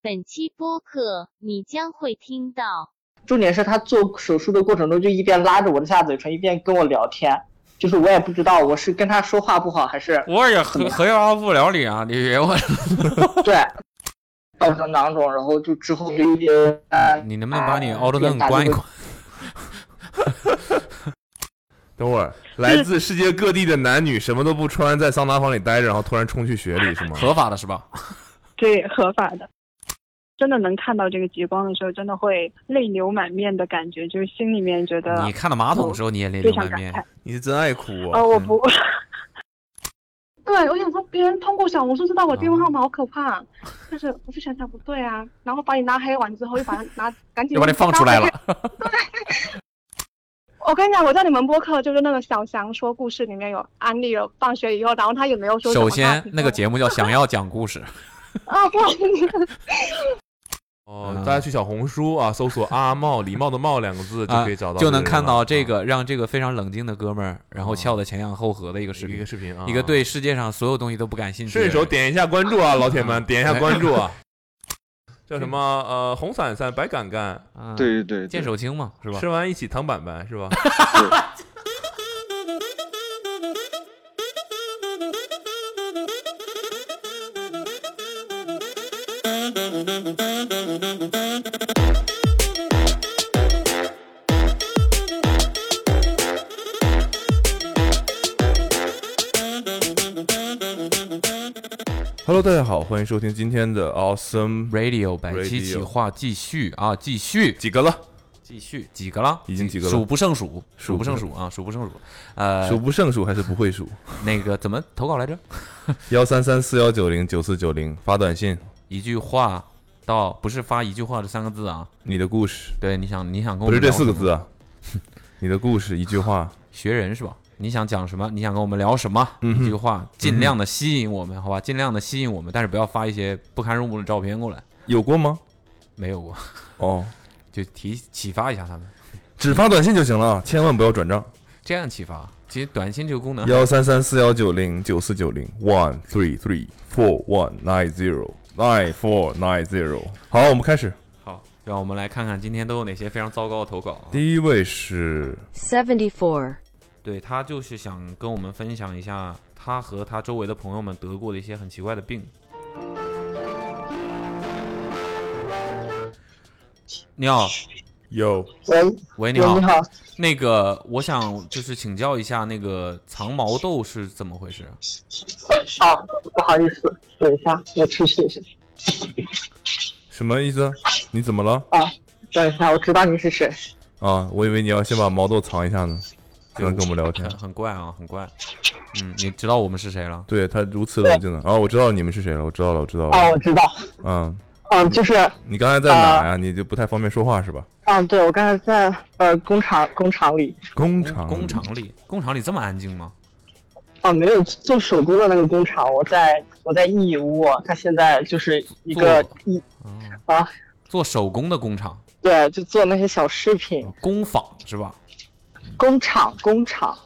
本期播客你将会听到重点是他做手术的过程中，就一边拉着我的下嘴唇，一边跟我聊天，就是我也不知道我是跟他说话不好，还 是我也合合要不了你啊，你我 对，造成囊肿，然后就之后就一边呃哎你能不能把啊你 auto 灯关一关？等会儿，来自世界各地的男女什么都不穿，在桑拿房里待着，然后突然冲去雪里 是吗？ 合法的 是吧？对，合法的。真的能看到这个极光的时候，真的会泪流满面的感觉，就是心里面觉得你看到马桶的时候你也泪流满面非常感，你是真爱哭啊！哦，我嗯不，对，我想说别人通过小红书知道我电话号码，哦好可怕。但是我就想想不对啊，然后把你拉黑完之后，又把它拿赶紧就把你放出来了。我跟你讲，我在你们播客就是那个小翔说故事里面有安利了放学以后，然后他也没有说什么首话题。先，那个节目叫《想要讲故事啊，不好意思，哦，嗯大家去小红书啊，搜索“阿茂”“礼貌”的“茂”两个啊字 就啊可以找到、，就能看到这、个让这个非常冷静的哥们儿，然后翘的前仰后合的一个视啊一频个，视频啊，一个对世界上所有东西都不感兴趣的顺人。手点一下关注啊，老铁们，点一下关注啊。 叫什么？呃，红伞伞，白杆杆，啊，对对对，见手青嘛，是吧？吃完一起躺板板 是吧？Hello，大家好，欢迎收听今天的 Awesome Radio 百期 Radio 企划继续啊，继续几个了？继续几个了？已经几个了数不胜数，数数不不胜胜数啊，数不胜数。呃，数不胜数还是不会数？那个怎么投稿来着？幺三三四幺九零九四九零发短信，一句话到不是发一句话这三个字啊？你的故事对，你想你想跟我不们是这聊四个什么字啊， 你的故事一句话，学人是吧？你想讲什么？你想跟我们聊什么？嗯哼一句话，尽量的吸引我们，好吧？尽量的吸引我们，但是不要发一些不堪入目的照片过来。有过吗？没有过，哦，就提启发一下他们，只发短信就行了，千万不要转账。这样启发。其实短信这个功能，幺三三四幺九零九四九零 one three three four one nine zero nine four nine zero。好，我们开始。好，让我们来看看今天都有哪些非常糟糕的投稿啊。第一位是 seventy four, 对他就是想跟我们分享一下他和他周围的朋友们得过的一些很奇怪的病。你好，有喂，喂，你喂好你，好，那个，我想就是请教一下，那个藏毛豆是怎么回事？啊，不好意思，等一下，我去试一下。什么意思？你怎么了等一下，我知道你是谁。啊？我以为你要先把毛豆藏一下呢，才能跟我们聊天很。很怪啊，很怪。嗯，你知道我们是谁了？对他如此冷静的。啊，我知道你们是谁了，我知道了，我知道啊，我了。知道。嗯，嗯，就是，你刚才在哪啊呀？你就不太方便说话是吧？嗯，对，我刚才在呃工厂工厂里，工厂，工厂里，工厂里这么安静吗？啊，没有做手工的那个工厂，我在我在义乌，它现在就是一个做一啊，啊，做手工的工厂，对，就做那些小饰品，工坊是吧？工厂工厂，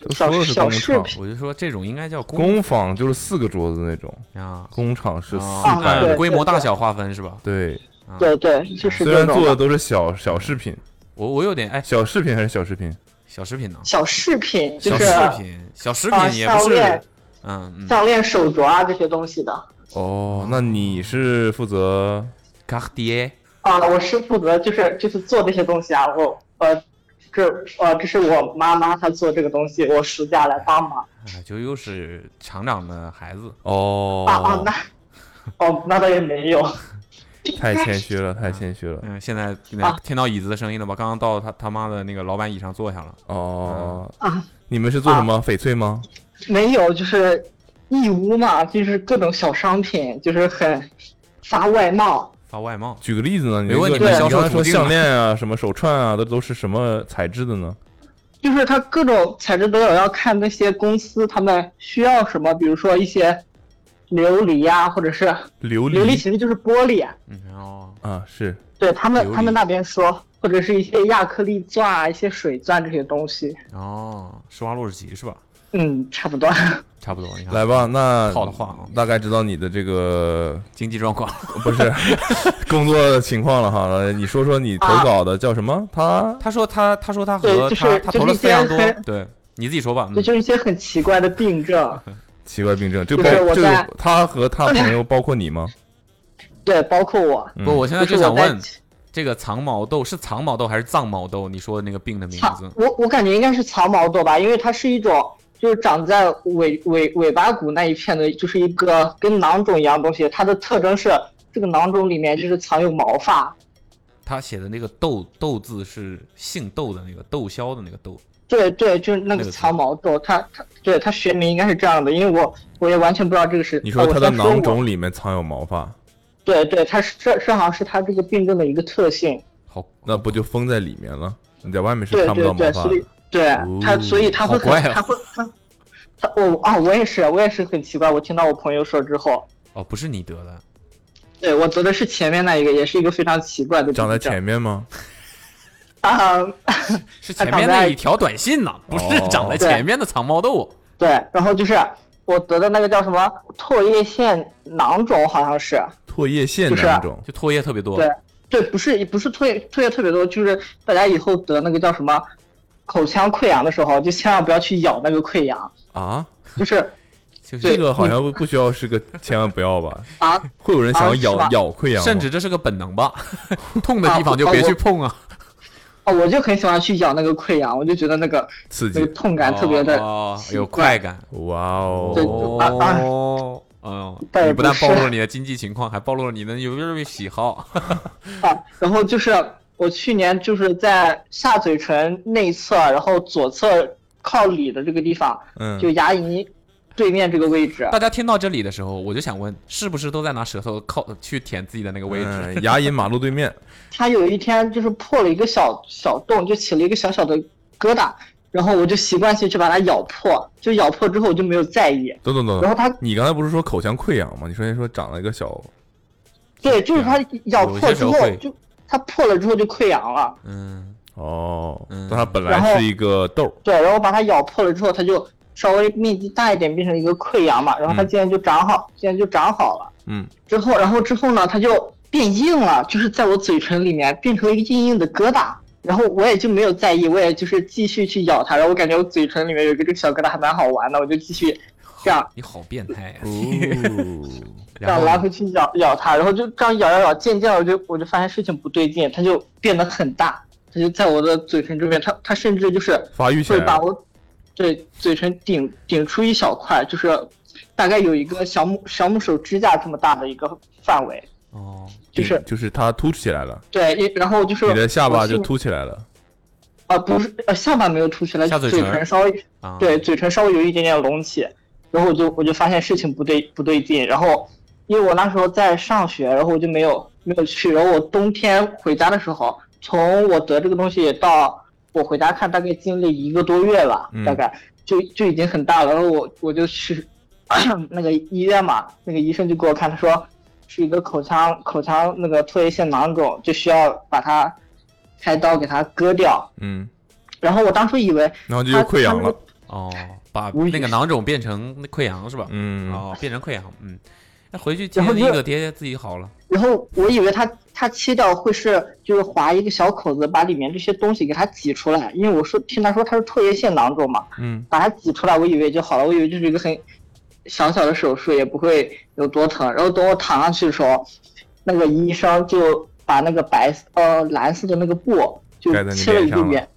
都说的是小工小厂饰，我就说这种应该叫工工坊就是四个桌子那种，啊，工厂是四啊，百排按对的。规模大小划分是吧？对，啊，对对，就是虽这然种做的的都是小小饰品，我我有点哎，小饰品还是小饰品，小食品呢？小饰品，就小是食品，小食啊品也不项是链，嗯嗯项链、手镯啊这些东西的。哦，那你是负责，Cartier 啊，我是负责就是就是做这些东西啊，我呃，这呃这是我妈妈她做这个东西，我暑假来帮忙。啊，就又是厂长的孩子。哦啊啊，那哦那倒也没有，太谦虚了，太谦虚了。嗯，现在现啊在听到椅子的声音了吧？刚刚到他他妈的那个老板椅上坐下了。哦啊，你们是做什么？翡翠吗？没有就是义乌嘛，就是各种小商品，就是很发外贸。发外贸，举个例子呢？没问你你那们个销你售刚才说途径项吗链啊，什么手串啊，都都是什么材质的呢？就是它各种材质都有，要看那些公司他们需要什么，比如说一些琉璃呀、或者是琉琉璃其实就是玻璃、啊，嗯，然后啊，是对他琉们璃他们那边说，或者是一些亚克力钻啊、一些水钻这些东西。哦，施华洛世奇是吧？嗯，差不多。差不多，你看来吧，那啊套的话啊大概知道你的这个经济状 况，不是工作情况了哈。来你说说你投啊稿的叫什么？他他说他他说他和对就是他他投就了是非常一些多，很对你自己说吧，这 嗯，就是一些很奇怪的病 症，奇怪病症，这就包是我这在个他和他朋友包括你吗？对，包括我。嗯不，我现在就就是想我在问，这个藏毛豆是藏毛豆还是藏毛豆？你说的那个病的名草字，我我感觉应该是草毛豆吧，因为它是一种就是长在尾尾尾巴骨那一片的，就是一个跟囊肿一样的东西。它的特征是这个囊肿里面就是藏有毛发，他写的那个豆豆字是姓窦的那个窦骁的那个窦，对对，就是那那个个草毛豆，它它对它学名应该是这样的，因为我我也完全不知道这个是。嗯你说呃他的我先说囊我肿里面藏有毛发，对对，它是这这好像是它这个病症的一个特性。好那不就封在里面了？你在外面是对看不对到毛对，发所的以。对它，哦所以它好会很怪啊它会它它我啊，我也是我也是很奇怪，我听到我朋友说之后。哦，不是你得的，对，我得的是前面那一个，也是一个非常奇怪的长在病症前面吗？ 啊、是前面那一条短信呢，不是哦长在前面的藏毛豆。对，然后就是我得的那个叫什么唾液腺囊肿，好像是，唾液腺就是啊囊肿，就唾液特别多。哦对对，不是不是唾液唾液特别多，就是大家以后得那个叫什么口腔溃疡的时候，就千万不要去咬那个溃疡，啊，就是就是这对个好像不不需要是个，千万不要吧？啊，会有人想要啊是咬吧咬溃疡吗？甚至这是个本 能吧，痛的地方就别去碰啊。哦，我就很喜欢去咬那个溃疡，我就觉得那个刺那激个，痛感特别的，哦奇怪有快感。哇哦！对啊啊哦，哦，但你也不但不是暴露了你的经济情况，还暴露了你的有没有喜好。啊，然后就是我去年就是在下嘴唇内侧，然后左侧靠里的这个地方，嗯，就牙龈对面这个位置。大家听到这里的时候，我就想问，是不是都在拿舌头靠去舔自己的那个位置？嗯牙龈马路对面，它有一天就是破了一个小小洞，就起了一个小小的疙瘩，然后我就习惯性去把它咬破，就咬破之后我就没有在意。等 等等然嗯等，后它你刚才不是说口腔溃疡吗？你说先说长了一个小，对，就是它咬破之后有些时候会就它破了之后就溃疡了。嗯，哦，嗯但它本然后来是一个痘儿，对，然后把它咬破了之后，它就稍微面积大一点，变成一个溃疡嘛，然后它嗯竟然就长好，竟然就长好了。嗯，之后，然后之后呢，它就变硬了，就是在我嘴唇里面变成一个硬硬的疙瘩。然后我也就没有在意，我也就是继续去咬它。然后我感觉我嘴唇里面有一个这个小疙瘩，还蛮好玩的，我就继续这样你好变态嗯呀、 这 然样后来回去咬咬它，然后就这样咬咬咬，渐渐地我就我就发现事情不对劲，它就变得很大，它就在我的嘴唇这边，它它甚至就是发育起会来把了，我对嘴唇顶顶出一小块，就是大概有一个小拇小拇手指甲这么大的一个范围，哦，就是嗯就是它凸起来了，对，一然后就是你的下巴我去就凸起来了，啊、不是呃下巴没有凸起来，下嘴嘴唇稍微啊，对，嘴唇稍微有一点点隆起，然后我就我就发现事情不对不对劲，然后因为我那时候在上学，然后我就没有没有去，然后我冬天回家的时候，从我得这个东西到我回家看，大概经历一个多月了，嗯大概就就已经很大了，然后我我就去 那个医院嘛，那个医生就给我看，他说是一个口腔口腔那个唾液腺囊肿，就需要把它开刀给它割掉，嗯，然后我当初以为然后就又它溃疡它那了个，哦，把无语那个囊肿变成那溃疡是吧？嗯，哦，变成溃疡，嗯，那回去贴然后一就个贴自己好了。然后我以为它它切掉会是就是划一个小口子，把里面这些东西给它挤出来，因为我说听他说它是唾液腺囊肿嘛，嗯，把它挤出来，我以为就好了，我以为就是一个很小小的手术，也不会有多疼。然后等我躺上去的时候，那个医生就把那个白色呃蓝色的那个布就盖在你切了一脸个上了圆，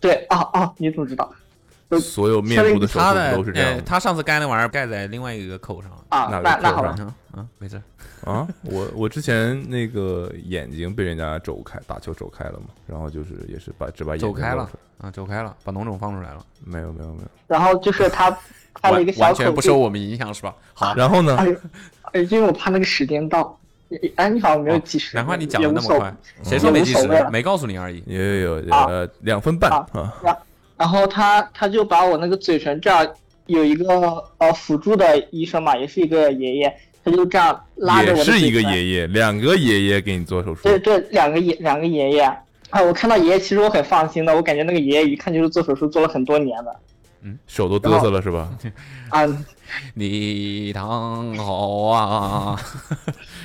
对啊啊，你怎么知道所有面部的手他术的都是这样嗯呃，的他上次盖那玩意儿盖在另外一个口上了。啊？哪那个那口好上吧，嗯嗯，没事儿。 啊！我我之前那个眼睛被人家肘开，打球肘开了嘛，然后就是也是把只把眼睛走开露了出来，啊，走开了，把脓肿放出来了，没有没有没有，然后就是他开了一个完小完口全不子受我们影响是吧？好，然后呢 哎？呦，哎因为我怕那个时间到。哎，你好像没有及时，哦难怪你讲也的无那所么谓快，谁说没及也时无所谓？了没告诉你而已。也有有啊呃两分半啊啊，然后他他就把我那个嘴唇这样有一个呃辅助的医生嘛，也是一个爷爷，他就这样拉着也我的是一嘴个唇爷爷，两个爷爷给你做手术，对对，两个爷两个爷爷。啊，我看到爷爷，其实我很放心的，我感觉那个爷爷一看就是做手术做了很多年的。嗯手都嘚瑟了是吧？ 啊，你躺好啊，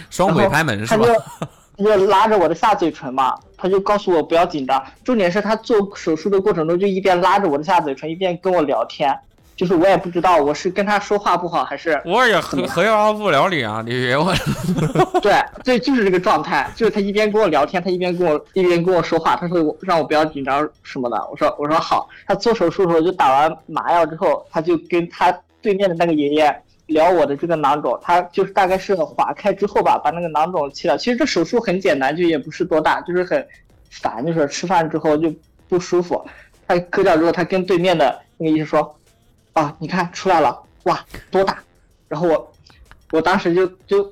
双然鬼后开门是他吧就？ 他就拉着我的下嘴唇嘛，他就告诉我不要紧张。重点是他做手术的过程中，就一边拉着我的下嘴唇，一边跟我聊天。就是我也不知道我是跟他说话不好，还是我也何何要不了你啊？你别问。对对，就是这个状态，就是他一边跟我聊天，他一边跟我一边跟我说话，他说我让我不要紧张什么的，我说我说好。他做手术的时候就打完麻药之后，他就跟他对面的那个爷爷聊我的这个囊肿，他就是大概是划开之后吧，把那个囊肿切掉。其实这手术很简单，就也不是多大，就是很烦，就是吃饭之后就不舒服。他割掉之后，他跟对面的那个医生说：“啊，你看出来了，哇，多大？”然后我我当时就就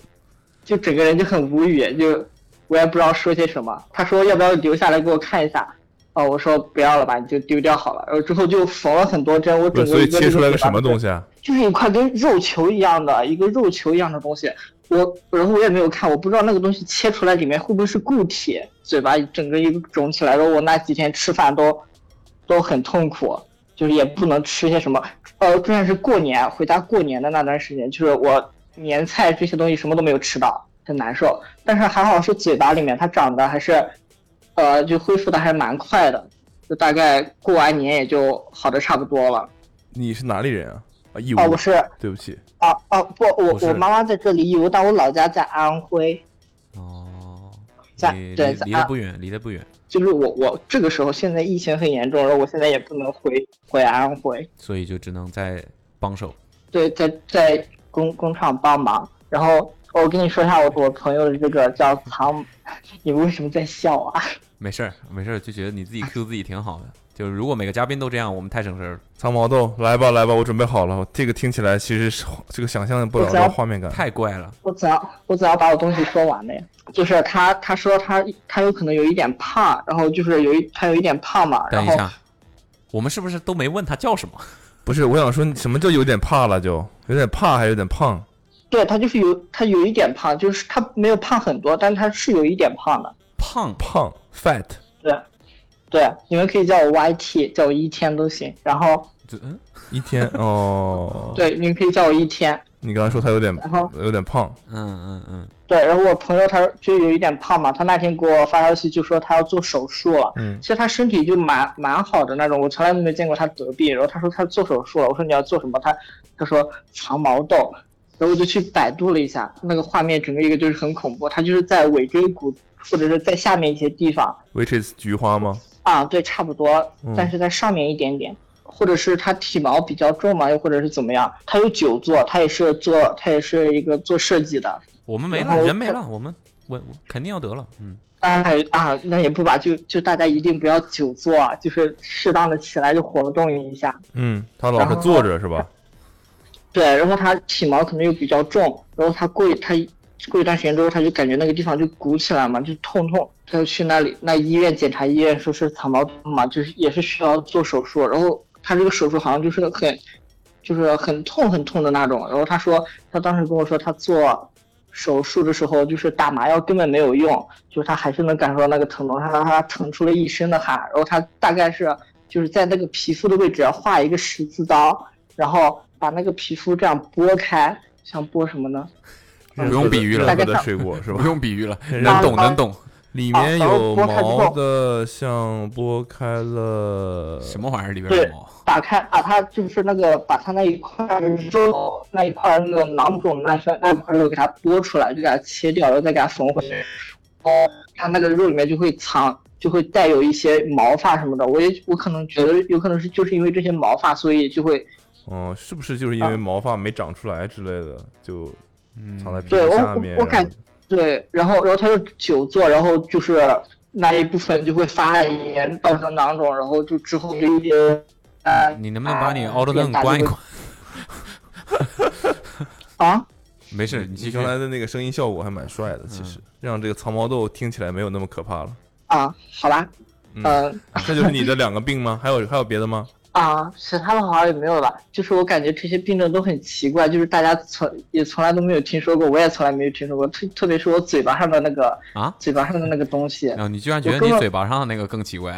就整个人就很无语，就我也不知道说些什么。他说要不要留下来给我看一下？哦，我说不要了吧，你就丢掉好了。然后之后就缝了很多针，我不整是，个所以一个切出来个什么东西？东西啊？就是一块跟肉球一样的一个肉球一样的东西，我然后我也没有看，我不知道那个东西切出来里面会不会是固体，嘴巴整个一个肿起来，然后我那几天吃饭都都很痛苦，就是也不能吃些什么，呃，重要是过年回家过年的那段时间，就是我年菜这些东西什么都没有吃到，很难受，但是还好是嘴巴里面它长得还是，呃，就恢复的还蛮快的，就大概过完年也就好的差不多了。你是哪里人啊？啊，义乌哦，。我是对不起，啊啊不，我不是我妈妈在这里义乌，但我老家在安徽，哦，在离对离在离得不远，离得不远，就是我我这个时候现在疫情很严重，然后我现在也不能回回安徽，所以就只能在帮手。对，在在工工厂帮忙。然后我跟你说一下我我朋友的这个叫唐， 你们为什么在笑啊？没事儿，没事儿，就觉得你自己 Q 自己挺好的。就是如果每个嘉宾都这样，我们太省事儿了，藏毛豆，来吧来吧，我准备好了。这个听起来其实是这个想象不了我这知道个画面感。太怪了。我只要我只要把我东西说完了呀。就是他他说他他有可能有一点胖，然后就是有一他有一点胖嘛，然等一后下，我们是不是都没问他叫什么？不是，我想说你什么叫有点怕了就，有点怕还有点胖。对他就是有他有一点胖，就是他没有胖很多，但他是有一点胖的。胖胖 fat 对，对，你们可以叫我 YT，叫我一天都行。然后就嗯，一 天哦，对，你们可以叫我一天。你刚才说他有点然后有点胖，嗯嗯嗯，对，然后我朋友他就有一点胖嘛，他那天给我发消息就说他要做手术了。嗯其实他身体就蛮蛮好的那种，我从来都没见过他得病。然后他说他做手术了，我说你要做什么？他他说藏毛豆，然后我就去百度了一下，那个画面整个一个就是很恐怖，他就是在尾椎骨或者是在下面一些地方， ，which is 菊花吗？啊，对，差不多嗯，但是在上面一点点，或者是他体毛比较重嘛，又或者是怎么样，他有久坐，他也是做，他也是一个做设计的，我们没然了，后人没了，我们我我肯定要得了。嗯，当然还有啊，那也不吧，就就大家一定不要久坐啊，就是适当的起来就活动一下，嗯，他老是坐着是吧？对，然后他体毛可能又比较重，然后他过一他过一段时间之后，他就感觉那个地方就鼓起来嘛，就痛痛，他就去那里那医院检查，医院说是草毛痛嘛，就是也是需要做手术，然后他这个手术好像就是很就是很痛很痛的那种，然后他说他当时跟我说他做手术的时候就是打麻药根本没有用，就是他还是能感受到那个疼痛，他让他疼出了一身的汗，然后他大概是就是在那个皮肤的位置画一个十字刀。然后把那个皮肤这样剥开，想剥什么呢？不用比喻嗯了任何大概的上水果是吧不？用比喻了，人能懂帮能懂。里面啊然后有剥开之后毛的，像剥开了什么玩意儿里边呃对有毛？打开，把它就是那个把它那一块肉那一块那个囊肿那块那块肉给它剥出来，就给它切掉，然后再给它缝回去。哦，它那个肉里面就会藏，就会带有一些毛发什么的。我也我可能觉得有可能是就是因为这些毛发，所以就会嗯，是不是就是啊因为毛发没长出来之类的，就藏在嗯皮对肤我下我面？我然感后对，然后然后他就久坐，然后就是那一部分就会发炎，造成囊肿，然后就之后就一些呃你能不能把你啊奥特变邓大就关一会关？啊。没事，你继嗯你续刚。才的那个声音效果还蛮帅的，其实让这个藏毛豆听起来没有那么可怕了。啊，好吧，嗯嗯、这就是你的两个病吗？还有还有别的吗？啊，其他的好像也没有吧。就是我感觉这些病症都很奇怪，就是大家从也从来都没有听说过，我也从来没有听说过。特特别是我嘴巴上的那个啊哦嘴巴上的那个东西嗯然，后你居然觉得我你根本嘴巴上的那个更奇怪，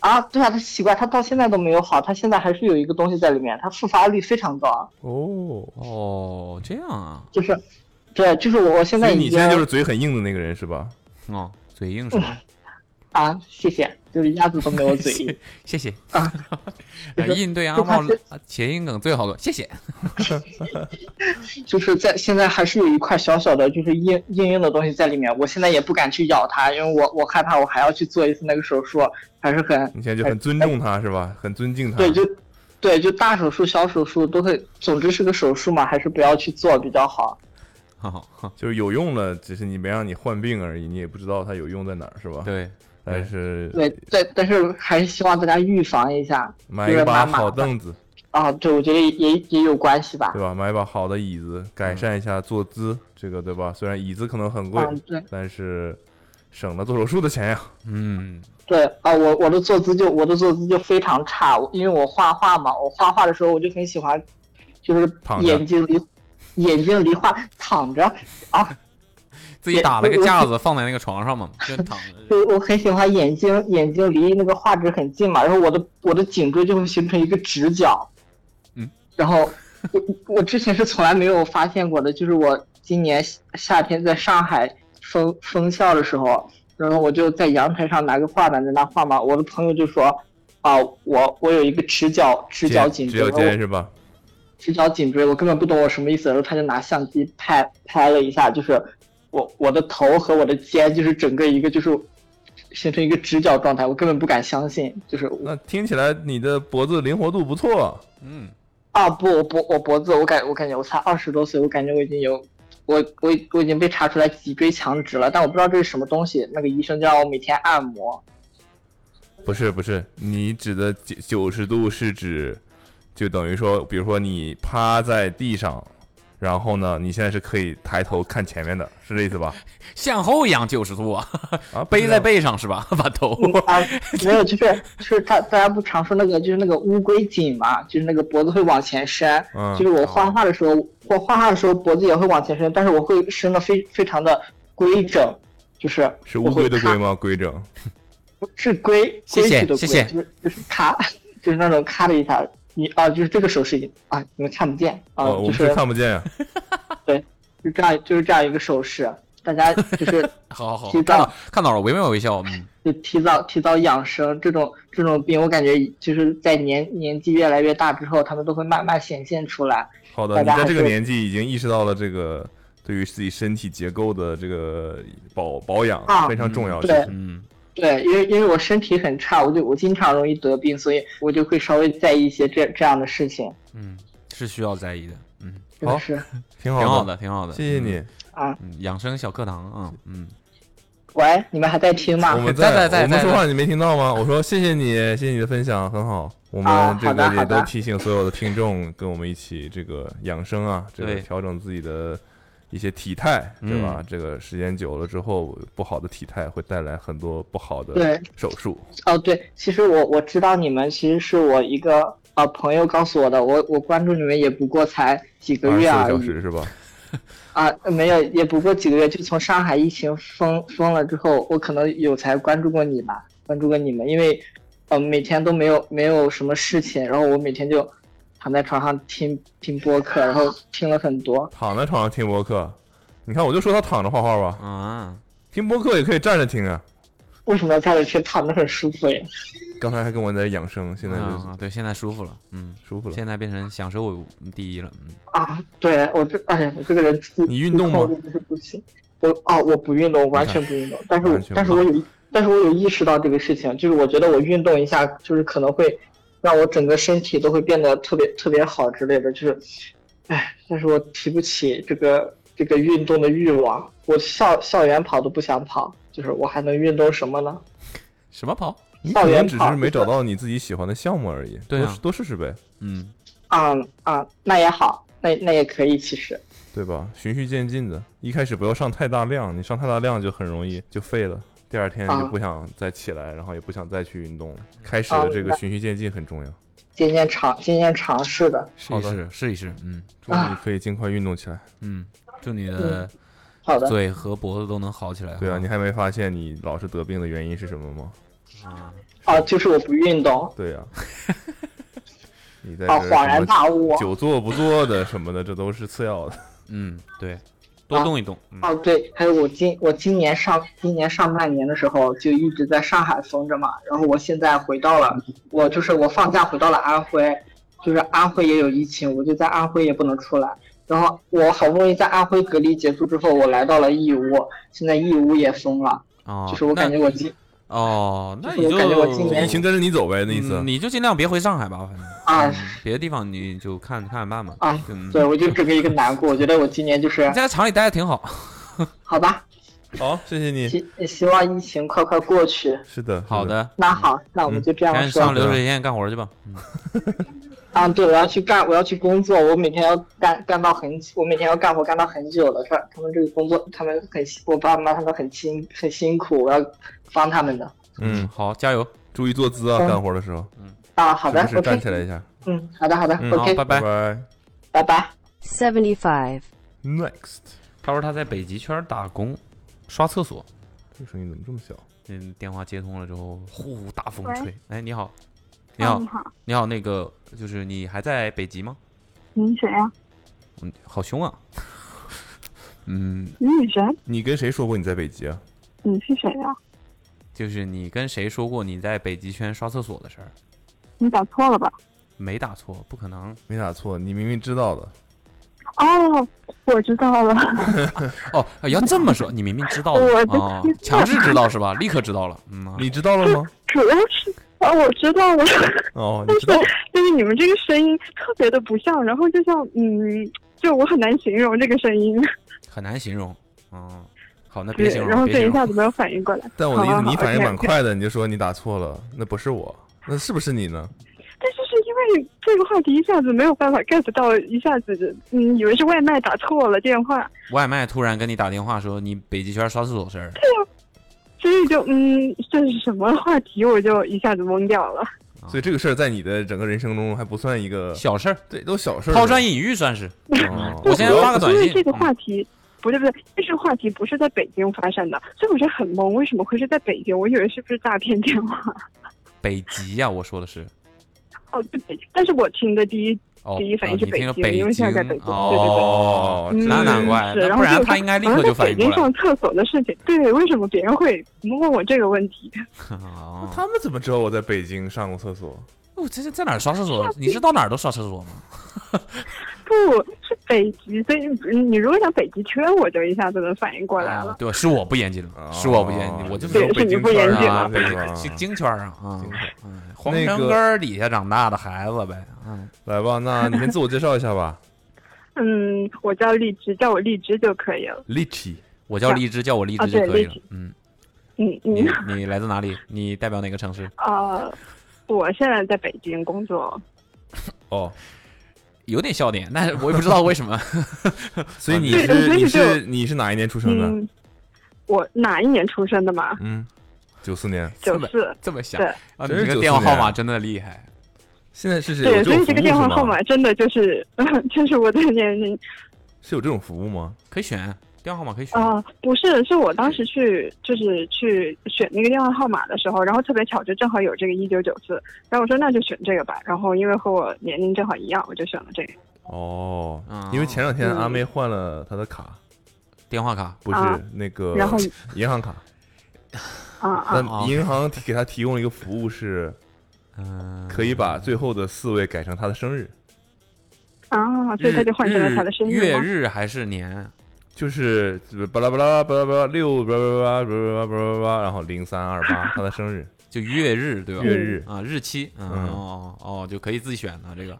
啊，对啊，他奇怪，他到现在都没有好，他现在还是有一个东西在里面，他复发率非常高啊，哦，哦，这样啊，就是，对，就是我我现所在以已你经现在就是嘴很硬的那个人是吧？哦，嘴硬是吧？啊，谢谢，就是鸭子都没有嘴 硬，谢谢 啊。呃应对阿就怕茂是啊谐音梗最好了，谢谢。 就是在现在还是有一块小小的，就是硬硬硬的东西在里面。我现在也不敢去咬它，因为我我害怕我还要去做一次那个手术，还是很你现在就很尊重他是吧？很尊敬他。哎对，就对，就大手术、小手术都会，总之是个手术嘛，还是不要去做比较好。好好，就是有用了，只是你没让你患病而已，你也不知道它有用在哪儿是吧？。对，但是对，但但是还是希望大家预防一下买一把好凳子啊。对，我觉得也也有关系吧对。吧？买一把好的椅子，改嗯善一下坐姿，这个对吧？虽然椅子可能很贵，嗯，对但是省了做手术的钱呀。嗯，对啊，我我的坐姿就我的坐姿就非常差，因为我画画嘛，我画画的时候我就很喜欢，就是躺着眼睛离眼睛离画躺着啊，自己打了个架子放在那个床上嘛，就躺着。就我很喜欢眼睛眼睛离那个画质很近嘛，然后我的我的颈椎就会形成一个直角，嗯， 然后我我之前是从来没有发现过的，就是我今年夏夏天在上海封封校的时候，然后我就在阳台上拿个画板在那画嘛，我的朋友就说啊，我我有一个直角直角颈肩直椎，角然后肩是吧？直角颈椎，我根本不懂我什么意思。然后他就拿相机拍拍了一下，就是我我的头和我的肩，就是整个一个就是形成一个直角状态，我根本不敢相信。就是我那听起来你的脖子灵活度不错，嗯，啊不，我脖我脖子，我感我感觉我才二十多岁，我感觉我已经有我我已我已经被查出来脊椎强直了，但我不知道这是什么东西。那个医生就让我每天按摩。不是不是，你指的九九十度是指，就等于说，比如说你趴在地上，然后呢，你现在是可以抬头看前面的，是这意 思吧？向后仰九十度啊， 啊，背在不是背上是吧？ 把头，啊，没有，就是就是大大家不常说那个就是那个乌龟颈嘛，就是那个脖子会往前伸。嗯就是我画画的时候，我画画的时候脖子也会往前伸，但是我会伸的非非常的规整，就是是我乌会龟的咔龟，吗？规整。不是龟，谢谢规矩的谢龟，谢就是就是咔， 就是那种咔的一下，你啊就是这个手势已经啊你们看不见啊，哦，我就们是是看 不见呀。就这样就是这样一个手势，大家就是 好好好，知看道到看到了，惟妙惟肖，嗯，就提早提早养生这种这种病，我感觉就是在年年纪越来越大之后，他们都会慢慢显现出来。好的，大你家在这还个是年纪已经意识到了这个对于自己身体结构的这个保保养啊非常重要。对其实嗯，对，因为因为我身体很差，我就我经常容易得病，所以我就会稍微在意一些这这样的事情。嗯，是需要在意的，嗯，真的好是，挺挺好好的，，挺好的，谢谢你。嗯，养生小课堂啊，嗯，喂，你们还在听吗我？们在在在我们在说话你没听到吗？我说谢谢你，谢谢你的分享，很好。我啊们这好的个也好都的提醒所有的听众，跟我们一起这个养生啊，这个对嗯调整自己的一些体态，对吧？这个时间久了之后，不好的体态会带来很多不好的对手术。哦，对，其实我我知道你们，其实是我一个呃朋友告诉我的，我我关注你们也不过才几个二十四月个而小已时是吧？啊，没有，也不过几个月，就从上海疫情封封了之后，我可能有才关注过你吧，关注过你们，因为呃每天都没有没有什么事情，然后我每天就躺在床上听听播客，然后听了很多。躺在床上听播客，你看我就说他躺着画画吧，啊，听播客也可以站着听啊。为什么要站着去躺着很舒服呀？刚才还跟我在养生，现在就啊，对，现在舒服了，嗯，舒服了。现在变成享受第一了，嗯，啊，对我这，哎呀，我这个人自你运动吗自控力就是不行，我哦，我不运动，我完全不运动，但是我完全不但是我有，但是我有意识到这个事情，就是我觉得我运动一下，就是可能会让我整个身体都会变得特别特别好之类的，就是，哎，但是我提不起这个这个运动的欲望，我校校园跑都不想跑，就是我还能运动什么呢？什么跑？你校可能园只跑是没找到你自己喜欢的项目而已，对啊多多试试呗，嗯，啊、啊、那也好，那那也可以，其实对吧？循序渐进的，一开始不要上太大量，你上太大量就很容易就废了，第二天就啊不想再起来，然后也不想再去运动了。开始啊的这个那循序渐进很重要，渐渐尝渐渐尝试的。试好一的试，试一试，嗯祝你啊可以尽快运动起来。嗯，祝你的好的，嘴和脖子都能好起来。对啊，哈你还没发现你老是得病的原因是什么吗？啊，啊，就是我不运动对 呀、你在这啊，儿恍什然么大悟久坐不坐的什么的，这都是次要的。嗯，啊对，多动一动，嗯哦，对，还有我今我今年上今年上半年的时候就一直在上海封着嘛，然后我现在回到了，我就是我放假回到了安徽，就是安徽也有疫情，我就在安徽也不能出来。然后我好不容易在安徽隔离结束之后，我来到了义乌，现在义乌也封了，哦，就是我感觉那我今哦，那就是我你就感觉我今年疫情跟着你走呗，那意思。嗯你就尽量别回上海吧，反正啊嗯，别的地方你就看看着办吧。啊嗯，对我就整个一个难过，我觉得我今年就是你在厂里待的挺好。好吧，好，谢谢你。希希望疫情快快过去。是的，好是的。的，那好，那我们就这赶样紧说。嗯上流水线干活去吧。嗯啊，对，我要去干，我要去工作，我每天要干干到很，我每天要干活干到很久的。他他们这个工作，他们很辛，我爸妈他们很辛很辛苦，我要帮他们的。嗯，好，加油。注意坐姿啊，嗯干活的时候，啊，好的时不时站起，OK，来一下。嗯，好的，好的嗯，好， ，OK，拜拜拜。拜拜。拜。 seventy five, Next，他说他在北极圈打工，刷厕所。这个声音怎么这么小？嗯，电话接通了之后，呼大风喂吹。哎，你好，你啊好你，好，你好，那个就是你还在北极吗？你是谁啊呀、嗯，好凶啊。 嗯，你是谁？你跟谁说过你在北极啊？你是谁啊呀、就是你跟谁说过你在北极圈刷厕所的事儿？你打错了吧？没打错，不可能。没打错，你明明知道的。哦，我知道了，哦，要这么说，你明明知道的我就哦，强制知道是吧？立刻知道了，嗯啊，你知道了吗？主要是啊，我知道了，哦，你知道。 就是你们这个声音特别的不像，然后就像嗯，就我很难形容这个声音，很难形容，嗯，好，那别对形，容，然后别就形一下容，子没有反应过来。但我的意好思，啊好你反应蛮。 OK，OK 快的，你就说你打错了，那不是我，那是不是你呢？但是是因为这个话题一下子没有办法 get 到，一下子嗯，以为是外卖打错了电话，外卖突然跟你打电话说你北极圈刷厕所的事儿，所以就嗯，这是什么话题，我就一下子懵掉了。所以这个事儿在你的整个人生中还不算一个，小事儿，对，都小事儿。抛砖引玉算是。哦我先发个短因为信这嗯个话题，不对不对，这个话题不是在北京发生的，所以我就很懵，为什么会是在北京？我以为是不是诈骗电话？北极呀、我说的是。哦，对，北京但是我听的第一，哦，第一反应啊是你北听京北因为现在在北京对对对哦，嗯那难怪是哎那然不后然就他应该立刻就反应过来好像在北京上厕所的事情，对，为什么别人会问我这个问题？哦，他们怎么知道我在北京上过厕所？我这是在哪儿刷厕所？你是到哪儿都刷厕所吗？不是北极，所以嗯你如果讲北极圈，我就一下子能反应过来啊了。对，是我不严谨了，是我不严谨，哦我就只有是对北京是你不严谨圈儿啊，啊，北对吧？京京圈儿啊，啊京圈儿，嗯黄那山个根儿底下长大的孩子呗，嗯，来吧，那你先自我介绍一下吧。哎嗯，我叫荔枝，叫我荔枝就可以了。荔枝，我叫荔枝，叫我荔枝啊就对可以荔了枝，嗯，嗯你嗯，你来自哪里？你代表哪个城市？呃，我现在在北京工作，哦，有点笑点，但是我也不知道为什 么。所以你对是所以你就是你是哪一年出生的？嗯，我哪一年出生的嘛？嗯，九四年。 九么四。这么想对啊，你真是这个94电话号年码真的厉害。现在是是对，有所种服以这务个电话是吗号码真的就是， 就是我的年龄是有这种服务吗？可以选电话号码，可以选。啊、不是，是我当时去就是去选那个电话号码的时候，然后特别巧，就正好有这个一九九四，然后我说那就选这个吧，然后因为和我年龄正好一样，我就选了这个。哦哦，因为前两天嗯阿妹换了她的卡，电话卡不是啊那个然后银行卡，啊啊，哦那银行提给她提供了一个服务是嗯，可以把最后的四位改成她的生日，啊，所以他就换成了他的生日月吗？日还是年？就是巴拉巴拉巴拉巴拉六巴拉巴拉巴拉巴拉巴拉，然后零三二八她的生日就月日对吧？月日，啊，日期，嗯，嗯哦哦，就可以自己选了这个。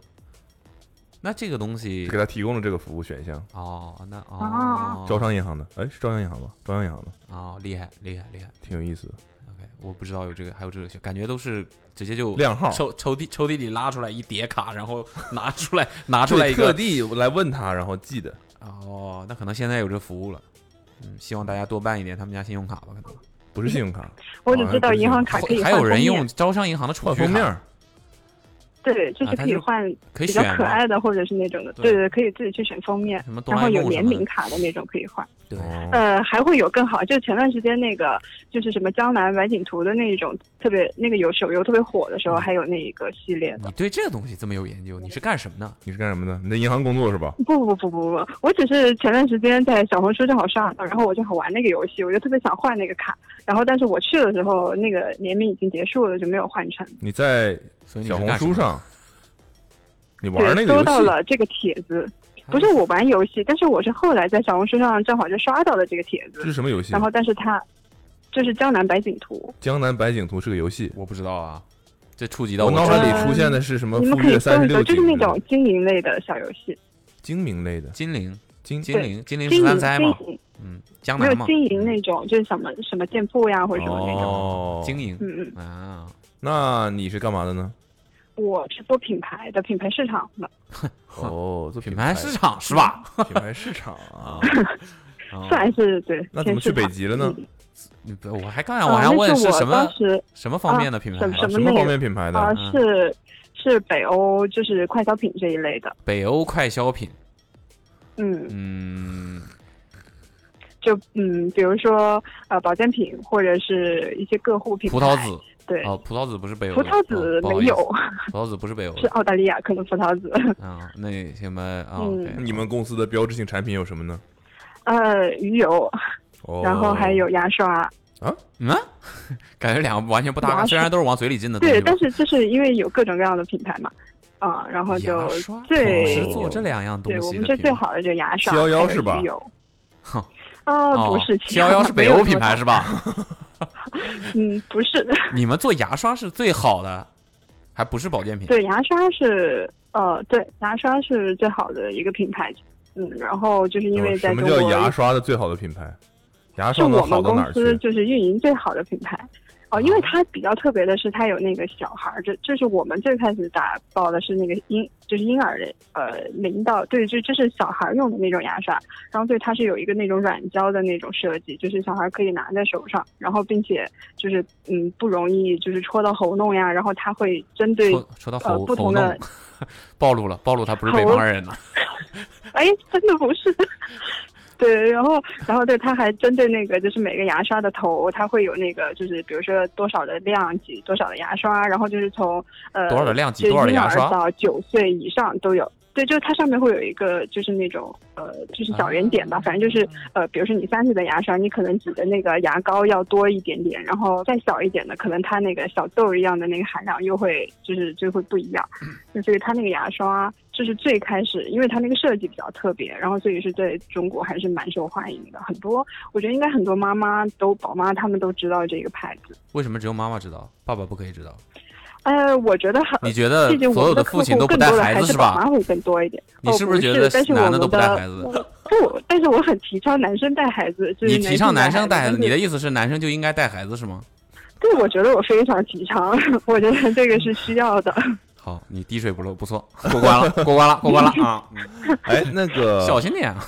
那这个东西给她提供了这个服务选项。哦，那哦啊，招商银行的，哎，是招商银行吧？招商银行的，哦，厉害厉害厉害。挺有意思的。 OK，我不知道有这个，还有这个选，感觉都是直接就靓号抽抽屉抽屉里拉出来一叠卡，然后拿出来拿拿出来一特个。地来问他，然后记的。哦，那可能现在有这服务了。嗯，希望大家多办一点他们家信用卡吧，可能。不是信用卡，我只知道银行卡可以还换有人封面用招商银行的储换蓄封面卡。儿，对，就是可以换可以比选较吗可爱的，或者是那种的，对对对，可以自己去选封面什么，哆然啦 A 后梦有什联么的名卡的那种可以换。对，哦，呃，还会有更好，就前段时间那个就是什么江南晚景图的那种特别那个有手游特别火的时候，还有那一个系列的你。对这个东西这么有研究，你是干什么的？你是干什么的？你在银行工作是吧？不不不不不不，我只是前段时间在小红书正好上了，然后我就好玩那个游戏，我就特别想换那个卡，然后但是我去的时候那个联名已经结束了，就没有换成。你在所以你小是红干什书么的上，你玩那对，个游收戏到了这个帖子，不是我玩游戏，但是我是后来在小红书上正好就刷到了这个帖这子，是什么游戏然？后但是它就是江南百景图，江南百景图是个游戏，我不知道啊，这触及到我我脑这海里个出现的是什么你们呃富可以岳三搜十一搜，六就景是那之类种的精灵类的小游戏，精明类的金陵精金陵金陵十经营三钗嘛经，营嗯，江没南有嘛，经营那种，就是什么什么店铺呀或者什么那种。哦，经营嗯嗯，啊，那你是干嘛的呢？我是做品牌的，品牌市场的，哦，做品牌牌市，场是吧？品牌市场啊啊。，啊算是对。哦那怎偏么市去北场极了呢？嗯你不我还刚才啊我还问那是是我什么当时什么方面的品牌 什么啊啊？什什么那方个面品牌啊的？嗯是是北欧就是快消品这一类的，北欧快消品，嗯，嗯，就嗯比如说呃保健品或者是一些个护品牌，葡萄籽哎对。哦，葡萄籽不是北欧葡的，萄哦籽不好没意思有，葡萄籽不是北欧是的澳大利亚可能葡萄籽。啊，那什么啊嗯，OK，你们公司的标志性产品有什么呢？呃，鱼油，哦，然后还有牙刷，嗯， 感觉两个完全不搭嘎，牙虽然都是往嘴里进的东西对，吧但。是就是因为有各种各样的品牌嘛，啊，然后就牙刷最同时做这两样东对我西们的这品最牌，好的就是牙刷， 711还有是吧鱼油哼。啊，哦不是七幺幺是北欧品牌是？吧？ 嗯，不是，你们做牙刷是最好的，还不是保健品。对，牙刷是呃，对，牙刷是最好的一个品牌，嗯，然后就是因为在什中么叫国，牙刷的最好的品牌？牙是刷能我好们到哪公儿司去？就是运营最好的品牌。哦，因为它比较特别的是，它有那个小孩儿，这这是我们最开始打包的是那个婴，就是婴儿的呃零到对，就这是小孩儿用的那种牙刷，然后对它是有一个那种软胶的那种设计，就是小孩儿可以拿在手上，然后并且就是嗯不容易就是戳到喉咙呀，然后它会针对说说到呃喉喉不同的咙， 暴露了，暴露他不是北喉方人了。哎，真的不是。 对，然后，然后对，它还针对那个，就是每个牙刷的头，它会有那个，就是比如说多少的量挤多少的牙刷，然后就是从呃多少的量挤就多少的牙婴刷儿到九岁以上都有。对，就是它上面会有一个，就是那种呃，就是啊小圆点吧，反正就是呃，比如说你三岁的牙刷，你可能挤的那个牙膏要多一点点，然后再小一点的，可能它那个小豆儿一样的那个含量又会就是就会不一样。嗯那所以它那个牙刷就是最开始，因为它那个设计比较特别，然后所以是在中国还是蛮受欢迎的。很多我觉得应该很多妈妈都宝妈她们都知道这个牌子。 为什么只有妈妈知道，爸爸不可以知道？呃，我觉得很，你觉得毕竟所我有们的父客亲户都不更带多的孩还子是是宝吧妈？会更多一点。你哦是不是觉得是但是男我的们都不带的孩子我不，但是我很提倡男生带孩子，就是你提倡男生带孩子，但是你的意思是男生就应该带孩子是吗？对，我觉得我非常提倡， 我觉得这个是需要的。 好，你滴水不漏，不 错，过关了，过关了，过关了 啊！哎，那 个小心点啊，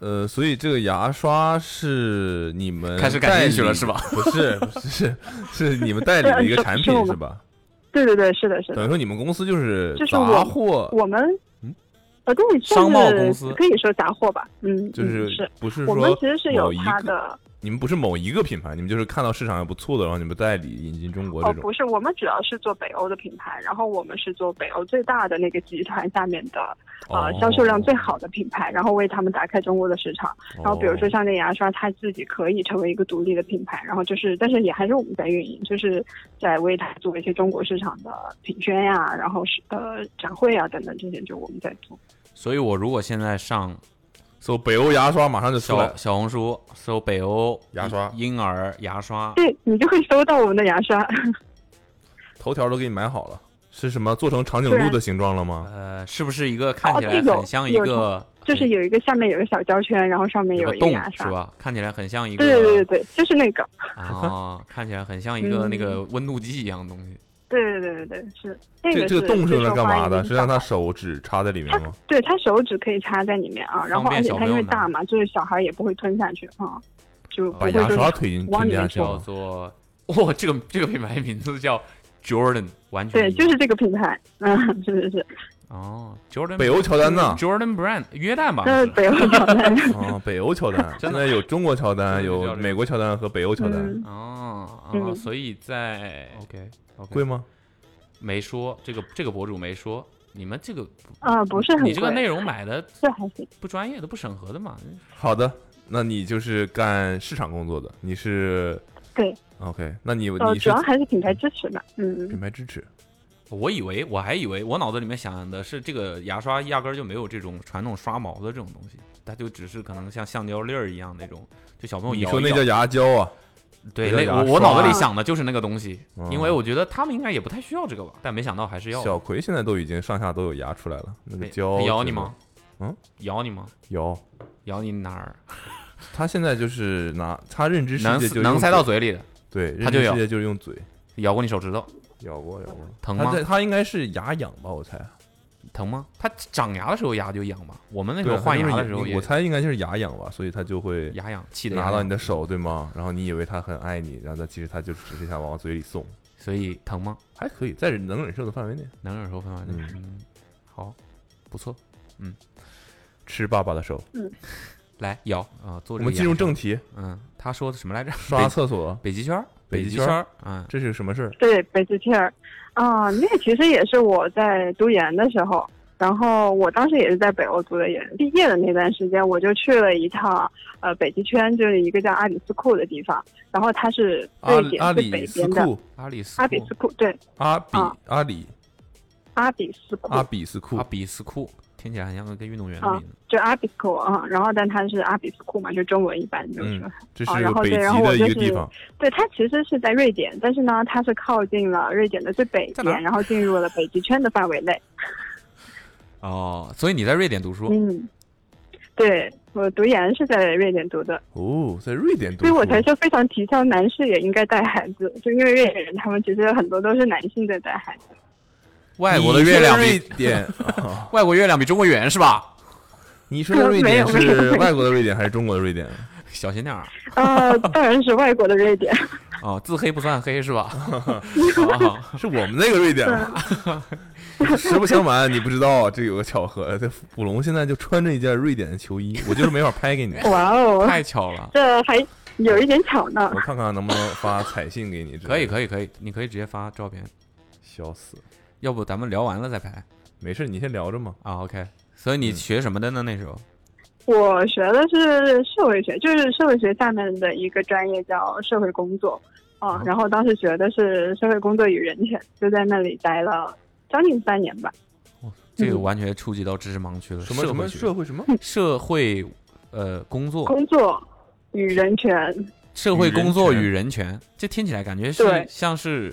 呃，所以这个牙刷是你们开始感兴趣代理了是吧？不是，不是，是你们代理的一个产是我品是们吧？对对对，是的，是的等于。说你们公司就是就是我杂货，我们，嗯呃，对，算商贸是公司可以说杂货吧，嗯，就是嗯是不是我们说其实是某有一它个，的，你们不是某一个品牌，你们就是看到市场还不错的，然后你们代理引进中国哦，这种不是，我们主要是做北欧的品牌，然后我们是做北欧最大的那个集团下面的呃哦销售量最好的品牌，然后为他们打开中国的市场。然后比哦如说像那牙刷，它自己可以成为一个独立的品牌，然后就是，但是也还是我们在运营，就是在为它做一些中国市场的评选呀、然后是呃展会啊等等这些，就我们在做。所以我如果现在上搜北欧牙刷马上就出来小，小红书搜北欧牙刷婴儿牙刷，对你就会收到我们的牙刷，头条都给你买好了，是什么做成长颈啊鹿的形状了吗？呃，是不是一个看起哦来这有很像一有个，就是有有一个下面有一个小胶圈，然后上面个一个洞牙是刷。吧？看起来很像一个对对对对，就是那个，啊，看起来很像一个那嗯个温度计一样的东西。对对对对，是那这个这个洞是用来来干嘛的？是让他手指插在里面吗？对他手指可以插在里面啊，然后方便而且小它朋因为友拿大嘛，就是小孩也不会吞下去啊，就不把会牙就刷是推进往吞里下面去戳。叫吗？做哇、这个这个品牌名字叫 Jordan，完全对，一样就是这个品牌，嗯，是是是，哦，Jordan 北欧乔丹呐 Jordan Brand 约旦吧，那好像是 北欧乔丹， 啊，北欧乔丹，真现的在有中国乔丹， 真的叫有这个美国乔丹和北欧乔丹，嗯，哦，哦嗯所以在 OK OK 贵吗？没说这个这个博主没说，你们这个啊，不是很你这个贵内容买的这还行，不专业的不审核的嘛，好的，那你就是干市场工作的，你是对 OK，那你呃，你主是要还是品牌支持吧，嗯品牌支持，我以为我还以为我脑子里面想的是这个牙刷压根儿就没有这种传统刷毛的这种东西，它就只是可能像橡胶粒儿一样那种，就小朋友你哦摇说一那摇叫牙胶啊？对那那叫我牙我刷脑子里啊想的就是那个东西，嗯因为我觉得他们应该也不太需要这个吧，但没想到还是要小葵现在都已经上下都有牙出来了，那个哎胶它咬就是你吗？嗯，咬你吗？咬，咬你哪儿？他现在就是拿他认知世能界就能用塞到嘴，嘴里的，对，它认就知咬世界就是用嘴咬过你手指头咬过咬过。疼他吗在？他应该是牙痒吧，我猜。疼吗？它长牙的时候牙就痒吧？我们那时对候啊，换它就是牙的时候也我猜应该就是牙痒吧，所以他就会牙痒，气的拿到你的手，对吗？然后你以为他很爱你，然后他其实他就只是想往嘴里送，所以疼吗？还可以，在能忍受的范围内。能忍受分完嗯嗯，好，不错，吃爸爸的手。来咬啊，做我这们个进入牙正题，刷嗯，他说的什么来着？刷北厕所，北极圈儿，北极极圈圈儿，嗯，这是什么事儿？对，北极圈儿，啊，那个其实也是我在读研的时候，然后我当时也是在北欧读的研，毕业的那段时间我就去了一趟，呃，北极圈，就是一个叫阿里斯库的地方，然后它是阿瑞典阿最北里斯边的库，阿里斯阿比斯库，库，对，阿比啊阿里阿比斯库，阿比斯库阿，啊比斯库，听起来很像个运动员的啊名字。就阿比斯库啊，然后但它是阿比斯库嘛，就中文一般就是说。嗯这啊是然后北对然极后的我一就个地是方。对，它其实是在瑞典，但是呢，它是靠近了瑞典的最北在哪儿边，然后进入了北极圈的范围内。哦，所以你在瑞典读书，嗯，对我读研是在瑞典读的，哦，在瑞典读所以书，我才说非常提倡男士也应该带孩子，就因为瑞典人他们其实很多都是男性在带孩子。外国的月亮你是瑞比典，啊外国月亮比中国圆是吧？ 哦你说的瑞没典有 没有没是有外国的瑞典还是中国的瑞典？啊小心点儿 呃，当然是外国的瑞典，哦，自黑不算黑是 吧？哦 好是我们那个瑞典吗。 实不相瞒，你不知道这有个巧合，这捕龙现在就穿着一件瑞典的 球衣，我就是没法拍给你，哇好，哦，太巧了。 这还有一点巧呢我。看看能不能发彩信给你之类的。可以可以可以，你可以直接发照片，笑死，要不咱们聊完了再拍没事，你先聊着嘛。啊？OK，所以你嗯学什么的呢？那时候嗯我学的是社会学，就是社会学下面的一个专业叫社会工作啊、哦然后当时学的是社会工作与人权，就在那里待了将近三年吧。这个完全触及到知识盲区了。什么社什么会学嗯社会什么？社会呃工作、工作与人权，社会工作与人与人权，这听起来感觉是对像是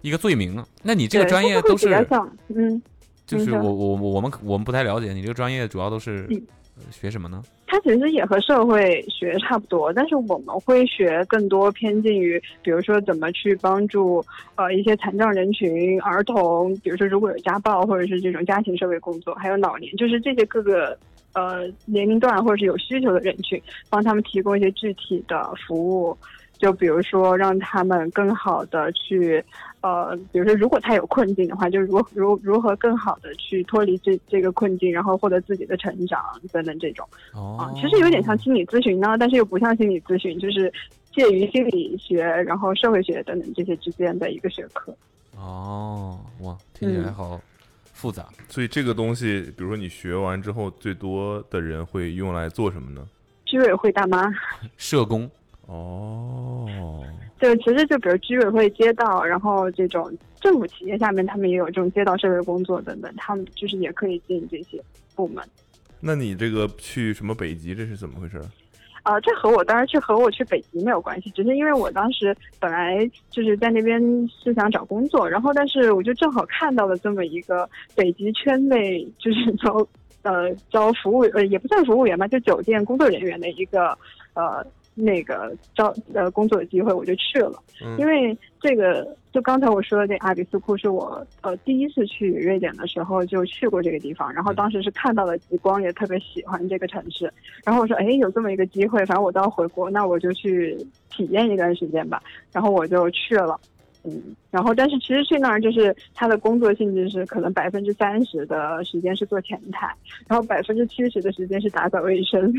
一个罪名啊。那你这个对专业都会比较是像，嗯，就是那我个我我我们我们不太了解，你这个专业主要都是嗯呃学什么呢？它其实也和社会学差不多，但是我们会学更多偏近于，比如说怎么去帮助呃一些残障人群、儿童，比如说如果有家暴或者是这种家庭社会工作，还有老年，就是这些各个呃年龄段或者是有需求的人群，帮他们提供一些具体的服务。就比如说，让他们更好的去，呃，比如说，如果他有困境的话，就如如如何更好的去脱离这这个困境，然后获得自己的成长等等这种。啊哦，，其实有点像心理咨询呢，但是又不像心理咨询，就是介于心理学、然后社会学等等这些之间的一个学科。哦，哇，听起来嗯好复杂。所以这个东西，比如说你学完之后，最多的人会用来做什么呢？居委会大妈，社工哦，对，其实就比如居委会、街道，然后这种政府企业下面，他们也有这种街道社会工作等等，他们就是也可以进这些部门。那你这个去什么北极，这是怎么回事？啊，这和我当时去和我去北极没有关系，只是因为我当时本来就是在那边是想找工作，然后但是我就正好看到了这么一个北极圈内就是 招呃招服务呃也不算服务员吧，就酒店工作人员的一个呃那个招呃工作的机会，我就去了。嗯因为这个，就刚才我说的这阿比斯库是我呃第一次去瑞典的时候就去过这个地方，然后当时是看到了极光，也特别喜欢这个城市，然后我说，哎，有这么一个机会，反正我都要回国，那我就去体验一段时间吧，然后我就去了。嗯，然后但是其实去那儿就是他的工作性质是可能百分之三十的时间是做前台，然后百分之七十的时间是打扫卫生，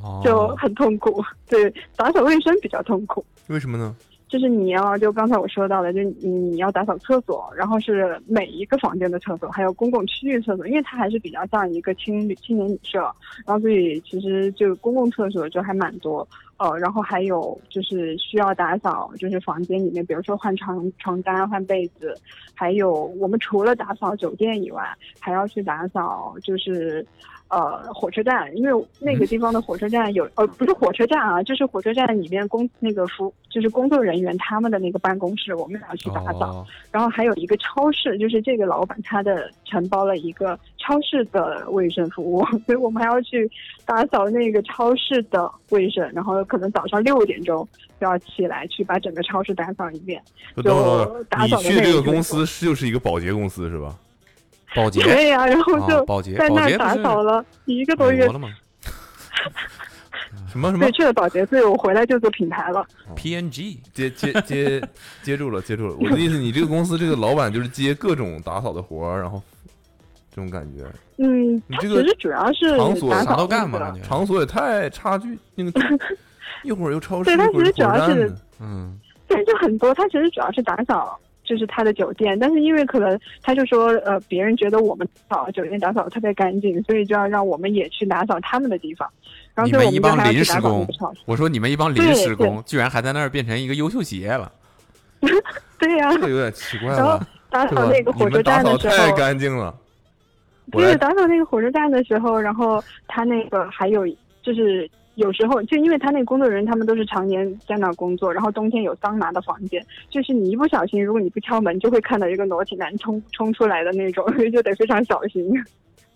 哦，就很痛苦。对，打扫卫生比较痛苦。为什么呢？就是你要就刚才我说到的，就你你要打扫厕所，然后是每一个房间的厕所，还有公共区域厕所，因为它还是比较像一个青旅青年旅社，然后所以其实就公共厕所就还蛮多，呃，然后还有就是需要打扫，就是房间里面，比如说换床床单、换被子，还有我们除了打扫酒店以外，还要去打扫就是。呃，火车站，因为那个地方的火车站有，呃，不是火车站啊，就是火车站里面工那个服，就是工作人员他们的那个办公室，我们也要去打扫。哦然后还有一个超市，就是这个老板他的承包了一个超市的卫生服务， 所以我们还要去打扫那个超市的卫生，然后可能早上六点钟就要起来去把整个超市打扫一遍。不呃等会儿等会儿打扫你的去这那个一公个司是就是一个保洁公司是吧？保洁， 对呀、然后哦就保洁，在那保儿洁不打是哎扫了一个多月美国，了吗什么什么对，去了保洁，所以我回来就做品牌了。 ？PNG 接接接接住了，接住了。我的意思，你这个公司这个老板就是接各种打扫的活儿，然后这种感觉，嗯，你它这其个实主要是场所打啥扫啥都干吧，那个感觉场所也太差距， 那个一会儿又超市，对一它会儿又其实火车主要是站呢，嗯，对，就很多。他其实主要是打扫，就是他的酒店，但是因为可能他就说，呃，别人觉得我们打扫酒店打扫得特别干净，所以就要让我们也去打扫他们的地方。然后你所以们我一就帮还要临去打时扫那工个超市我说你们一帮临对时对工，居然还在那儿变成一个优秀企业了，对呀、这个有点奇怪然后了，打对吧扫那个？你火车们打站扫的时太候，干净了，我对，来打扫那个火车站的时候，然后他那个还有就是。有时候就因为他那个工作人员，他们都是常年在那儿工作，然后冬天有桑拿的房间，就是你一不小心，如果你不敲门，就会看到一个裸体男冲冲出来的那种， 所以就得非常小心。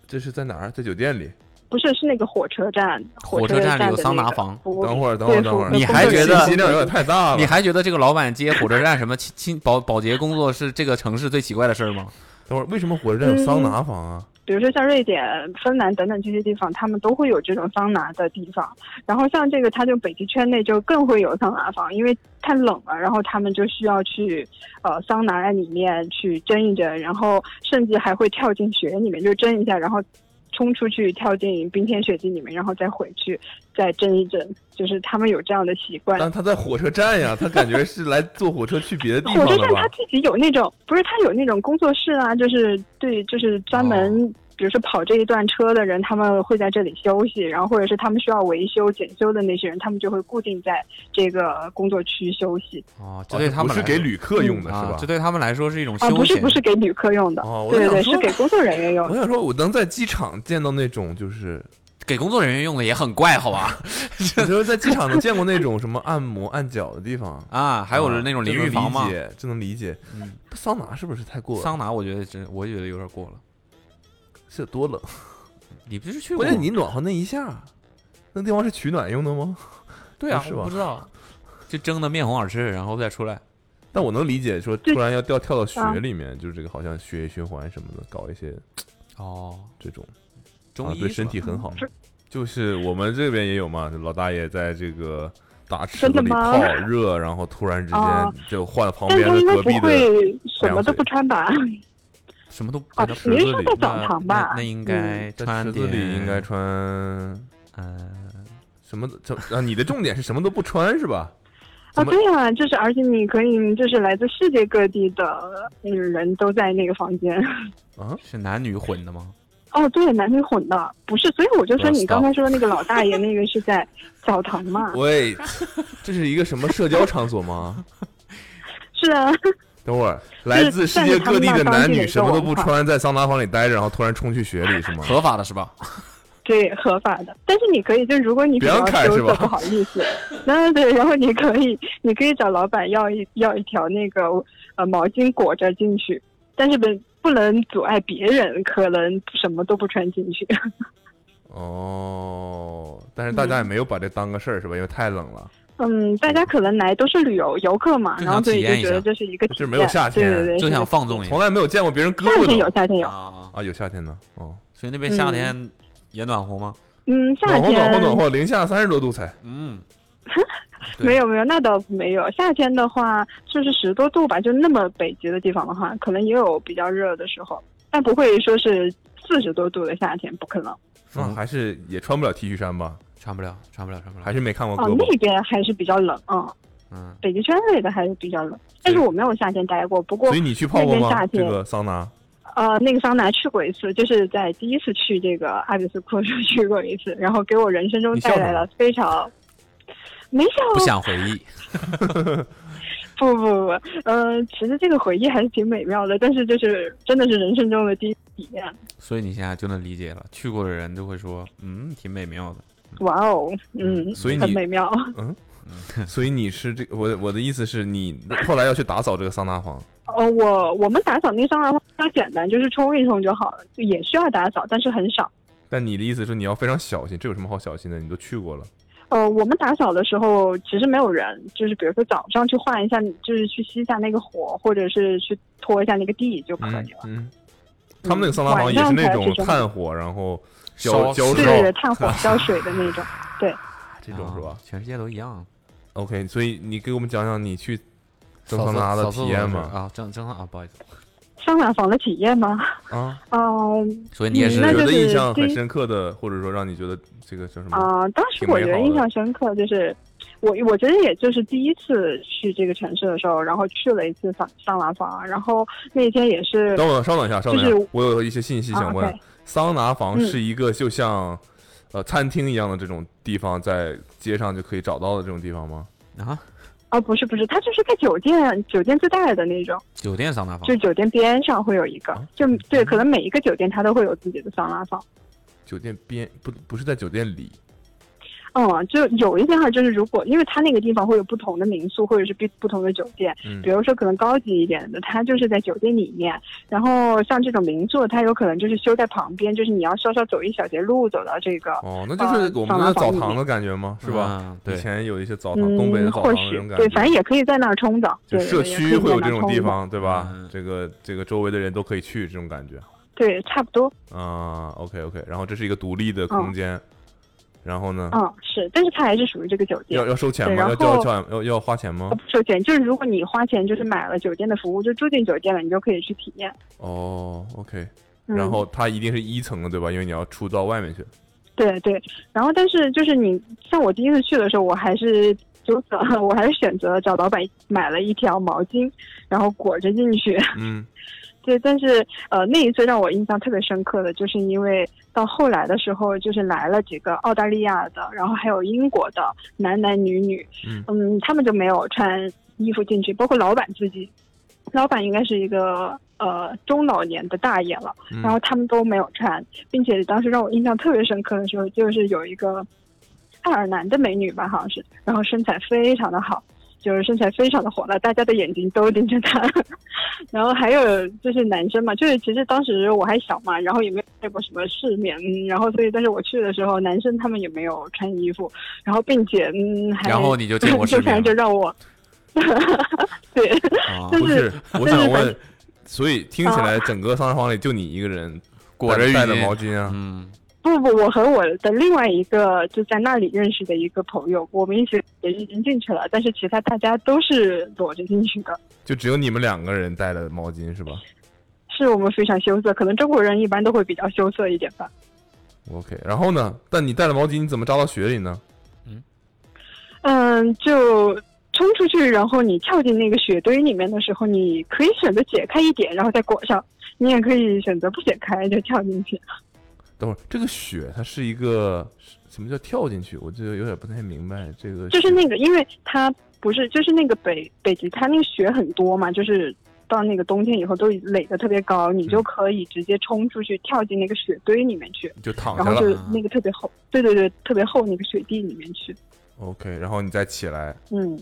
这是在哪儿？在酒店里。不是，是那个火车站，火车车站里有的桑那拿个房服务等里会儿，等会儿，对等会儿，服务你还觉得信息量有点太大了？你还觉得这个老板接火车站什么清清保保洁工作是这个城市最奇怪的事儿吗？等会儿，为什么火车站有桑拿房啊？比如说像瑞典、芬兰等等这些地方，他们都会有这种桑拿的地方。然后像这个，它就北极圈内就更会有桑拿房，因为太冷了，然后他们就需要去呃桑拿里面去蒸一蒸，然后甚至还会跳进雪里面就蒸一下，然后冲出去跳进冰天雪地里面，然后再回去再蒸一蒸，就是他们有这样的习惯。但他在火车站呀，他感觉是来坐火车去别的地火方车的站吧他？自己有那种，不是他有那种工作室啊，就是对，就是专门、哦比如说跑这一段车的人，他们会在这里休息，然后或者是他们需要维修、检修的那些人，他们就会固定在这个工作区休息哦，这对他不们是来给说旅客用的是啊吧，这？对他们来说是一种休啊，闲，不是不是给旅客用的，哦我对想对，说是给工作人员用我的。想说，我能在机场见到那 种就是给工作人员用的也很怪，好 吧？你就是在机场能见过那种什么按摩按脚的地方，啊， 还有那种淋浴房嘛这能，理解，这能理解。嗯桑拿是不是太过了？桑拿我觉得真，我觉得有点过了。是有多冷？你不是去过关吗？键你暖和那一下，那地方是取暖用的吗？ 对啊， 是我吧不知道，就蒸的面红耳赤，然后再出来。但我能理解，说突然要掉跳到雪啊里面，就是这个好像血液循环什么的，搞一些哦，这种，中啊医对是身吧体很好嗯是。就是我们这边也有嘛，老大爷在这个大池子真里的吗泡热， 然后突然之间哦就换旁但边是他应的该隔不壁的，会什么都不穿吧？啊什么都在哦那，池你子是里说在澡那堂吧那？那应该在穿池子点，里应该穿嗯。什么？什啊？你的重点是什么都不穿是吧？啊，怎么对啊，就是而且你可以，就是来自世界各地的嗯人都在那个房间。是男女混的吗？哦，对，男女混的，不是，所以我就说你 Stop 刚才说的那个老大爷，那个是在澡堂嘛？喂，这是一个什么社交场所吗？是啊，等会儿，来自世界各地的男女什么都不就是穿，在桑拿房里待着，然后突然冲去雪里是吗？合法的是吧？对，合法的。但是你可以，就如果你比别较让看羞是吧涩，不好意思， 那对，然后你可 以，你可以找老板要一要一条那个呃毛巾裹着进去，但是不不能阻碍别人，可能什么都不穿进去。哦，但是大家也没有把这当个事儿是吧？因为太冷了，嗯，大家可能来都是旅游游客嘛，就想然后所以体就验一觉下得这是一个体就是没有验夏天啊对对对，就是想放纵一下从来没有见过别人胳夏膊天有的夏天有，啊！啊！有夏天的哦，所以那边夏天也暖和吗？嗯，夏暖和天暖和暖和，零下三十多度才。嗯，对没有没有，那倒没有。夏天的话，就是十多度吧，就那么北极的地方的话，可能也有比较热的时候，但不会说是四十多度的夏天，不可能。那、嗯嗯还是也穿不了 T 恤衫吧？穿不了，穿不了，穿不了，还是没看过哦胳，膊那边还是比较冷，嗯，嗯，北极圈类的还是比较冷。但是我没有夏天待过，不过所以你去泡过那边吗夏？这天个 桑拿呃，那个桑拿去过一次，就是在第一次去这个阿比斯库 的时候去过一次，然后给我人生中你笑带什来么了非常。没有，不想回忆，不不不，呃，其实这个回忆还是挺美妙的，但是就是真的是人生中的第一体验。所以你现在就能理解了。去过的人就会说，嗯，挺美妙的。哇哦，嗯，所以很你美妙。所以你是这我我的意思是你后来要去打扫这个桑拿房，呃，我我们打扫那桑拿房比较简单，就是冲一冲就好了，就也需要打扫，但是很少。但你的意思是你要非常小心，这有什么好小心的？你都去过了，呃，我们打扫的时候其实没有人，就是比如说早上去换一下，就是去吸一下那个火，或者是去拖一下那个地就可嗯以了。嗯，他们那个桑拿嗯房也是那种炭火，然后烧浇浇是对对烧对，炭火浇水的 那种。这种是啊？吧全世界都一样。 ？OK，所以你给我们讲讲你去蒸扫桑厕拿的扫厕体所验是吧？啊，蒸蒸桑啊，不好意思。桑拿房的体验吗？啊，嗯、所以你也嗯是那觉就得是印象第很一深刻的，或者说让你觉得这个叫什么？啊、当时挺我美觉得好印的象深刻就是，我我觉得也就是第一次去这个城市的时候，然后去了一次桑桑拿房，然后那天也是等我稍等一下，稍等一就下是，我有一些信息想啊问，OK。桑拿房嗯是一个就像呃餐厅一样的这种地方，在街上就可以找到的这种地方吗？啊，啊，不是不是，它就是在酒店酒店自带的那种，酒店桑拿房就酒店边上会有一个啊，就对，可能每一个酒店它都会有自己的桑拿房。酒店边不不是在酒店里嗯，就有一些哈，就是如果因为它那个地方会有不同的民宿或者是不不同的酒店，嗯比如说可能高级一点的，它就是在酒店里面，然后像这种民宿，它有可能就是修在旁边，就是你要稍稍走一小节路走到这个，哦，那就是呃我们的桑拿澡房里堂的感觉吗？是吧？嗯以对，前有一些澡堂，东北的嗯，澡或堂那许种感对，觉，反正也可以在那儿冲澡，就对，社也区可以会有在这那儿种冲地澡，方，对吧嗯？这个这个周围的人都可以去，这种感觉对，差不多，啊。OK OK，然后这是一个独立的空间，然后呢，嗯，是，但是它还是属于这个酒店要。要收钱对吗？然要交后交要要花钱吗呃？不收钱，就是如果你花钱就是买了酒店的服务，就住进酒店了，你就可以去体验。哦，OK，呃嗯、然后它一定是一层的，对吧？因为你要出到外面去。对对，然后但是就是你像我第一次去的时候，我还是纠 结，我还是选择找老板买了一条毛巾，然后裹着进去。嗯，对，但是呃那一次让我印象特别深刻的，就是因为到后来的时候，就是来了几个澳大利亚的，然后还有英国的男男女女，嗯他们就没有穿衣服进去，包括老板自己，老板应该是一个呃中老年的大爷了。嗯然后他们都没有穿，并且当时让我印象特别深刻的时候，就是有一个爱尔兰的美女吧，好像是，然后身材非常的好，就是身材非常的火辣，大家的眼睛都盯着她。然后还有就是男生嘛，就是其实当时我还小嘛，然后也没有见过什么世面，嗯，然后所以但是我去的时候，男生他们也没有穿衣服，然后并且嗯，还然后你就见过世就反面正了 就让我，对，啊， 就不是，我但是想反问，所以听起来整个桑拿房里就你一个啊人裹着浴带带着巾毛巾啊，嗯，不不，我和我的另外一个就在那里认识的一个朋友，我们一起也已经进去了，但是其他大家都是裸着进去的，就只有你们两个人带了毛巾是吧是我们非常羞涩，可能中国人一般都会比较羞涩一点吧。 ？OK，然后呢？但你带了毛巾，你怎么扎到雪里呢？嗯，就冲出去，然后你跳进那个雪堆里面的时候，你可以选择解开一点，然后再裹上；你也可以选择不解开就跳进去。等会儿，这个雪它是一个什么叫跳进去？我就有点不太明白这个雪。就是那个，因为它不是，就是那个北北极，它那个雪很多嘛，就是到那个冬天以后都已垒得特别高，你嗯就可以直接冲出去，跳进那个雪堆里面去，就躺然下后了啊就那个特别厚，对对对，特别厚那个雪地里面去， ，OK，然后你再起来，嗯，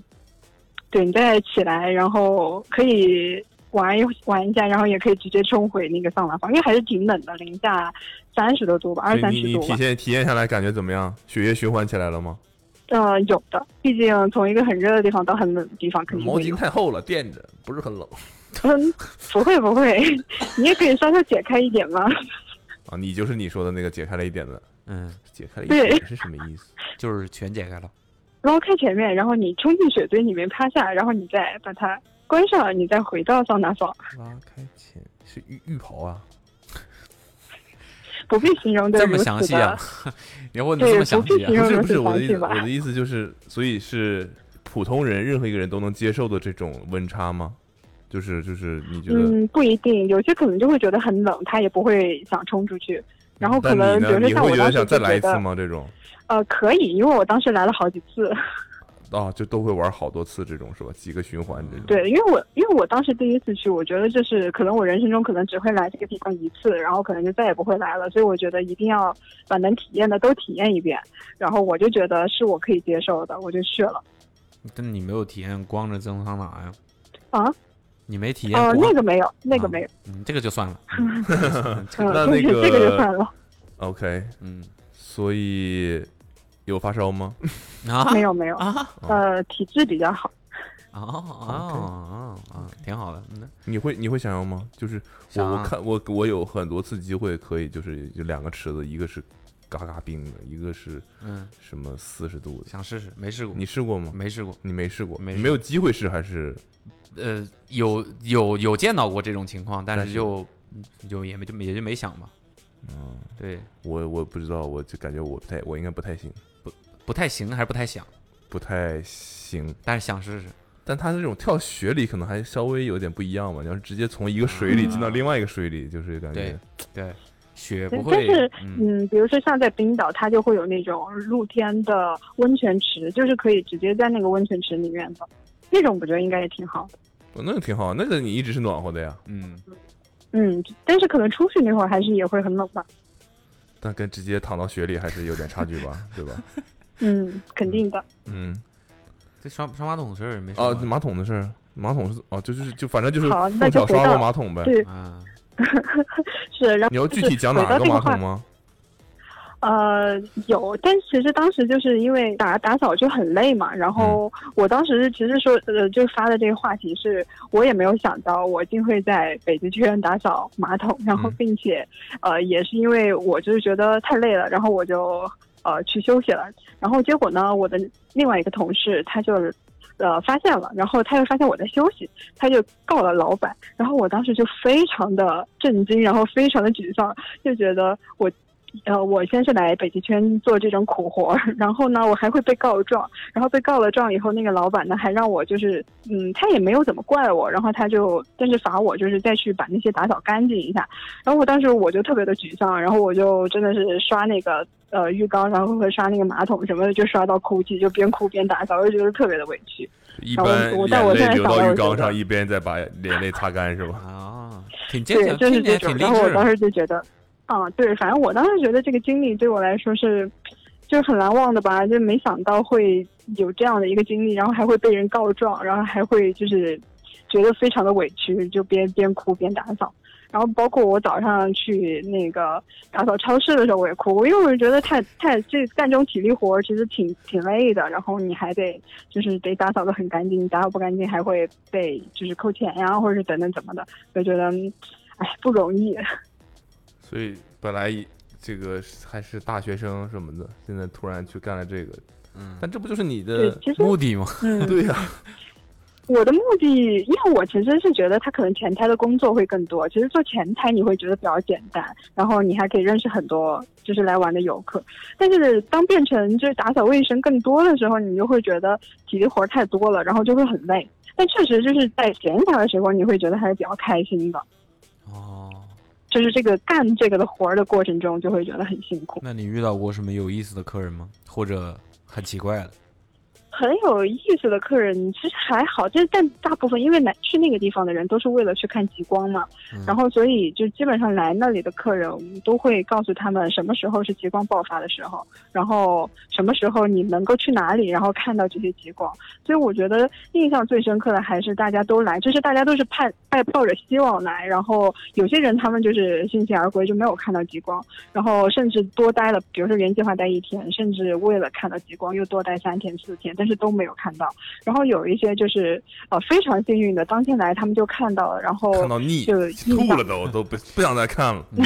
对你再起来，然后可以。玩一玩一下，然后也可以直接冲回那个桑拿房，因为还是挺冷的，零下三十多度吧，二所三以十你度你吧。体现体验下来感觉怎么样？血液循环起来了吗？呃，有的，毕竟从一个很热的地方到很冷的地方，肯定会有。太厚了，垫着不是很冷嗯，不会不会， 你也可以稍稍解开一点嘛。啊。你就是你说的那个解开了一点的，嗯，解开了一对 点是什么意思？就是全解开了，捞开前面，然后你冲进水堆里面趴下，然后你再把它关上，你再回到桑拿房，拉开前是浴浴袍啊，不必形容的这么详细啊？ 你要问的对这么详细啊不？是不是如不此是我的详意细思，吧我的意思就是，所以是普通人任何一个人都能接受的这种温差吗？就是就是你觉得，嗯，不一定，有些可能就会觉得很冷，他也不会想冲出去。然后可但你能比呢，如说你像会我觉得当时想就再来一觉次得吗？这种呃，可以，因为我当时来了好几次。啊，就都会玩好多次这种是吧？几个循环这种。对，因嗯为我因为我当时第一次去，我觉得这是可能我人生中可能只会来这个地方一次，然后可能就再也不会来了，所以我觉得一定要把能体验的都体验一遍。然后我就觉得是我可以接受的，我就去了。但你没有体验光着蒸桑拿呀？啊？你没体验哦、光？那个没有，那个啊没有，嗯，这个就 算了。嗯这嗯，个那对那个 这个就算了， OK，嗯所以有发烧吗？啊没有没有，啊 呃，体质比较好，啊啊啊！挺好的，嗯你会你会想要吗？就是我想我啊看我我有很多次机会可以，就是有两个池子，一个是嘎嘎冰的，一个是嗯，什么四十度的。想试试，没试过，你试过吗？没试过？你没试过，没你试没有机会试还是呃，有有有见到过这种情况，但但是是就就也没就也就没想吧。嗯，对，我我不知道，我就感觉我不太我应该不太行，不太行还是不太想，不太行。但是想试试。但它这种跳雪里可能还稍微有点不一样嘛，你要是直接从一个水里进到另外一个水里，就是感觉啊对对，雪但不但会是，嗯嗯，比如说像在冰岛，它就会有那种露天的温泉池，就是可以直接在那个温泉池里面的，那种我觉得应该也挺好的。哦那个挺好，那个你一直是暖和的呀，嗯，嗯，但是可能出去那会儿还是也会很冷吧。但跟直接躺到雪里还是有点差距吧，对吧？嗯，肯定的。嗯，这刷刷马桶的事儿没哦，说完。马桶的事儿，马桶是哦，就就是就反正就是好碰那就巧回刷过到马桶呗。对，啊，是，然后你要具就是体讲回哪到个这马话桶吗？呃，有，但其实当时就是因为打打扫就很累嘛，然后我当时其实说，呃，就发的这个话题是，我也没有想到我竟会在北极圈打扫马桶，然后嗯并且，呃，也是因为我就是觉得太累了，然后我就呃去休息了，然后结果呢，我的另外一个同事他就。呃，发现了，然后他又发现我在休息，他就告了老板，然后我当时就非常的震惊，然后非常的沮丧，就觉得我，呃，我先是来北极圈做这种苦活儿，然后呢，我还会被告状，然后被告了状以后，那个老板呢还让我就是，嗯，他也没有怎么怪我，然后他就但是罚我就是再去把那些打扫干净一下，然后我当时我就特别的沮丧，然后我就真的是刷那个。呃，浴缸，然后和刷那个马桶什么的，就刷到哭泣，就边哭边打扫，我就觉得特别的委屈。一然后般我但眼我现泪在流想到到浴我觉缸上，得一边再把眼泪擦干是吧？啊，挺坚对，强，就是听起这来种。挺励然后我志当的。时就觉得，啊，对，反正我当时觉得这个经历对我来说是，就是很难忘的吧，就没想到会有这样的一个经历，然后还会被人告状，然后还会就是觉得非常的委屈，就边边哭边打扫。然后包括我早上去那个打扫超市的时候，我也哭，因为我觉得太太这干这种体力活儿其实挺挺累的，然后你还得就是得打扫的很干净，你打扫不干净还会被就是扣钱呀，或者是等等怎么的，就觉得嗯哎不容易。所以本来一这个是还是大学生什么的，现在突然去干了这个，嗯，但这不就是你对的，其实目的嘛，嗯，对呀、我的目的，因为我其实是觉得他可能前台的工作会更多。其实做前台你会觉得比较简单，然后你还可以认识很多就是来玩的游客。但是当变成就是打扫卫生更多的时候，你就会觉得体力活儿太多了，然后就会很累。但确实就是在闲暇的时候，你会觉得还是比较开心的。哦，就是这个干这个的活儿的过程中，就会觉得很辛苦。那你遇到过什么有意思的客人吗？或者很奇怪的？很有意思的客人其实还好，就是但大部分因为来去那个地方的人都是为了去看极光嘛，嗯然后所以就基本上来那里的客人，我们都会告诉他们什么时候是极光爆发的时候，然后什么时候你能够去哪里，然后看到这些极光。所以我觉得印象最深刻的还是大家都来，就是大家都是盼带抱着希望来，然后有些人他们就是悻悻而归，就没有看到极光，然后甚至多待了，比如说原计划待一天，甚至为了看到极光又多待三天四天，但是都没有看到。然后有一些就是呃非常幸运的，当天来他们就看到了，然后看到腻就吐了都都不不想再看了。嗯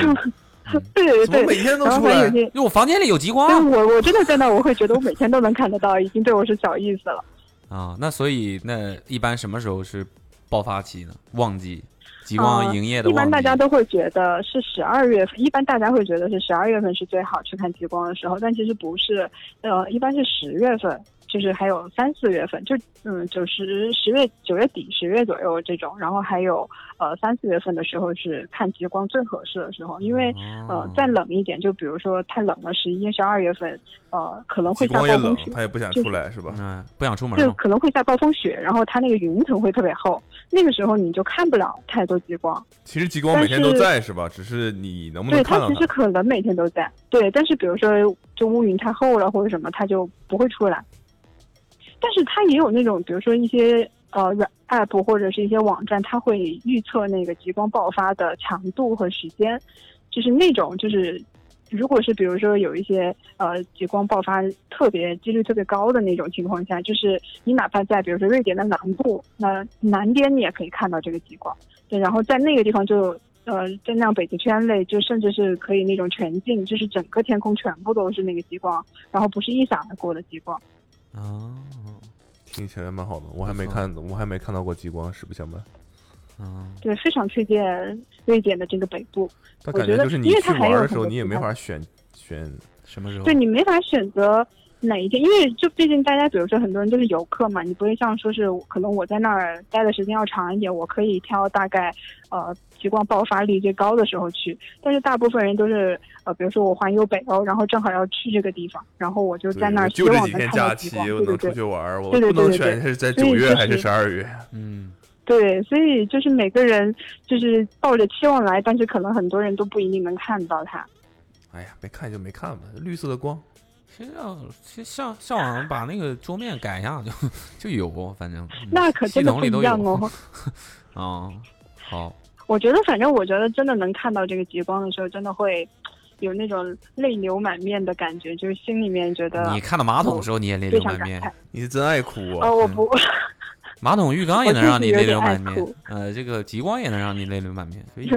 对 对怎么啊对，每天都然后出反正来有？些哟，我房间里有极但光我我真的在那，我会觉得我每天都能看得到，已经对我是小意思了。啊！那所以那一般什么时候是爆发期呢？旺季，极光呃营业的一旺般季。大家都会觉得是十二月份，一般大家会觉得是十二月份是最好去看极光的时候，但其实不是，呃，一般是十月份，就是还有三四月份，就嗯，九十十月九月底十月左右这种，然后还有呃三四月份的时候是看极光最合适的时候，因为。呃哦，再冷一点，就比如说太冷了，十一、十二月份，呃，可能极会下光也暴冷风雪，，他也不想就出来是吧？嗯，不想出门就了。可能会下暴风雪，然后它那个云层会特别厚，那个时候你就看不了太多极光。其实极光每天都在是吧？只是你能不能对，看它到其实它？可能每天都在，对，但是比如说就乌云太厚了或者什么，它就不会出来。但是它也有那种，比如说一些呃软 app 或者是一些网站，它会预测那个极光爆发的强度和时间，就是那种就是。如果是比如说有一些呃极光爆发特别几率特别高的那种情况下，就是你哪怕在比如说瑞典的南部，那南边你也可以看到这个极光。对，然后在那个地方就呃，在那样北极圈内，就甚至是可以那种全镜，就是整个天空全部都是那个极光，然后不是一闪而过的极光。啊听起来蛮好的，我还没不错看，我还没看到过极光，实不相瞒。嗯，对，非常推荐瑞典的这个北部。但我感觉得就是你因为去它还玩有的很时候，多你也其没他法选选。什么时候？对你没法选择哪一天，因为就毕竟大家，比如说很多人都是游客嘛，你不会像说是可能我在那儿待的时间要长一点，我可以挑大概呃极光爆发力最高的时候去。但是大部分人都是呃，比如说我环游北欧，然后正好要去这个地方，然后我就在对那我儿希就这望几能天看假到极期，光。我对对能出对去玩儿，我对对不能对对选是在所以九月就还是是十二月。嗯，对，所以就是每个人就是抱着期望来，但是可能很多人都不一定能看到它。哎呀，没看就没看吧，绿色的光。其实要其实上上网把那个桌面改一下就就有，反正嗯那可系真的统不里一都样有 哦。 啊。 好，我觉得，反正我觉得真的能看到这个极光的时候，真的会有那种泪流满面的感觉，就是心里面觉得你看到马桶的时候你也泪非流常满感面慨。。你是真爱哭啊！哦，我不，马桶浴缸也能我让自你己有泪流点爱满面哭，呃，这个极光也能让你泪流满面， 所以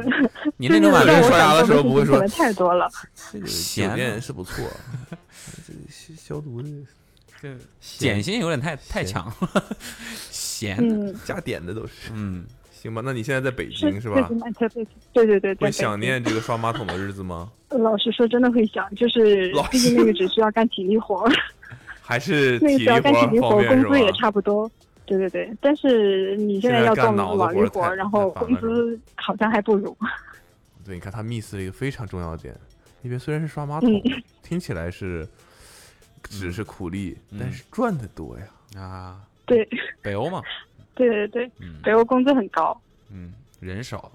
你就泪是流满有人让面我刷牙的想时候做的不会事情说可能太 多了。这个咸酒啊店是不错，这消消毒的这碱性有点太太强了，咸的，嗯，加点的都是。嗯，行吧，那你现在在北是京是最吧近？买特别对对对，在会北想京念这个刷马桶的日子吗？老实说，真的会想，就是老毕竟那个只需要干体力活儿，还是那体个力只要干体力活方活儿，面工是吧资？也差不多。对对对，但是你现现在要干动脑子活脑儿力活太儿，然后太烦工了是吧资好像还不如。 对，你看他 miss 了一个非常重要的点，那边虽然是刷马桶，嗯听起来是只是苦力，嗯但是赚的多呀。啊，对 北欧嘛，对对对，嗯北欧工资很高。嗯，人少，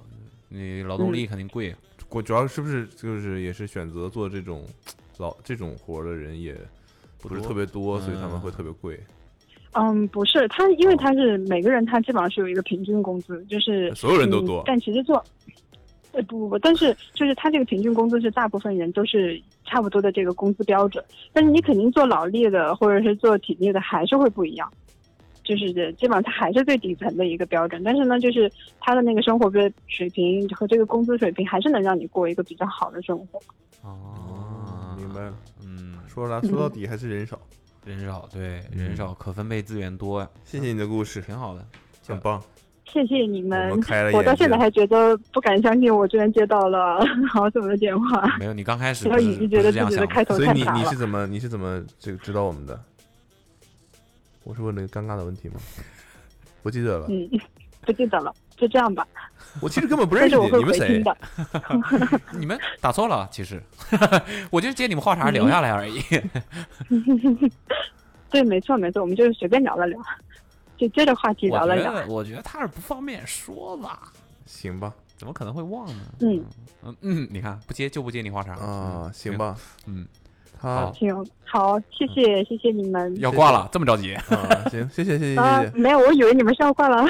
你劳嗯动力肯定贵，我主要是不是就是也是选择做这种老这种活儿的人也不是多特别多，所以他们嗯会特别贵。嗯，不是，他因为他是每个人，他基本上是有一个平均工资，就是所有人都嗯多但其实做，呃不不不，但是就是他这个平均工资是大部分人都是差不多的这个工资标准，但是你肯定做劳力的或者是做体力的还是会不一样，就是这基本上他还是最底层的一个标准，但是呢，就是他的那个生活水水平和这个工资水平还是能让你过一个比较好的生活。哦，明白了，嗯，说了说到底还是人少。人少，对，嗯人少可分配资源多呀，谢谢你的故事，挺好的， 很棒。谢谢你我们们开了，我到眼界现在还觉得不敢相信，我居然接到了 郝总的电话。没有，你刚开始然不后是已经不觉是这得自样己的想开的，头所以太你长你了是。怎么你是怎么这个知道我们的？我是问了一个尴尬的问题吗？ 不记得了，嗯， 不记得了，就这样吧。我其实根本不认但识是你我，会你们回听谁？的。你们打错了，其实， 我就是接你们话茬聊下来而已，对，没错没错，我们就是随便聊了聊， 就接着话题我聊觉了聊。得我觉得他是不方便说吧，行吧，怎么可能会忘呢？嗯嗯嗯，你看不接就不接你话茬啊，嗯行吧，嗯，他好行，好，谢谢谢谢你们。要挂了，这么着急？啊，行，谢谢谢谢啊谢谢，，没有，我以为你们笑话了。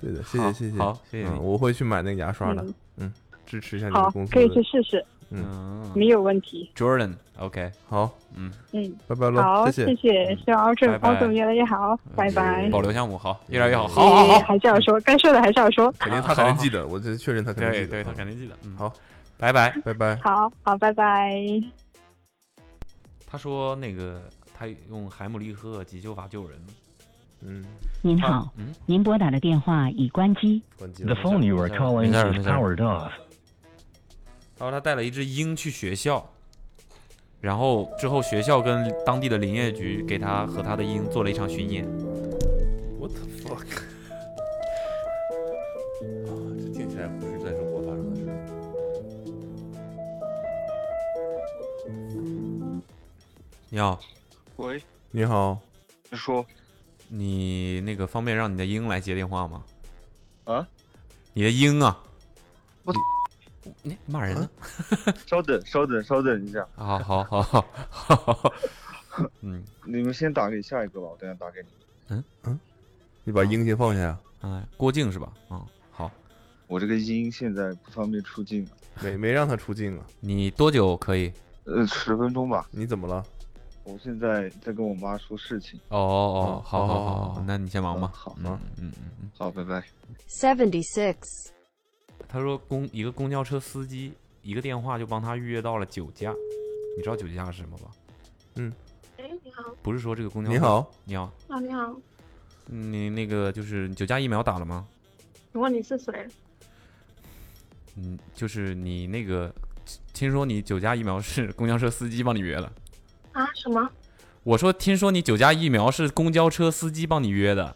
对的，谢好谢谢谢，好谢谢嗯你我会去买那个牙刷的嗯，嗯，支持一下你好们公，司可以去的，试试，嗯没有问题。 ，Jordan，OK，好，嗯，嗯，拜拜喽，好，谢谢，谢，希望敖正拜拜敖总越来越好，拜拜。保留项目好，越来越好，嗯好好哎好，还是要说，该说的还是要说。肯定他肯定记得，我这确认他肯定对记得，对，他嗯肯定记得，嗯，好，拜拜。拜拜。好好，拜拜。他说那个他用海姆立克急救法救人，嗯，您好，嗯，您拨打的电话已关机。关机了 The。phone you are calling Sorry, is sorry. powered off. 然后他带了一只鹰去学校，然后之后学校跟当地的林业局给他和他的鹰做了一场巡演。 What the fuck？啊，这听起来不是在中国发生的事儿。你好，喂，你好，你说你那个方便让你的鹰来接电话吗？啊？你的鹰啊！我你你骂人呢？稍等，稍等，稍等一下，啊，好好好好好，嗯，你们先打给下一个吧，我等下打给你。你把鹰先放下呀，哎，郭靖是吧？啊、好，我这个音现在不方便出镜，没没让他出镜啊？你多久可以？呃，十分钟吧。你怎么了？我现在在跟我妈说事情。哦哦哦，哦好好好哦好，那你先忙吧。好嗯嗯嗯嗯。好，拜拜。 Seventy six. 他说公一个公交车司机一个电话就帮他预约到了酒驾，你知道酒驾是什么吧？哎，你好，不是说这个公交你，好，你好，啊，你好，你那个就是酒驾疫苗打了吗？请问你是谁？嗯，就是你那个听说你酒驾疫苗是公交车司机帮你约的。啊，什么？我说听说你酒驾疫苗是公交车司机帮你约的，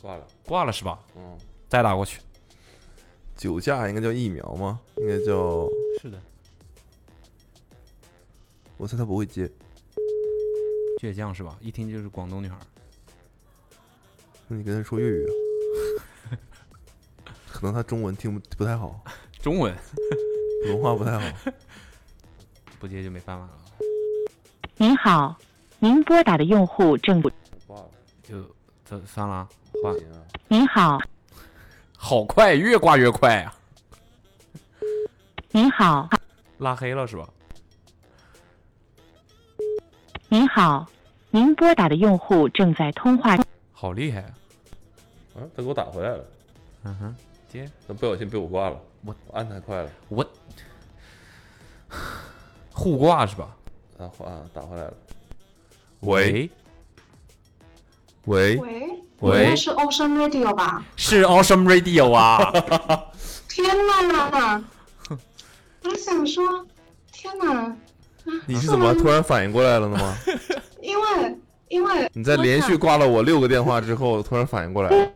挂了。挂了是吧？嗯，再打过去。酒驾应该叫疫苗吗？应该叫，是的，我猜他不会接。倔强是吧？一听就是广东女孩。那你跟他说粤语啊？ 可能他中文听不不太好，中文普通话不太好。不接就没办法了，您好，您拨打的用户正不。挂了，就这算了啊，换。啊。您好，好快，越挂越快啊！您好，拉黑了是吧？您好，您拨打的用户正在通话。好厉害啊！啊，他给我打回来了，嗯哼，接他不小心被我挂了。我我按太快了，我互挂是吧？他啊打回来了。喂喂，喂，喂，喂应该是 Ocean Radio 吧？是 Awesome Radio 啊！天 哪！我想说，天哪！啊你是怎么突然反应过来了的 吗？因为因为你在连续挂了我六个电话之后，突然反应过来了。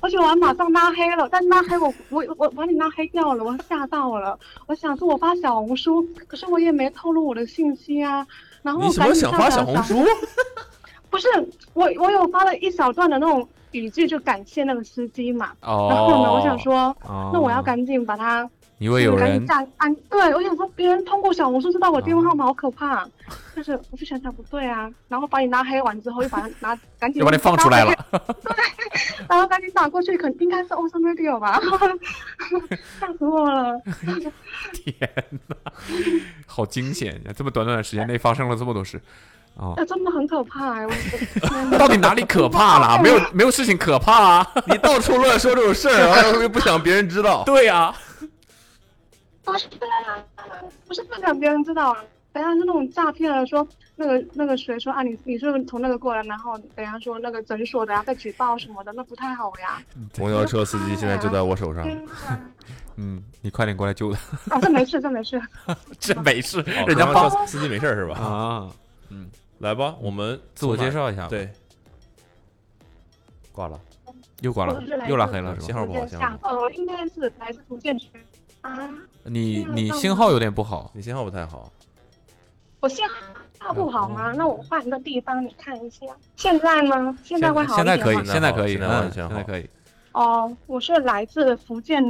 而且我还马上拉黑了，但拉黑我我我把你拉黑掉了，我吓到了。我想是我发小红书，可是我也没透露我的信息啊。然后你我什么赶紧想下发载小了红？书？不是我我有发了一小段的那种语句，就感谢那个司机嘛。哦，然后呢，我想，说，哦、那我要，赶紧把它，因为有赶人紧下按。对，我想说别人通过小红书知道我电话号码，好可怕。但是我就想想不对啊，然后把你拉黑完之后，又把它拿赶紧要把你放出来了。然后赶紧打过去，肯应该是 Ocean Radio 吧？吓死我了！ 天哪，好惊险呀！这么短短的时间内发生了这么多事啊！哎，真的很可怕哎、我我到底哪里可怕了？没有没有事情可怕啊！ 你到处乱说这种事儿， 然后又不想别人知道。对啊，不是啦，不是不想别人知道啊。等一下是那种诈骗的，说那个那个谁说啊，你你是不是从那个过来，然后等一下说那个诊所的啊被举报什么的，那不太好呀。公交车司机现在就在我手上。天哪嗯，你快点过来救他，啊，这没事，这没事。这没事，哦人家帮司机没事是吧？啊。来吧，我们自我介绍一下，，对，挂了。又挂了嗯我是来，自又拉黑了是信吧？号不好，信号不好，呃，应该是来自福建区啊，你嗯你到信吗号有点不好，你信号不太好。我信号不好嗯吗？那我换一个地方，你看一下。现在呢？现在会好一现点在吗可以，现在现在好可以，现在嗯完全现在好可以。哦，我是来自福建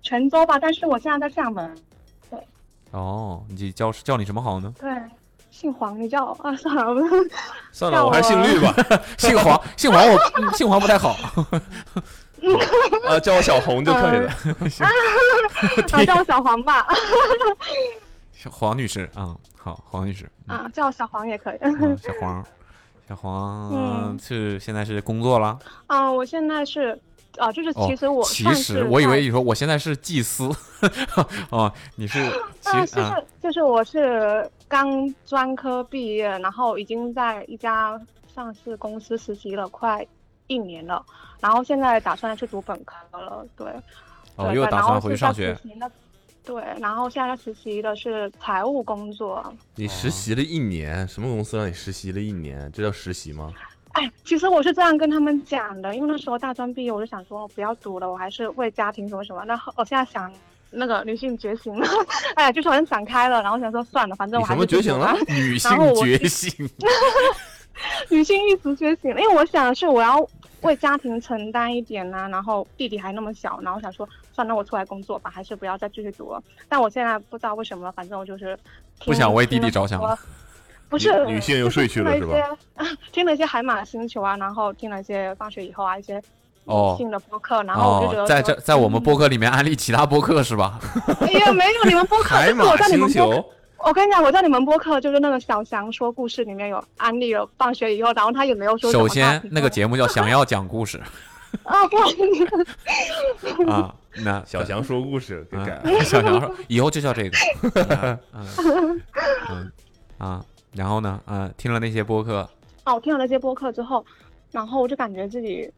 泉州吧，但是我现在在厦门。哦，你叫叫你什么好呢？对，姓黄，你叫我啊，算了，我算叫了，我还是姓我绿 吧。姓黄，姓黄我嗯姓黄不太好。 啊，叫我小红就可以了。啊叫我小黄吧，小黄女士啊、嗯好，黄女士，嗯啊，叫我小黄也可以。嗯，小黄，小黄嗯是现在是工作了，啊，我现在是啊，就是哦其实我其上实次我以在为你说我现在是祭司， 哦，你 是啊，其是实啊是，就是我是刚专科毕业，然后已经在一家上市公司实习了快一年了，然后现在打算去读本科了，对。哦对又对打然后算回是去上在实学习的。对，然后现在实习的是财务工作。你哦实习了一年，什么公司让你实习了一年？这叫实习吗？哎，其实我是这样跟他们讲的，因为那时候大专毕业，我就想说不要读了，我还是为家庭什么什么。那后我现在想，那个女性觉醒了， 哎，就是好像想开了，然后想说算了，反正你我还什是么觉去醒读了吧？女性然后我觉是醒。 女性意识觉醒了，因为我想的是我要为家庭承担一点呐、然后弟弟还那么小，然后想说算了，我出来工作吧，还是不要再继续读了。但我现在不知道为什么，反正我就是听不想为弟弟着想听了了很多不是女女性又睡去了是吧？呃就是听了一些听了一些海马星球啊，然后听了一些放学以后啊一些哦性的播客，然后我就觉哦得，在说嗯这在我们播客里面安利其他播客是吧？ 哎呀，没有你们播客，海就是我马在你星们播客球。我跟你讲，我在你们播客就是那个小翔说故事里面有安利了放学以后，然后他也没有说什么首大先题那个节目叫想要讲 故事啊，不好意思，啊，那小翔说故事给改了嗯小翔说以后就叫这 个，嗯嗯嗯啊，然后呢，嗯，听了那些播客，哦，我听了那些播客之后，然后我就感觉自己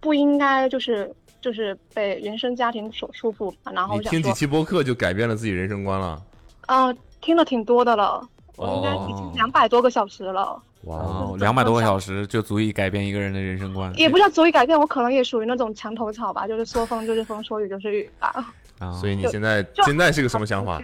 不应该就是就是被原生家庭所束缚吧，然后你我想听几说，期播客就改变了自己人生观了？啊、听了挺多的了，我应该已经哦，两百多个小时了，哦哇，哦两百多个小时就足以改变一个人的人生观，嗯也不叫足以改变，我可能也属于那种墙头草吧，就是说风就是风，说雨就是雨吧。啊哦所以你就现在就现在是个什么想法？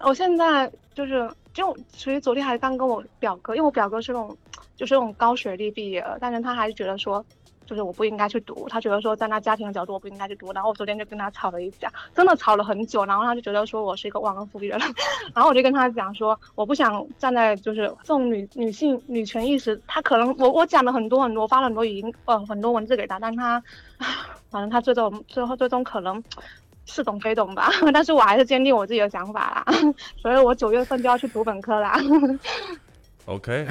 我现在就是就其实昨天还刚跟我表哥，因为我表哥是那种就是那种高学历毕业了，但是他还是觉得说。就是我不应该去读，他觉得说站在家庭的角度我不应该去读，然后我昨天就跟他吵了一架，真的吵了很久，然后他就觉得说我是一个忘恩负义的人，然后我就跟他讲说我不想站在就是这种女女性女权意识，他可能我我讲了很多很多，发了很多语音呃很多文字给他，但他 反正他最终最后最终可能似懂非懂吧， 但是我还是坚定我自己的想法啦， 所以我九月份就要去读本科啦。 OK，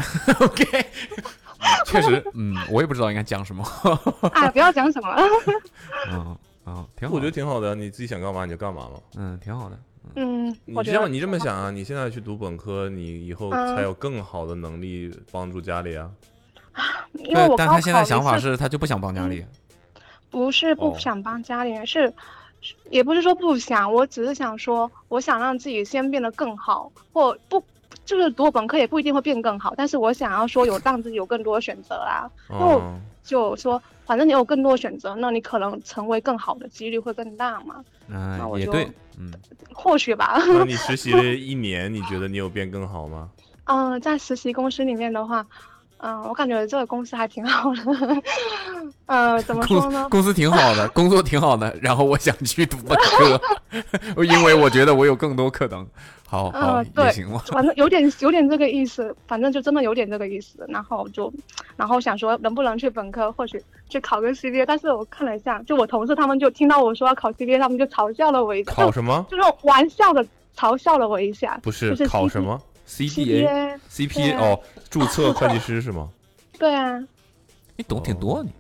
确实，嗯，我也不知道应该讲什么，哎，不要讲什么 了，嗯嗯，挺好我觉的，得挺好的，你自己想干嘛你就干嘛嘛。嗯，挺好的，嗯，你我这觉得样，你这么想啊？你现在去读本科，你以后嗯才有更好的能力帮助家里啊。因为我但高他现在考想法一次嗯是他就不想帮家里，不是不哦想帮家里人，是是也不是说不想，我只是想说，我想让自己先变得更好，或不就是读本科也不一定会变更好，但是我想要说有让自己有更多的选择啦。那我嗯就说，反正你有更多的选择，那你可能成为更好的几率会更大嘛，那嗯，我也就对，嗯，或许吧。 那你实习了一年，你觉得你有变更好吗？嗯、在实习公司里面的话，嗯、我感觉这个公司还挺好的。 呃，怎么说呢公？公司挺好的，工作挺好的，然后我想去读本科， 因为我觉得我有更多可能。好好、嗯，对也行吧，，反正有点有点这个意思，反正就真的有点这个意思。然后就，然后想说能不能去本科，或许去考个 CBA。但是我看了一下，就我同事他们就听到我说要考 CBA，他们就嘲笑了我一下，考什么？就就是玩笑的嘲笑了我一下。不是就是考 CBA 什么 CBA CPA 对哦，注册会计师是 吗？对啊，你懂挺多你。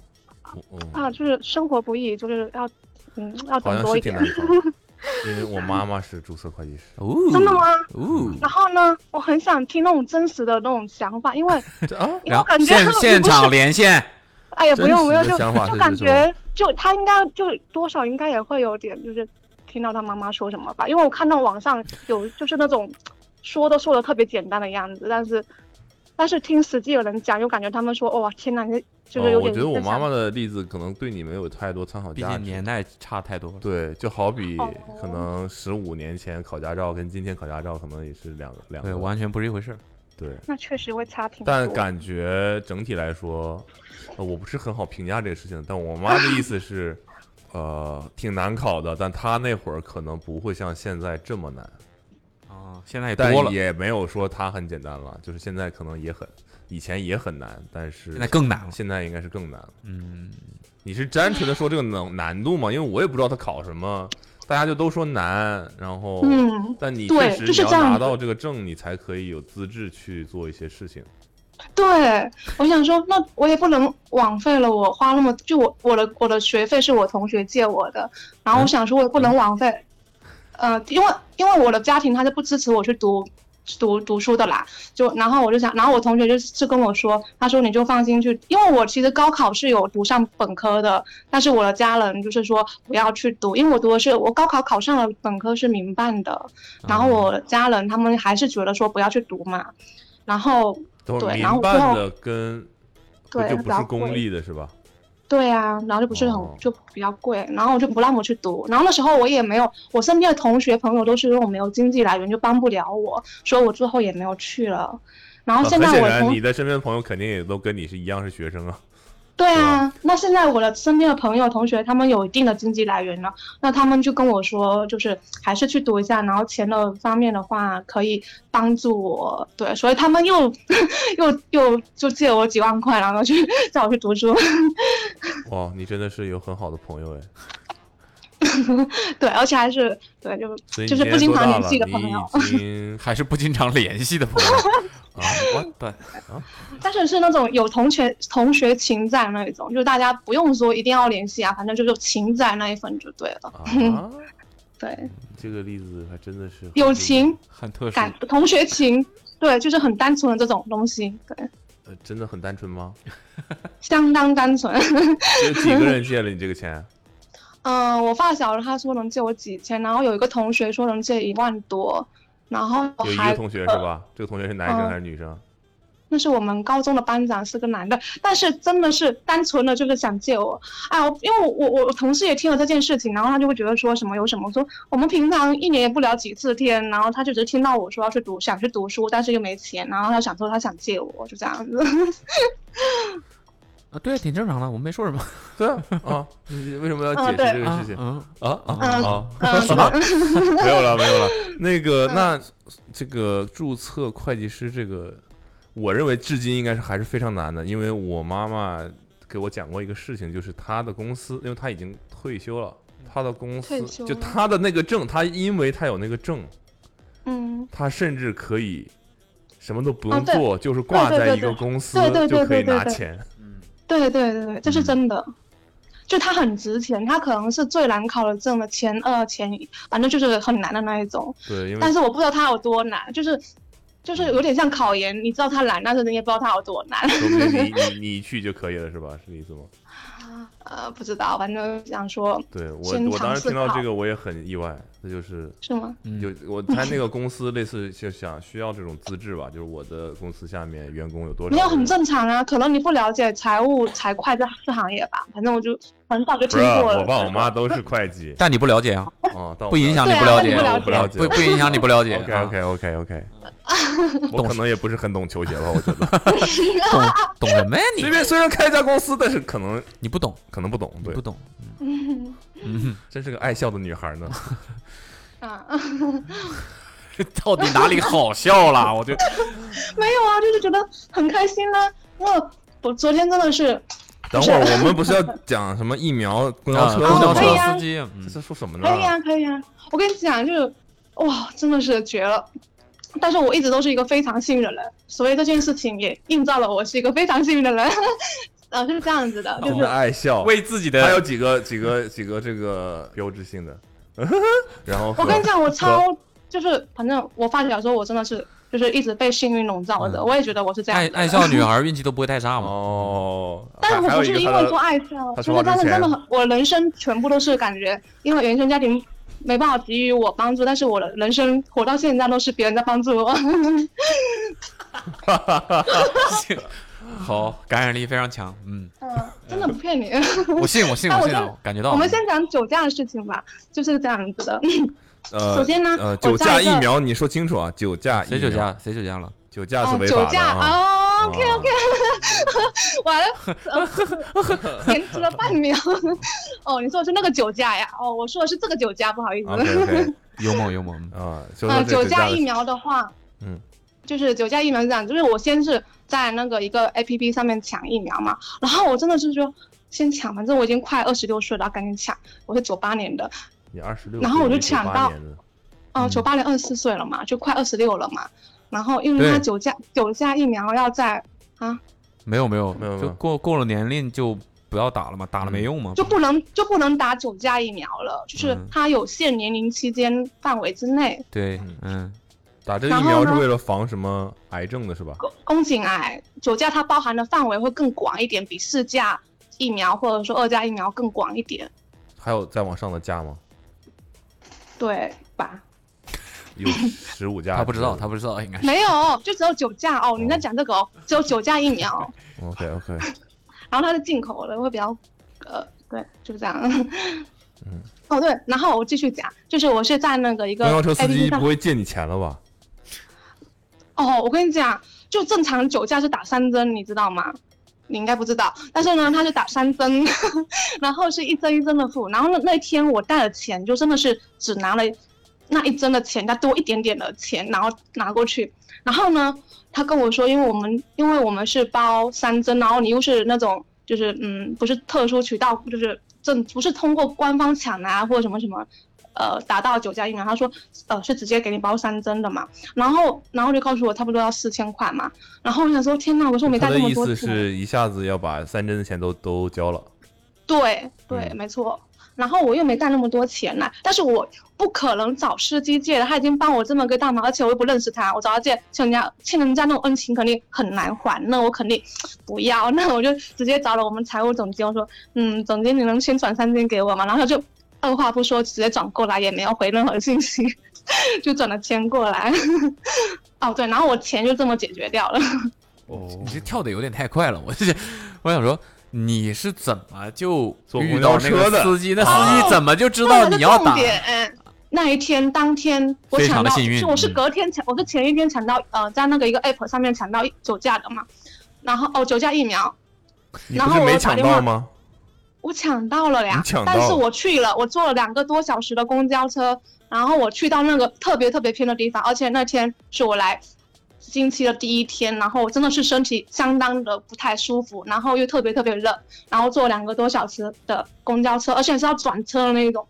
我嗯啊，就是生活不易，就是要，嗯，要好懂像多是一挺点难。考， 因为我妈妈是注册会计师。哦，真的吗？哦，然后呢，我很想听那种真实的那种想法，因为因为然我后感觉啊现现不是场连线，哎呀，不用不用，真实的就想法就是感指什觉就他应该就多少应该也会有点就是听到他妈妈说什么吧，因为我看到网上有就是那种说都说的特别简单的样子，但是但是听实际有人讲，又感觉他们说哦哇天哪，你就是哦，有我点、觉得我妈妈的例子可能对你没有太多参考毕价值。竟年代差太多了。对，就好比哦可能十五年前考驾照跟今天考驾照可能也是两个两个，对，完全不是一回事儿。对。那确实会差挺多。但感觉整体来说，呃我不是很好评价这个事情。但我妈的意思是，呃，挺难考的，但她那会儿可能不会像现在这么难，啊，现在也但多了，也没有说它很简单了。就是现在可能也很，以前也很难，但是现在更难了现在应该是更难了。嗯，你是单纯的说这个能难度吗？因为我也不知道他考什么，大家就都说难，然后，嗯但你对确实就是你要这样拿子到这个证，你才可以有资质去做一些事情。对，我想说，那我也不能枉费了我花那么就我我的我的学费是我同学借我的，然后我想说，我也不能枉费，呃，因为因为我的家庭他就不支持我去读读读书的啦，就然后我就想，然后我同学就是就跟我说，他说你就放心去，因为我其实高考是有读上本科的，但是我的家人就是说不要去读，因为我读的是我高考考上了本科是民办的，然后我家人他们还是觉得说不要去读嘛，然后。等会儿对，民然后我最办后的跟不对就它比不较是公贵立的是吧？对啊，然后就不是很、哦就比较贵，然后我就不让我去读，然后那时候我也没有，我身边的同学朋友都是因为我没有经济来源就帮不了我，所以我最后也没有去了。然啊后现很在显我的然，同、你的身边的朋友肯定也都跟你是一样是学生啊。对啊，那现在我的身边的朋友同学他们有一定的经济来源了，那他们就跟我说，就是还是去读一下，然后钱的方面的话可以帮助我，对，所以他们又 又又就借我几万块，然后去叫我去读书。 哇，你真的是有很好的朋友哎，对，而且还是对，所就以就你是今年多不经常大联了系的朋友，你已经 还是不经常联系的朋 友啊，我对啊，但是是那种有同学同学情在那一种，就是大家不用说一定要联系啊，反正就是情在那一份就对了。啊对，这个例子还真的是很友特殊情很特殊，感同学情，对，就是很单纯的这种东西，对，呃，真的很单纯吗？相当单纯。 有几个人借了你这个钱？嗯，我发小他说能借我几千，然后有一个同学说能借一万多，然后有一还个同学是吧？这个同学是男生嗯还是女生？那是我们高中的班长，是个男的，但是真的是单纯的就是想借我，哎，我因为我我我同事也听了这件事情，然后他就会觉得说什么有什么，我说我们平常一年也不聊几次天，然后他就只是听到我说要去读想去读书，但是又没钱，然后他想说他想借我，就这样子。啊，对，挺正常的，我没说什么。对啊，啊，你为什么要嗯解释这对个事情？嗯。啊啊嗯啊嗯是吧！没有了，没有了。那个，那这个注册会计师这个，我认为至今应该是还是非常难的，因为我妈妈给我讲过一个事情，就是她的公司，因为她已经退休了，她的公司退休就了她的那个证，她因为她有那个证， 嗯，她甚至可以什么都不哦用对做，就是挂对对在对一个对公司对对对就可以对对拿对钱。对对对对，这是真的。就它很值钱，它可能是最难考的证的前二、前一，反正就是很难的那一种。对，因为但是我不知道它有多难，就是就是有点像考研，你知道它难，但是你也不知道它有多难。说不定你你你去就可以了，是吧？是这意思吗？ 呃，不知道，反正想说，对我先，我当尝时试听到考这个我也很意外，那就是是吗？有我猜那个公司类似就想需要这种资质吧，就是我的公司下面员工有多少没人？有很正常啊，可能你不了解财务、财会这这行业吧，反正我就很早就不听是，啊过我了。爸我妈都是会计但你不了解啊，哦，但我不影响你对啊不了但你解，不了我解不了解，不不影响你不了解 OK 啊 OK OK OK，我可能也不是很懂球鞋吧，我觉得懂懂什么呀你随？便虽然开一家公司，但是可能你不懂，可能不懂，你对，不， 懂，嗯嗯， 真是个爱笑的女孩呢。啊，到底哪里好笑了？我就 没有啊，就是觉得很开心啦、我我昨天真的是，等会儿我们不是要讲什么疫苗公交车啊公交吗可以车啊司机，这嗯是说什么呢？可以啊，可以啊。我跟你讲，就是哇，真的是绝了。但是我一直都是一个非常幸运的人，所以这件事情也映照了我是一个非常幸运的人。 呃，就是这样子的，就真是的爱笑，为呃自己还有 的几个几个几个这个标志性的， 然后和我跟你讲，我和超就是，反正我发小说，我真的是就是一直被幸运笼罩着。嗯我也觉得我是这样爱子的爱人，笑女孩运气都不会太差嘛。哦，但是还我还不有一是个因他为的说爱笑，他就说话是但之是前真的很，我人生全部都是感觉，因为原生家庭没办法给予我帮助，但是我的人生活到现在都是别人在帮 助我。哦 行好，感染力非常强，嗯，嗯，真的不骗哎你。 我信，我信，但我哎我信啊，就我感觉到 我了。们先讲酒驾的事情吧，就是这样子的。呃，首先呢呃，我酒加驾一个疫苗你说清楚啊，酒驾嗯谁疫酒苗？驾？谁酒驾了？酒驾是哦，违酒法的驾啊。哦，OK OK，完了， 呃 延迟了半秒。哦，你说的是那个酒驾呀？哦，我说的是这个酒驾，不好意思。 OK OK 幽默幽默，嗯 啊，说 啊，说这酒个驾驾的疫苗的话，嗯，就是酒驾疫苗是这样，就是我先是在那个一个 APP 上面抢疫苗嘛，然后我真的是说先抢，反正我已经快二十六岁了，赶紧抢，我是九八年的，你二十六，然后我就你98抢到年的哦，九八年二十四岁了嘛，就快二十六了嘛。然后因为对他酒驾酒驾疫苗要在啊，没有没有没有嗯就过过了年龄就不要打了嘛，打了没用嘛。就不能就不能打九价疫苗了，就是嗯它有限年龄期间范围之内，对，嗯，打这个然疫苗后是呢为了防什么癌症的是吧？宫颈癌九价它包含的范围会更广一点，比四价疫苗或者说二价疫苗更广一点，还有再往上的价 吗？对吧？有十五价？他不知道，他不知道，应该是 没有，就只有九价哦。你在讲这个 哦，只有九价疫苗， OK OK，然后它是进口的，会比较，呃，对，就是这样。嗯哦对，然后我继续讲，就是我是在那个一个公交车司 APP 机上不会借你钱了吧？哦，我跟你讲，就正常酒驾是打三针，你知道吗？你应该不知道，但是呢，他是打三针， 然后是一针一针的付。然后那那天我带了钱，就真的是只拿了那一针的钱，再多一点点的钱，然后拿过去。然后呢，他跟我说，因为我们因为我们是包三针，然后你又是那种就是嗯，不是特殊渠道，就是正不是通过官方抢啊或者什么什么，呃，达到九价疫苗，他说呃是直接给你包三针的嘛，然后然后就告诉我差不多要四千块嘛，然后我想说天呐，我说我没带他这的么意多思钱，是一下子要把三针的钱都都交了。对对，没错。然后我又没带那么多钱来，但是我不可能找司机借的，他已经帮我这么个大忙，而且我又不认识他，我找他借，欠人家欠人家那种恩情肯定很难还，那我肯定不要，那我就直接找了我们财务总监，我说，嗯，总监你能先转三千给我吗？然后他就二话不说直接转过来， 也没有回任何信息，就转了钱过来。哦对，然后我钱就这么解决掉了。哦，你这跳的有点太快了，我这我想说。你是怎么就坐遇公到那交车个的啊司机？那哦司机怎么就知道你要打对？我的重点嗯那一天当天我非常抢的到，幸运是我是嗯隔天抢，我是前一天抢到，呃，在那个一个 app 上面抢到酒驾的嘛，然后哦酒驾疫苗，你然不后是我没又打抢电话到吗？我抢到了呀你抢，到但是我去了，我坐了两个多小时的公交车，然后我去到那个特别特别偏的地方，而且那天是我来星期的第一天，然后我真的是身体相当的不太舒服，然后又特别特别热，然后坐两个多小时的公交车，而且是要转车的那一种。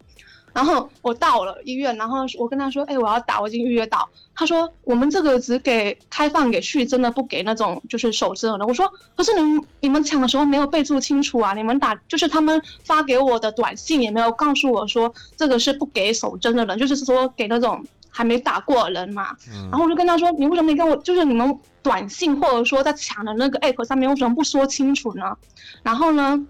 然后我到了医院，然后我跟他说：“哎，我要打，我已经预约到。”他说：“我们这个只给开放给续针的，不给那种就是首针的。”我说：“可是你们你们抢的时候没有备注清楚啊，你们打就是他们发给我的短信也没有告诉我说这个是不给首针的人，就是说给那种还没打过的人嘛。嗯然后我就跟他说：“你为什么没跟我？就是你们短信或者说在抢的那个 app 上面为什么不说清楚呢？”然后呢，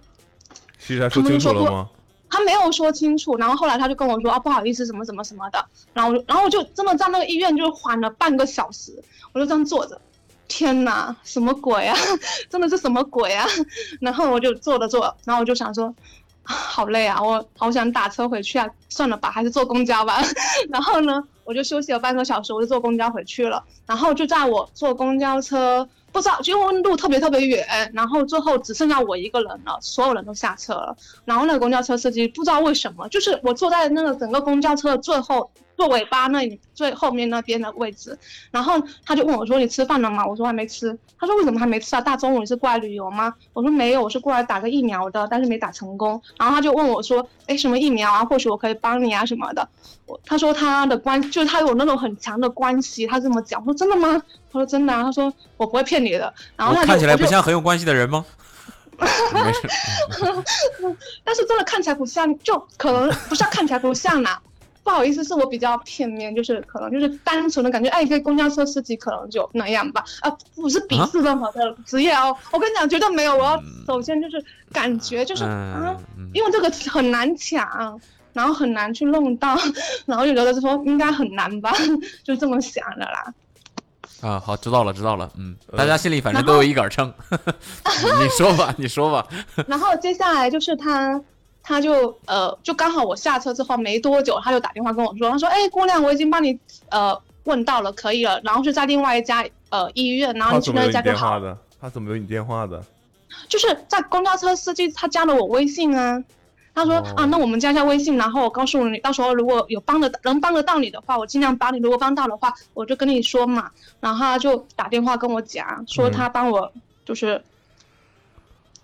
西山说他清楚们就说了不吗？他没有说清楚，然后后来他就跟我说啊，不好意思，什么什么什么的，然后我就然后我就真的在那个医院就缓了半个小时，我就这样坐着，天哪，什么鬼啊， 真的是什么鬼啊， 然后我就坐着坐着，然后我就想说，啊好累啊，我好想打车回去啊，算了吧，还是坐公交吧， 然后呢，我就休息了半个小时，我就坐公交回去了，然后就在我坐公交车。不知道，因为路特别特别远，然后最后只剩下我一个人了，所有人都下车了。然后那个公交车司机不知道为什么，就是我坐在那个整个公交车的最后最尾巴那里最后面那边的位置，然后他就问我说：“你吃饭了吗？”我说：“还没吃。”他说：“为什么还没吃啊？大中午你是过来旅游吗？”我说：“没有，啊我是过来打个疫苗的，但是没打成功。”然后他就问我说：“哎，什么疫苗啊？或许我可以帮你啊什么的。”我他说他的关就是他有那种很强的关系，他这么讲。我说：“真的吗？”他说：“真的、啊。”他说：“我不会骗你的。”然后我他就看起来我就不像很有关系的人 吗？没事，但是真的看起来不像，就可能不是看起来不像啦。 不好意思，是我比较片面，就是可能就是单纯的感觉，哎，一个公交车司机可能就那样吧，啊，不是鄙视任何的职业哦。我跟你讲，绝对没有。我要首先就是感嗯觉嗯就是、啊，因为这个很难抢，然后很难去弄到， 然后就觉得说应该很难吧， 就这么想的啦。啊，好，知道了，知道了，嗯，呃大家心里反正都有一杆秤， 你说吧，你说吧，然后接下来就是他，他就呃，就刚好我下车之后没多久，他就打电话跟我说，他说：“哎，姑娘，我已经帮你呃问到了，可以了。”然后是在另外一家呃医院，然后他你去怎么那有一你家就电好。话的？他怎么有你电话的？就是在公交车司机他加了我微信啊，他哦说、啊，那我们加一下微信，然后我告诉你，到时候如果有帮的能帮得到你的话，我尽量帮你；如果帮到的话，我就跟你说嘛。然后他就打电话跟我讲，说他帮我就是，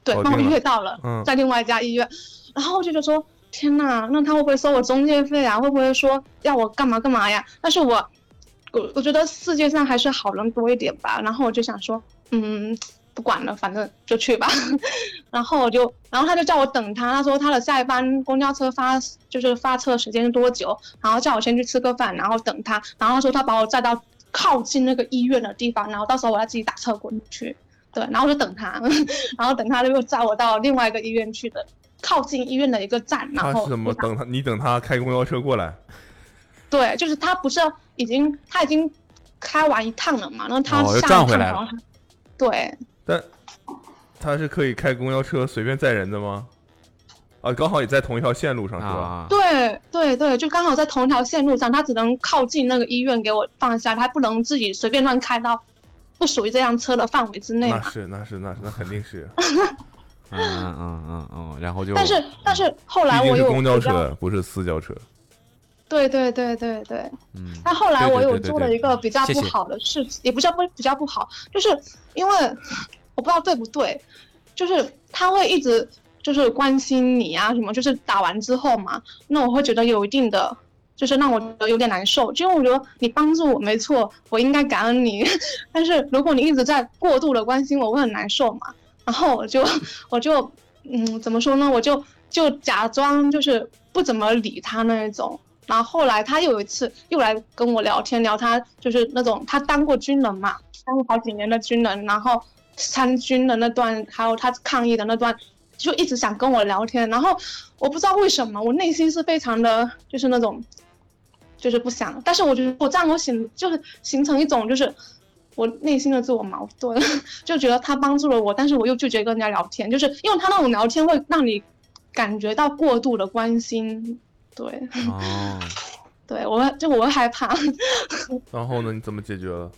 对，嗯搞定帮我预了约到了，嗯在另外一家医院。然后我就觉得说，天呐，那他会不会收我中介费啊？会不会说要我干嘛干嘛呀？但是我我我觉得世界上还是好人多一点吧。然后我就想说，嗯，不管了，反正就去吧。 然后我就，然后他就叫我等他，他说他的下一班公交车发就是发车时间是多久，然后叫我先去吃个饭，然后等他，然后他说他把我载到靠近那个医院的地方，然后到时候我要自己打车过去。对，然后我就等他， 然后等他又载我到另外一个医院去的，靠近医院的一个站，然他后是怎么等他？你等他开公交车过来，对，就是他不是已经他已经开完一趟了嘛，然后他哦又下一站趟回来然后了他对，但他是可以开公交车随便载人的吗？啊，刚好也在同一条线路上是啊啊吧？对对对，就刚好在同一条线路上，他只能靠近那个医院给我放下，他不能自己随便乱开到不属于这辆车的范围之内那嘛。是那是那是那肯定是，嗯嗯嗯嗯嗯，然后就但是但是后来毕我竟是有公交比较车，不是私交车。对对对对对，嗯。但后来对对我有对对做对了一个比较谢不谢好的事情，也不叫不比较不好，就是因为我不知道对不对，就是他会一直就是关心你啊什么，就是打完之后嘛，那我会觉得有一定的。就是让我觉得有点难受，就因为我觉得你帮助我没错，我应该感恩你， 但是如果你一直在过度的关心我，我会很难受嘛。然后我就我就嗯，怎么说呢？我就就假装就是不怎么理他那一种。然后后来他有一次又来跟我聊天，聊他就是那种他当过军人嘛，当过好几年的军人，然后参军的那段，还有他抗议的那段，就一直想跟我聊天。然后我不知道为什么，我内心是非常的，就是那种，就是不想。但是我觉得我这样我形就是形成一种就是我内心的自我矛盾， 就觉得他帮助了我，但是我又拒绝跟人家聊天，就是因为他那种聊天会让你感觉到过度的关心，对，哦，对我会就我会害怕， 然后呢？你怎么解决了？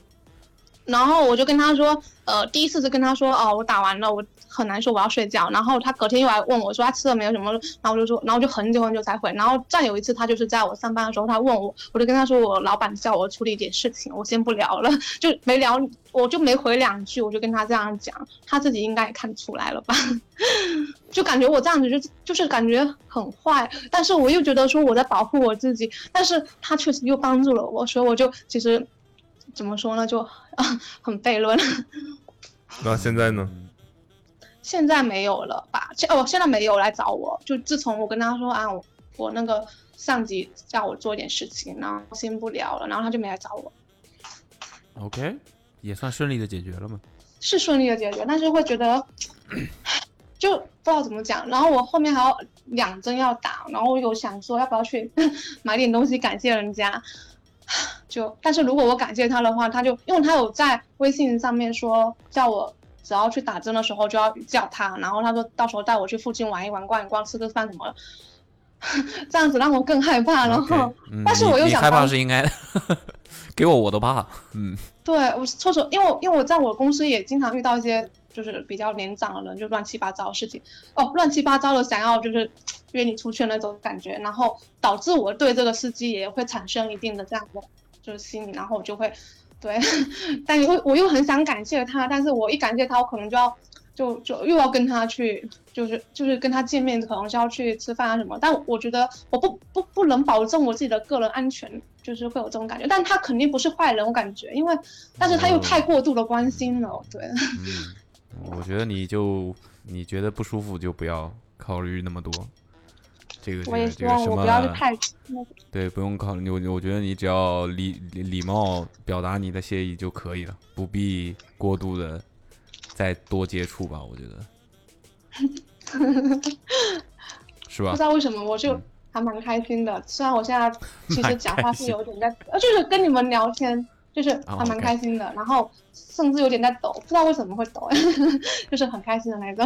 然后我就跟他说，呃，第一次是跟他说，哦，我打完了，我很难受，我要睡觉。然后他隔天又来问我说他吃了没有什么，然后我就说，然后我就很久很久才回。然后再有一次，他就是在我上班的时候，他问我，我就跟他说我老板叫我处理一点事情，我先不聊了， 就没聊，我就没回两句，我就跟他这样讲，他自己应该也看出来了吧。 就感觉我这样子就就是感觉很坏，但是我又觉得说我在保护我自己，但是他确实又帮助了我，所以我就其实怎么说呢，就、 啊很悖论。 那现在呢？现在没有了吧？现哦，现在没有来找我，就自从我跟他说啊，我我那个上级叫我做点事情，然后先不聊了，然后他就没来找我， OK，也算顺利的解决了嘛。是顺利的解决，但是会觉得就不知道怎么讲。然后我后面还有两针要打，然后我有想说要不要去 买点东西感谢人家。就但是如果我感谢他的话，他就因为他有在微信上面说叫我只要去打针的时候就要叫他，然后他说到时候带我去附近玩一玩、逛一逛、吃个饭什么的， 这样子让我更害怕。啊然后嗯，但是你我又你想害怕帮是应该的， 给我我都 怕。嗯， 对，我是错手，因为我因为我在我公司也经常遇到一些就是比较年长的人，就乱七八糟的事情，哦，乱七八糟的想要就是约你出去的那种感觉，然后导致我对这个司机也会产生一定的这样的就是心理，然后我就会对， 但又我又很想感谢他，但是我一感谢他，我可能就要就就又要跟他去，就是就是跟他见面，可能就要去吃饭啊什么。但我觉得我不不不能保证我自己的个人安全，就是会有这种感觉。但他肯定不是坏人，我感觉，因为但是他嗯又太过度的关心了，对，我觉得你就你觉得不舒服就不要考虑那么多。这个这 我也个希这个望什我么？不要去太 那个。对，不用考虑。我我觉得你只要礼礼礼貌表达你的谢意就可以了，不必过度的再多接触吧。我觉得是不吧嗯知？道为什么，我就还蛮开心的。虽然 我现在其实讲话是有点在，呃，就是跟你们聊天，就是哦还蛮 OK 开心的。然后甚至有点在抖，不知道为什么会抖， 就是很开心的那种。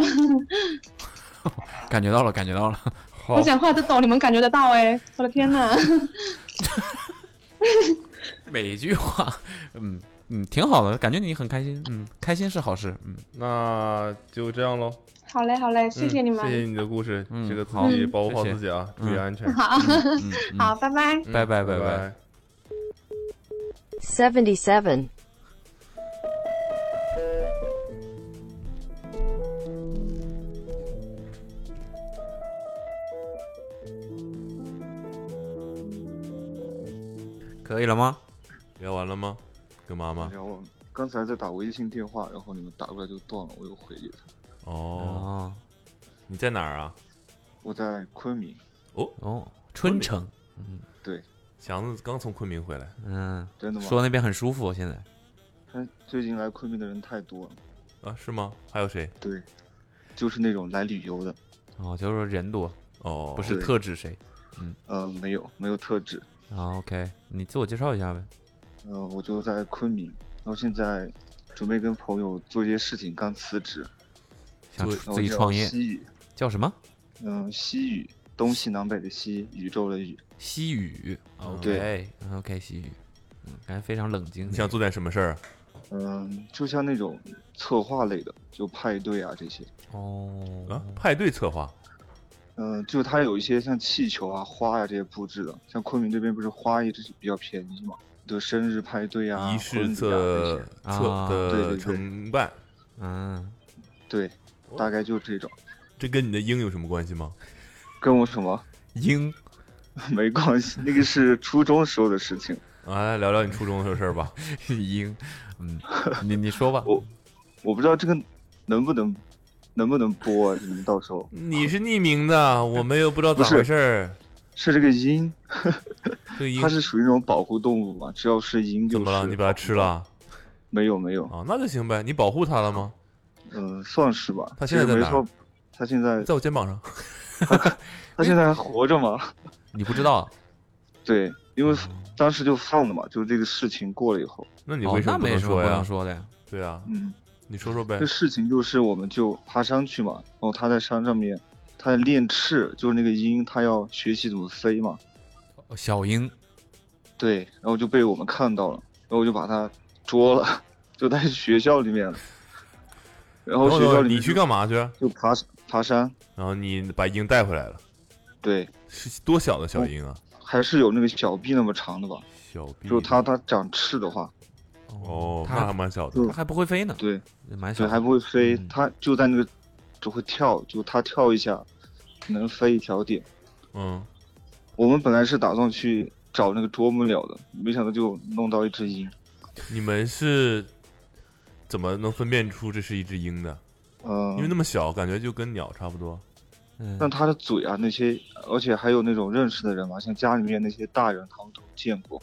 感觉到了，感觉到了。好 我讲话都抖，你们感觉得到哎、我的天呐！ 每一句话， 嗯嗯，挺好的，感觉你很开心，嗯，开心是好事，嗯，那就这样喽。嗯好嘞，好嘞，谢谢你们。谢谢你的故事，这个自好己保护好谢谢自己啊，注意嗯安全。嗯好， 好，拜拜。拜拜拜拜拜。 77. 可以了吗？聊完了吗？跟妈妈聊完刚才在打微信电话，然后你们打过来就断了，我又回给他。哦，你在哪儿啊？我在昆明，哦哦，春城，嗯，对，祥子刚从昆明回来，嗯，真的吗说那边很舒服，现在但最近来昆明的人太多了。啊，是吗？还有谁？对，就是那种来旅游的。哦，就是说人多哦不是对特指谁。嗯，呃，没有，没有特指。啊，OK，你自我介绍一下呗。呃，我就在昆明，然后现在准备跟朋友做一些事情，刚辞职，想对出然后自己叫创业西语，叫什么？嗯，西语，东西南北的西，宇宙的宇。西语哦对， ，OK，OK，西语，嗯，感觉非常冷静。你想做点什么事儿啊？嗯，就像那种策划类的，就派对啊这些。哦，啊，派对策划，嗯，就它有一些像气球啊、花呀、这些布置的，像昆明这边不是花也就是比较便宜嘛，就生日派对啊、仪婚式礼策啊这些策对的对对承办，啊嗯，对，大概就这种。这跟你的鹰有什么关系吗？跟我什么 鹰没关系，那个是初中时候的事情。啊，来聊聊你初中的事儿吧。鹰，嗯，你你说吧。 我我不知道这个能不能能不能播，你们到时候你是匿名的，我们又不知道不咋是回事儿。是这个鹰，这鹰它是属于那种保护动物嘛，只要是鹰就怎么了？是你把它吃了？没有没有啊，那就行呗。你保护它了吗？嗯，算是吧。它现在在没哪儿说，它现在在我哎肩膀上。它现在还活着吗？ 你不知道？对，因为嗯当时就放了嘛，就是这个事情过了以后。那你为什么哦那没什么说不呀？能说的呀。对啊，嗯，你说说呗这。事情就是我们就爬山去嘛，然后它在山上面，它在练翅，就是那个鹰，它要学习怎么飞嘛。哦小鹰，对，然后就被我们看到了，然后我就把它捉了，就在学校里面了。然后等学会儿校里你去干嘛去？就爬爬山，然后你把鹰带回来了，对，是多小的小鹰啊？还是有那个小臂那么长的吧？小臂哦就是它它长翅的话，哦，它那还蛮小的。就它还不会飞呢。嗯对，蛮对，小。还不会飞，嗯它就在那个只会跳，就它跳一下能飞一条点。嗯，我们本来是打算去找那个啄木鸟的，没想到就弄到一只鹰。你们是怎么能分辨出这是一只鹰的？嗯，因为那么小，感觉就跟鸟差不多。嗯但它的嘴啊那些，而且还有那种认识的人嘛，像家里面那些大人，他们都见过，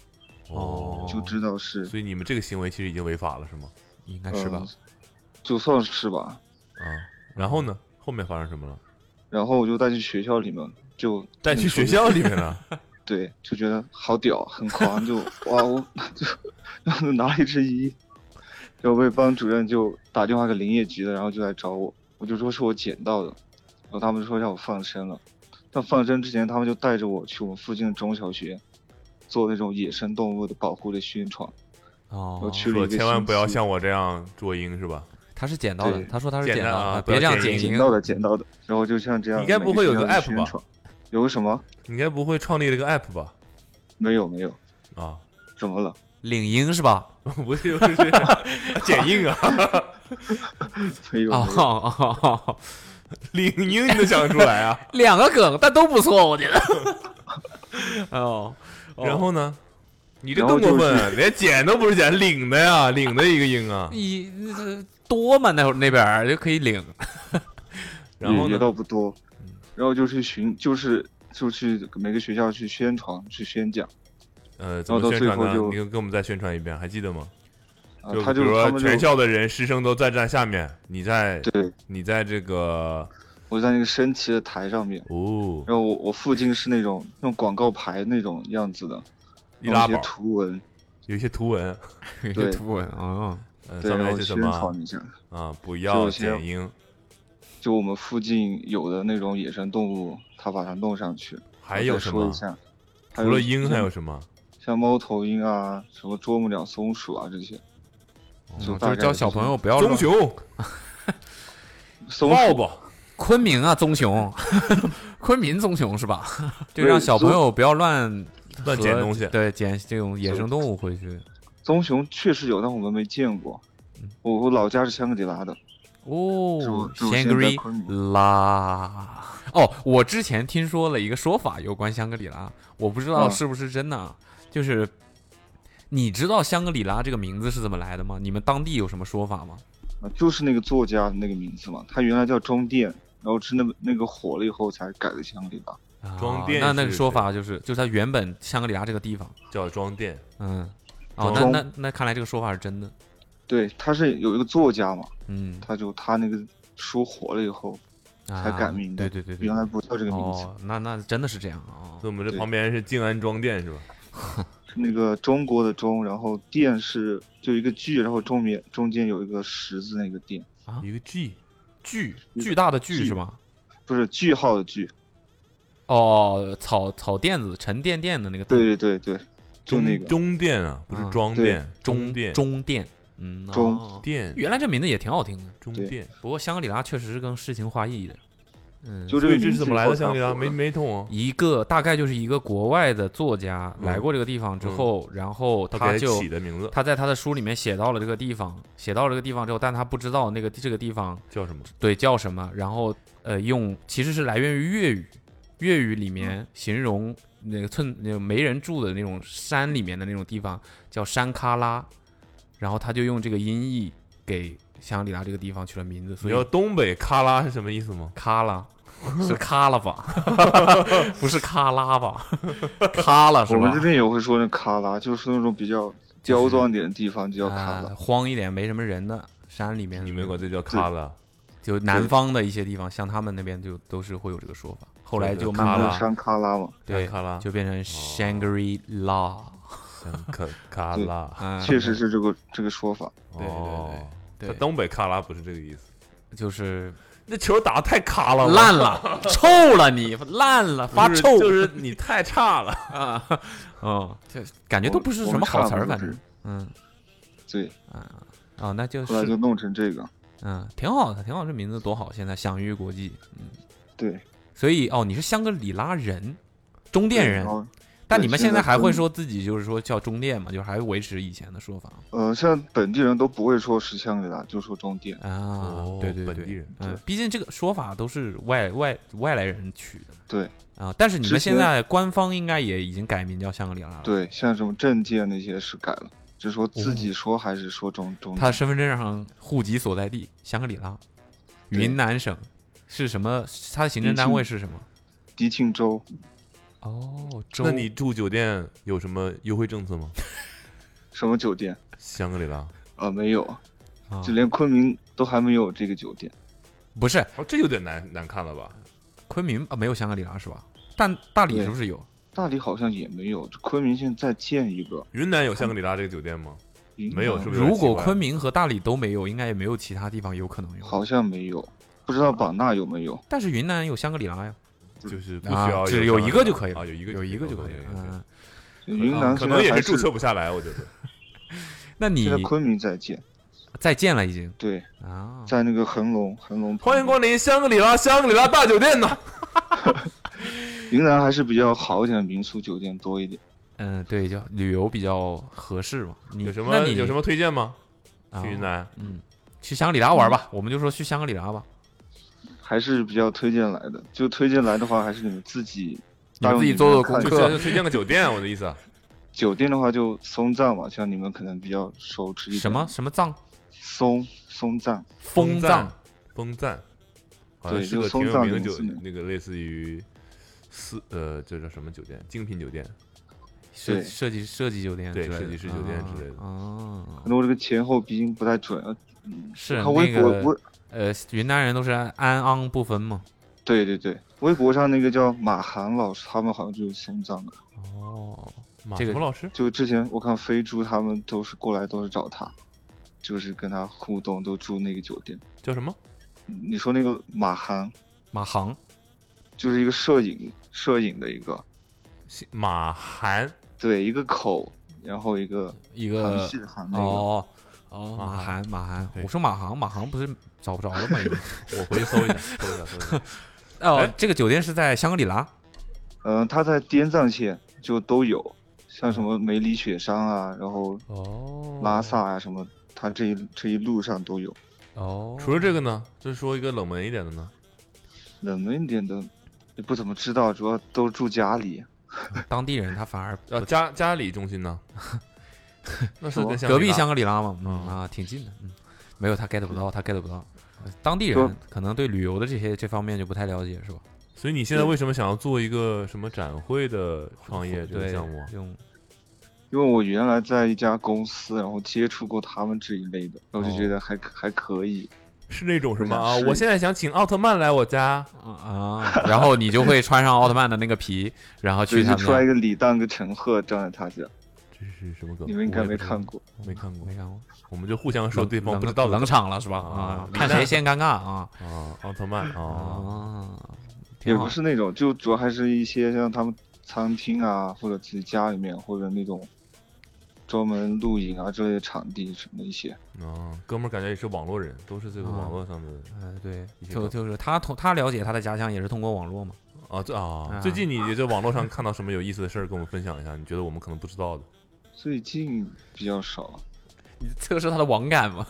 哦，就知道是，所以你们这个行为其实已经违法了，是吗？应该是吧嗯就算是吧。啊，然后呢？后面发生什么了？然后我就带去学校里面，就带去学校里面了。 对，就觉得好屌，很 狂，就哇，我就然后拿了一只一，然后被班主任就打电话给林业局的，然后就来找我，我就说是我捡到的，然后他们说让我放生了，但放生之前他们就带着我去我们附近的中小学做那种野生动物的保护的宣传，哦我，去了说一个千万不要星期像我这样捉鹰是吧？他是捡到的对，他说他是捡捡的到啊的，不别要这样捡捡鹰鹰捡。到的捡到的，然后就像这样，你该不会有个 app 吧？有个什么？你该不会创立了个 app 吧？没有没有啊， 怎么了？领鹰是吧？不是不 是，剪映啊！没有没有哦哦哦哦，领英你都想得出来 啊？两个梗，但都不错，我觉得。哦，哦然后呢？你这然更后过就是分，连捡都不是捡，领的呀，领的一个鹰啊。一呃多嘛，那会儿那边儿就可以领。也也倒不多，嗯然后就去巡，就是就去每个学校去宣传、去宣讲，呃，怎然后么到宣最传后呢？就你给我们再宣传一遍，还记得吗？啊就他比就如他说们就全校的人，师生都在站下面，你在对，你在这个我在那个升旗的台上面，哦，然后我我附近是那种那种广告牌那种样子的，易拉然后一些宝图文，有一些图文，有对文啊，呃，对上然面后是什宣么传一下啊？不就要有些剪映，就我们附近有的那种野生动物，他把它弄上去，还然后有再什说么啊一下，还除了有鹰还像有什么？像猫头鹰啊，什么啄木鸟、松鼠啊这些， 就哦就大是概教这小些朋友不要棕乱熊、松豹鼠豹，昆明啊，棕 熊，昆明棕熊是吧？ 就对让小朋棕友不要乱乱和捡东西对，捡这种野生动物回去。棕熊确实有，但我们没见过。嗯我我老家是香格里拉的，哦就香现格在里昆拉。哦，我之前听说了一个说法，有关香格里拉，我不知道嗯是不是真的啊，就是你知道香格里拉这个名字是怎么来的吗？你们当地有什么说法吗？啊，就是那个作家的那个名字嘛，他原来叫庄店，然后是那那个火了以后才改的香格里拉。啊那那个说法就是，就是它原本香格里拉这个地方叫庄店，嗯，哦，那庄那那看来这个说法是真的，对，他是有一个作家嘛，嗯，他就他那个书火了以后才改名的，啊对对对对原来不叫这个名字。哦，那那真的是这样啊、哦，所以我们这旁边是静安庄店是吧？是那个中国的中，然后店是就一个巨，然后中间中间有一个十字那个店，啊，一个巨巨巨大的巨是吧？不是句号的句，哦，草草垫子沉甸甸的那个，对对对对，就那个中店啊，不是庄对店，中店中店，嗯，中哦店原来这名字也挺好听的，中对店，不过香格里拉确实是更诗情画意的，嗯，就这所个以这是怎么来的？香格里拉名字以后才火没的没懂啊？一个大概就是一个国外的作家嗯来过这个地方之后，然后他给他就起的名字他在他的书里面写到了这个地方，写到了这个地方之后，但他不知道那个这个地方叫什么？对叫什么，然后呃用其实是来源于粤语，粤语里嗯面形容那个村那个没人住的那种山里面的那种地方叫山卡拉，然后他就用这个音译给香格里拉这个地方取了名字，你所知道以东北喀拉是什么意思吗？卡拉。是卡拉吧， 不是卡拉吧？卡拉是吧？我们这边也会说那喀拉，就是那种比较刁钻点的地方就叫喀啊拉，，荒一点没什么人的山里面，你们管这叫喀拉？就南方的一些地方，像他们那边就都是会有这个说法。后来就慢喀拉慢山喀拉嘛，对喀拉哦就变成 Shangri La，喀喀拉，嗯，确实是这个这个说法。对对哦，对他对，东北喀拉不是这个意思。就是那球打的太卡了，烂，了，臭了你，烂了，发不是臭就是你太差了。 啊，嗯，就感觉我都不是什么好词儿，反正，嗯对，啊啊，那就后来就是弄成这个，嗯，挺好的，挺好，这名字多好，现在享誉国际，嗯，对，所以哦，你是香格里拉人，中甸人然，后但哦对你们现现在在还中会说自己就是说叫中甸嘛，就是还维持以前的说法吗呃，现在本地人都不会说十香格里拉，就说中甸。啊哦对对对，本地人嗯，毕竟这个说法都是外外外来人取的对啊。但是你们之前现在官方应该也已经改名叫香格里拉了。，对，像什么证件那些是改了，只说自己说还是说中中他甸。身份证上户籍所在地香格里拉，对云南省是什么？他的行政单位是什么？迪庆州哦，州那你住酒店有什么优惠政策吗？什么酒店？香格里拉，呃，没有，啊就连昆明都还没有这个酒店。不是哦，这有点难难看了吧？昆明啊？没有香格里拉是吧？但大理对是不是有？大理好像也没有，这昆明现在建一个，云南有香格里拉这个酒店吗？云没有南是不是有点如奇怪果昆明和大理都没有，应该也没有其他地方有可能有。啊好像没有，不知道版纳有没有。但是云南有香格里拉呀，就是不需啊要，只有有一个就可以了啊，有一个有一个就可可以以了。了。嗯，云南可现能在也还是注册不下来，我觉得。那你现在昆明在建，再见了已经对，啊，在那个恒隆恒隆。欢迎光临香格里拉，香格里拉大酒店呢。云南还是比较好一点的民宿酒店多一点。嗯，对，就旅游比较合适嘛。你有什嗯那么你有什么推荐吗？啊去云南嗯，去香格里拉玩吧，我们就说去香格里拉吧。还是比较推荐来的。就推荐来的话，还是你们自己，你们自己做做功大众就点课评看一下是推荐个酒店，我的意思啊。酒店的话就松赞嘛，像你们可能比较熟知一点。什么什么藏松松赞？风藏赞，风赞，好像对是就个挺松有赞名的这个酒字母，那个类似于四呃，这叫什么酒店？精品酒店。设对设计设计酒店之对类的，设计师酒店之类的啊，啊可能我这个前后鼻音不太准。呃嗯，是看微那博，个微呃，云南人都是安昂不分嘛。对对对，微博上那个叫马航老师，他们好像就是松赞的。哦，马这个什么老师？就之前我看飞猪他们都是过来都是找他，就是跟他互动，都住那个酒店。叫什么？你说那个马航马航就是一个摄影摄影的一个，姓马涵，对，一个口，然后一个一韩个系韩那个。哦哦，马马航航马航，对我说马航马航不是找不着了吗？已经 我回去搜一下，搜一下，搜一下。哦哎，这个酒店是在香格里拉。嗯，他在滇藏线就都有，像什么梅里雪山啊，然后哦拉萨啊什么，他这一这一路上都有。哦，除了这个呢，就是说一个冷门一点的呢，冷门一点的也不怎么知道，主要都住家里。呃当地人他反而啊，家家里中心呢， 那是跟香格隔里壁拉香格里拉嘛，嗯啊，挺近的，嗯，没有他 get 不到，他 get 不到，当地人可能对旅游的这些这方面就不太了解，是吧？所以你现在为什么想要做一个什么展会的创业这个对项目？啊用因为我原来在一家公司，然后接触过他们这一类的，然后就觉得还、还可以。是那种什么啊我想？试我现在想请奥特曼来我家啊然后你就会穿上奥特曼的那个皮，然后去对，他就们出来一那哦个李诞跟陈赫站在他家。这是什么梗你们应该没看过。没看过，没看过。我们就互相说对方冷不知道的冷场了是吧啊看谁先尴尬啊啊！奥特曼啊，也不是那种，就主要还是一些像他们餐厅啊，或者自己家里面，或者那种专门露营啊之类的场地什么的一些。啊，哥们儿感觉也是网络人，都是这个啊网络上的。呃，对一些就梗就是他同他了解他的家乡也是通过网络嘛。啊，这啊最近你在网络上看到什么有意思的事儿，跟我们分享一下？你觉得我们可能不知道的？最近比较少，你测试他的网感吗？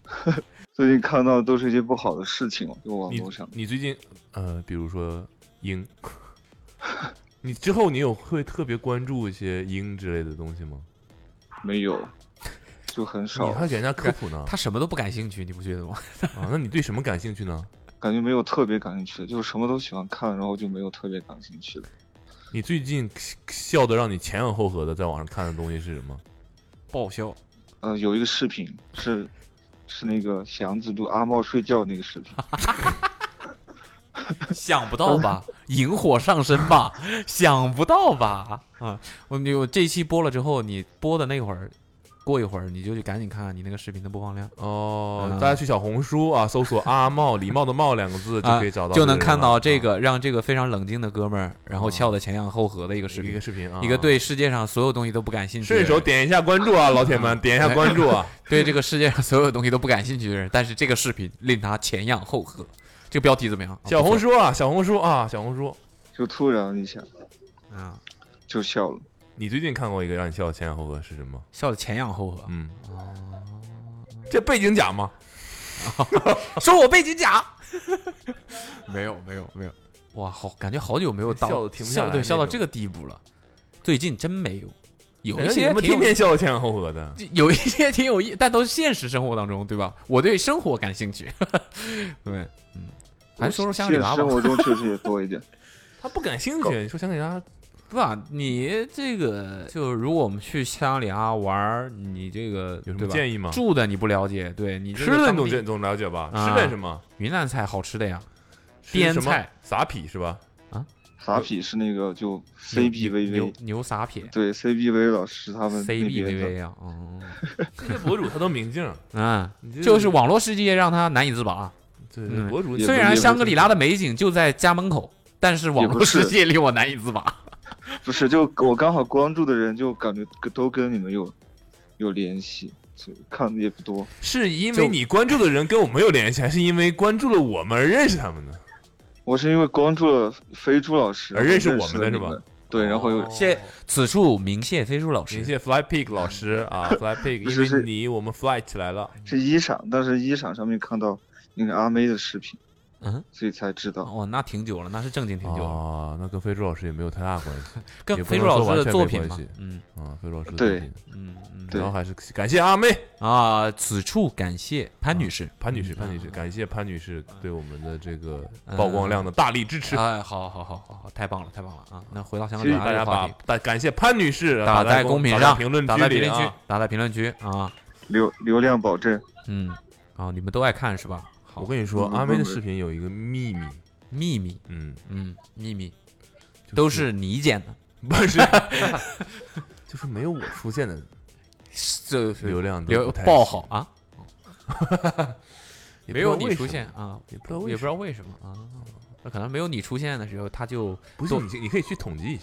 最近看到都是一些不好的事情，就网你络上。你最近呃，比如说鹰， 你之后你有会特别关注一些鹰之类的东西吗？没有，就很少。你还给人家科普呢？他什么都不感兴趣，你不觉得吗？啊，那你对什么感兴趣呢？感觉没有特别感兴趣的，就是什么都喜欢看，然后就没有特别感兴趣的。你最近笑的让你前仰后合的，在网上看的东西是什么？爆笑。呃，有一个视频是是那个祥子录阿茂睡觉那个视频，想不到吧？引火上身吧？想不到吧？啊，我你我这一期播了之后，你播的那会儿，过一会儿你就去赶紧看看你那个视频的播放量哦嗯大家去小红书啊，搜索“阿茂”“礼貌”的“茂”两个啊字就啊可以找到、就能看。到这个让这个非常冷静的哥们儿，然后翘的前仰后合的一个视频，一个视频啊一个对世界上所有东西都不感兴趣的顺人，手点一下关注啊，老铁们，点一下关注啊！ 对这个世界上所有东西都不感兴趣的人，但是这个视频令他前仰后合。这个标题怎么样？啊小红，不错书啊，小红书啊，小红书。就突然一下，啊，就笑了。你最近看过一个让你笑的前仰后合是什么？笑的前仰后合。嗯，这背景假吗？ 说我背景假，没有没有没有，哇，好，感觉好久没有到笑得停不下来对，笑那到种这个地步了。最近真没有，有感一觉些你他妈挺有天天笑的前仰后合的。 有一些挺有意，但都是现实生活当中，对吧？我对生活感兴趣， 对，嗯，还是说说香格里拉现实生活 中吧。确实也多一点。他不感兴趣，你说香格里拉不啊，你这个就如果我们去香格里拉玩儿，你这个有什么建议吗住的你不了解，对你这吃个的当你总地见总了解吧？啊吃的什么？云南菜好吃的呀，吃滇什么菜撒匹是吧？啊，撒匹是那个就 CBVV 牛牛撒撇对 CBV 老师他们那边的 CBVV 啊，嗯，这些博主他都明镜儿，嗯 你这，就是网络世界让他难以自拔。对嗯博主虽然香格里拉的美景就在家门口，但是网也络不是世界令我难以自拔。不是，就我刚好关注的人就感觉都跟你们有有联系，就看的也不多。是因为就你关注的人跟我们有联系，还是 因为关注了我们而认识他们呢？我是因为关注了飞猪老师，啊而认识然后我们的认是识吧你们？对，然后哦又谢此处鸣谢飞猪老师，感谢 Fly Pig 老师 啊，Fly Pig，是因为你我们 fly 起来了。是衣裳，当时衣裳上面看到那个阿妹的视频，嗯，所以才知道。哦，那挺久了，那是正经挺久了。啊，那跟非洲老师也没有太大关系，跟也不非能洲老说师完的全作没品关嘛系嗯啊，非洲老师的作对品，嗯嗯然后对还是感谢阿妹啊，此处感谢潘女士，啊嗯潘女士，潘女士，感谢潘女士对我们的这个曝光量的大力支持。哎，好好好好好，太棒了，太棒了啊！那回到香格谢里拉谢大这家个话把题，打感谢潘女士打在公屏打在上，评论打在评里论区啊。，打在评论区啊，流流量保证。嗯，哦，你们都爱看是吧？好我跟你说，阿妹的视频有一个秘密，秘密，嗯嗯，秘密都是你剪的， 不 是，就是没有我出现的这流量都流不太爆行好 啊，也不没知道有你为出什现么啊，也不知道为也不知什道为什么啊，那可能没有你出现的时候，他就不多信你你可以去统计一下，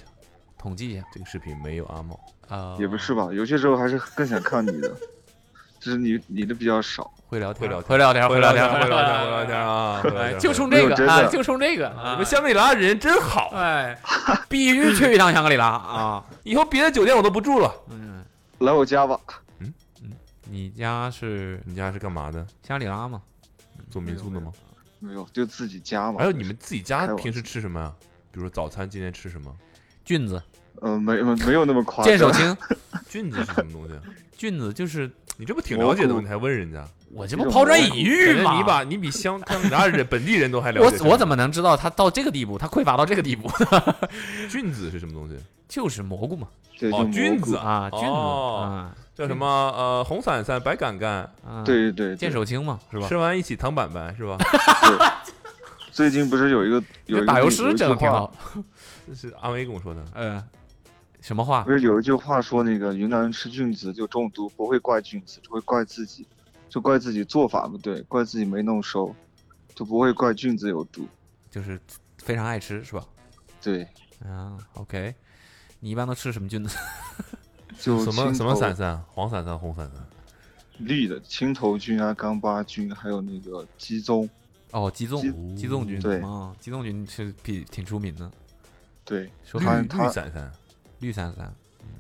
统计一下这个视频没有阿茂，啊，也不是吧，有些时候还是更想看你 的，就是你你的比较少。会聊天，会聊会聊天，会聊聊天，会聊天，会会聊天啊！会聊天就冲没这有个真啊，的就冲这个你啊们！香格里拉人真 好，哎，必须去一趟香格里拉啊！以后别的酒店我都不住了。嗯，来我家吧，你家是你家是干嘛的？香格里拉吗？做民宿的吗？没有，就自己家嘛。还有哎你们自己开家玩笑平时吃什么呀？啊比如说早餐今天吃什么？ 菌子、呃呃，没没没有那么夸张。剑手青，菌子是什么东西啊？菌子就是你这不挺了解的吗？你还问人家？我这不抛砖引哎玉感觉吗？你把你比乡乡家人 本地人都还了我解这个。我怎么能知道他到这个地步？他匮乏到这个地步？ 菌子是什么东西？就是蘑菇嘛。哦，菌子啊，菌子哦啊，叫什么？呃，红伞伞，白杆杆，对对对剑啊手青嘛，是吧吃？完一起躺板板是吧？最近不是有一个有一个打油有一诗句整得挺话好，这是阿威跟我说的。呃，什么话？不是有一句话说那个云南人吃菌子就中毒，不会怪菌子，只会怪自己，就怪自己做法不对，怪自己没弄熟，就不会怪菌子有毒。就是非常爱吃是吧？对，啊，OK，你一般都吃什么菌子？就什么青什么头伞伞，黄伞伞，红伞伞。绿的青头菌啊、冈巴菌，还有那个鸡枞。 哦，鸡枞，鸡枞菌对啊，鸡枞菌是比挺出名的。对，说它绿它绿伞伞，绿伞伞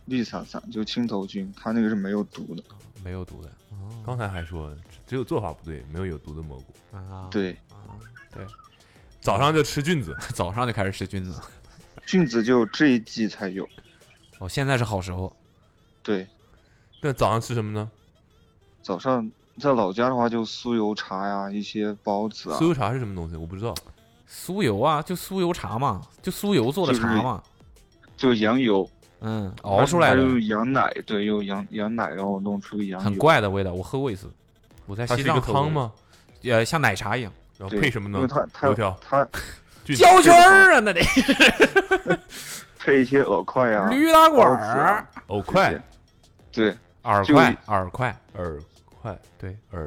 绿伞伞就青头菌，它那个是没有毒的。没有毒的。哦刚才还说只只有做法不对，没有有毒的蘑菇啊。哦哦对，对，早上就吃菌子， 早上就开始吃菌子。菌子就这一季才有。哦，现在是好时候。对，那早上吃什么呢？早上在老家的话，就酥油茶呀，一些包子啊。酥油茶是什么东西？我不知道。酥油啊，就酥油茶嘛，就酥油做的茶嘛，就羊油，嗯，熬出来它的，用羊奶，对，用羊羊奶，然后弄出个羊油很怪的味道。我喝过一次，我在它是西一个藏喝过汤吗？呃，像奶茶一样。然对因为它它油条它菌子胶圈儿啊，那得配一些饵块啊，驴打滚包子啊儿，藕块、对，饵就块、饵块、饵块，对，饵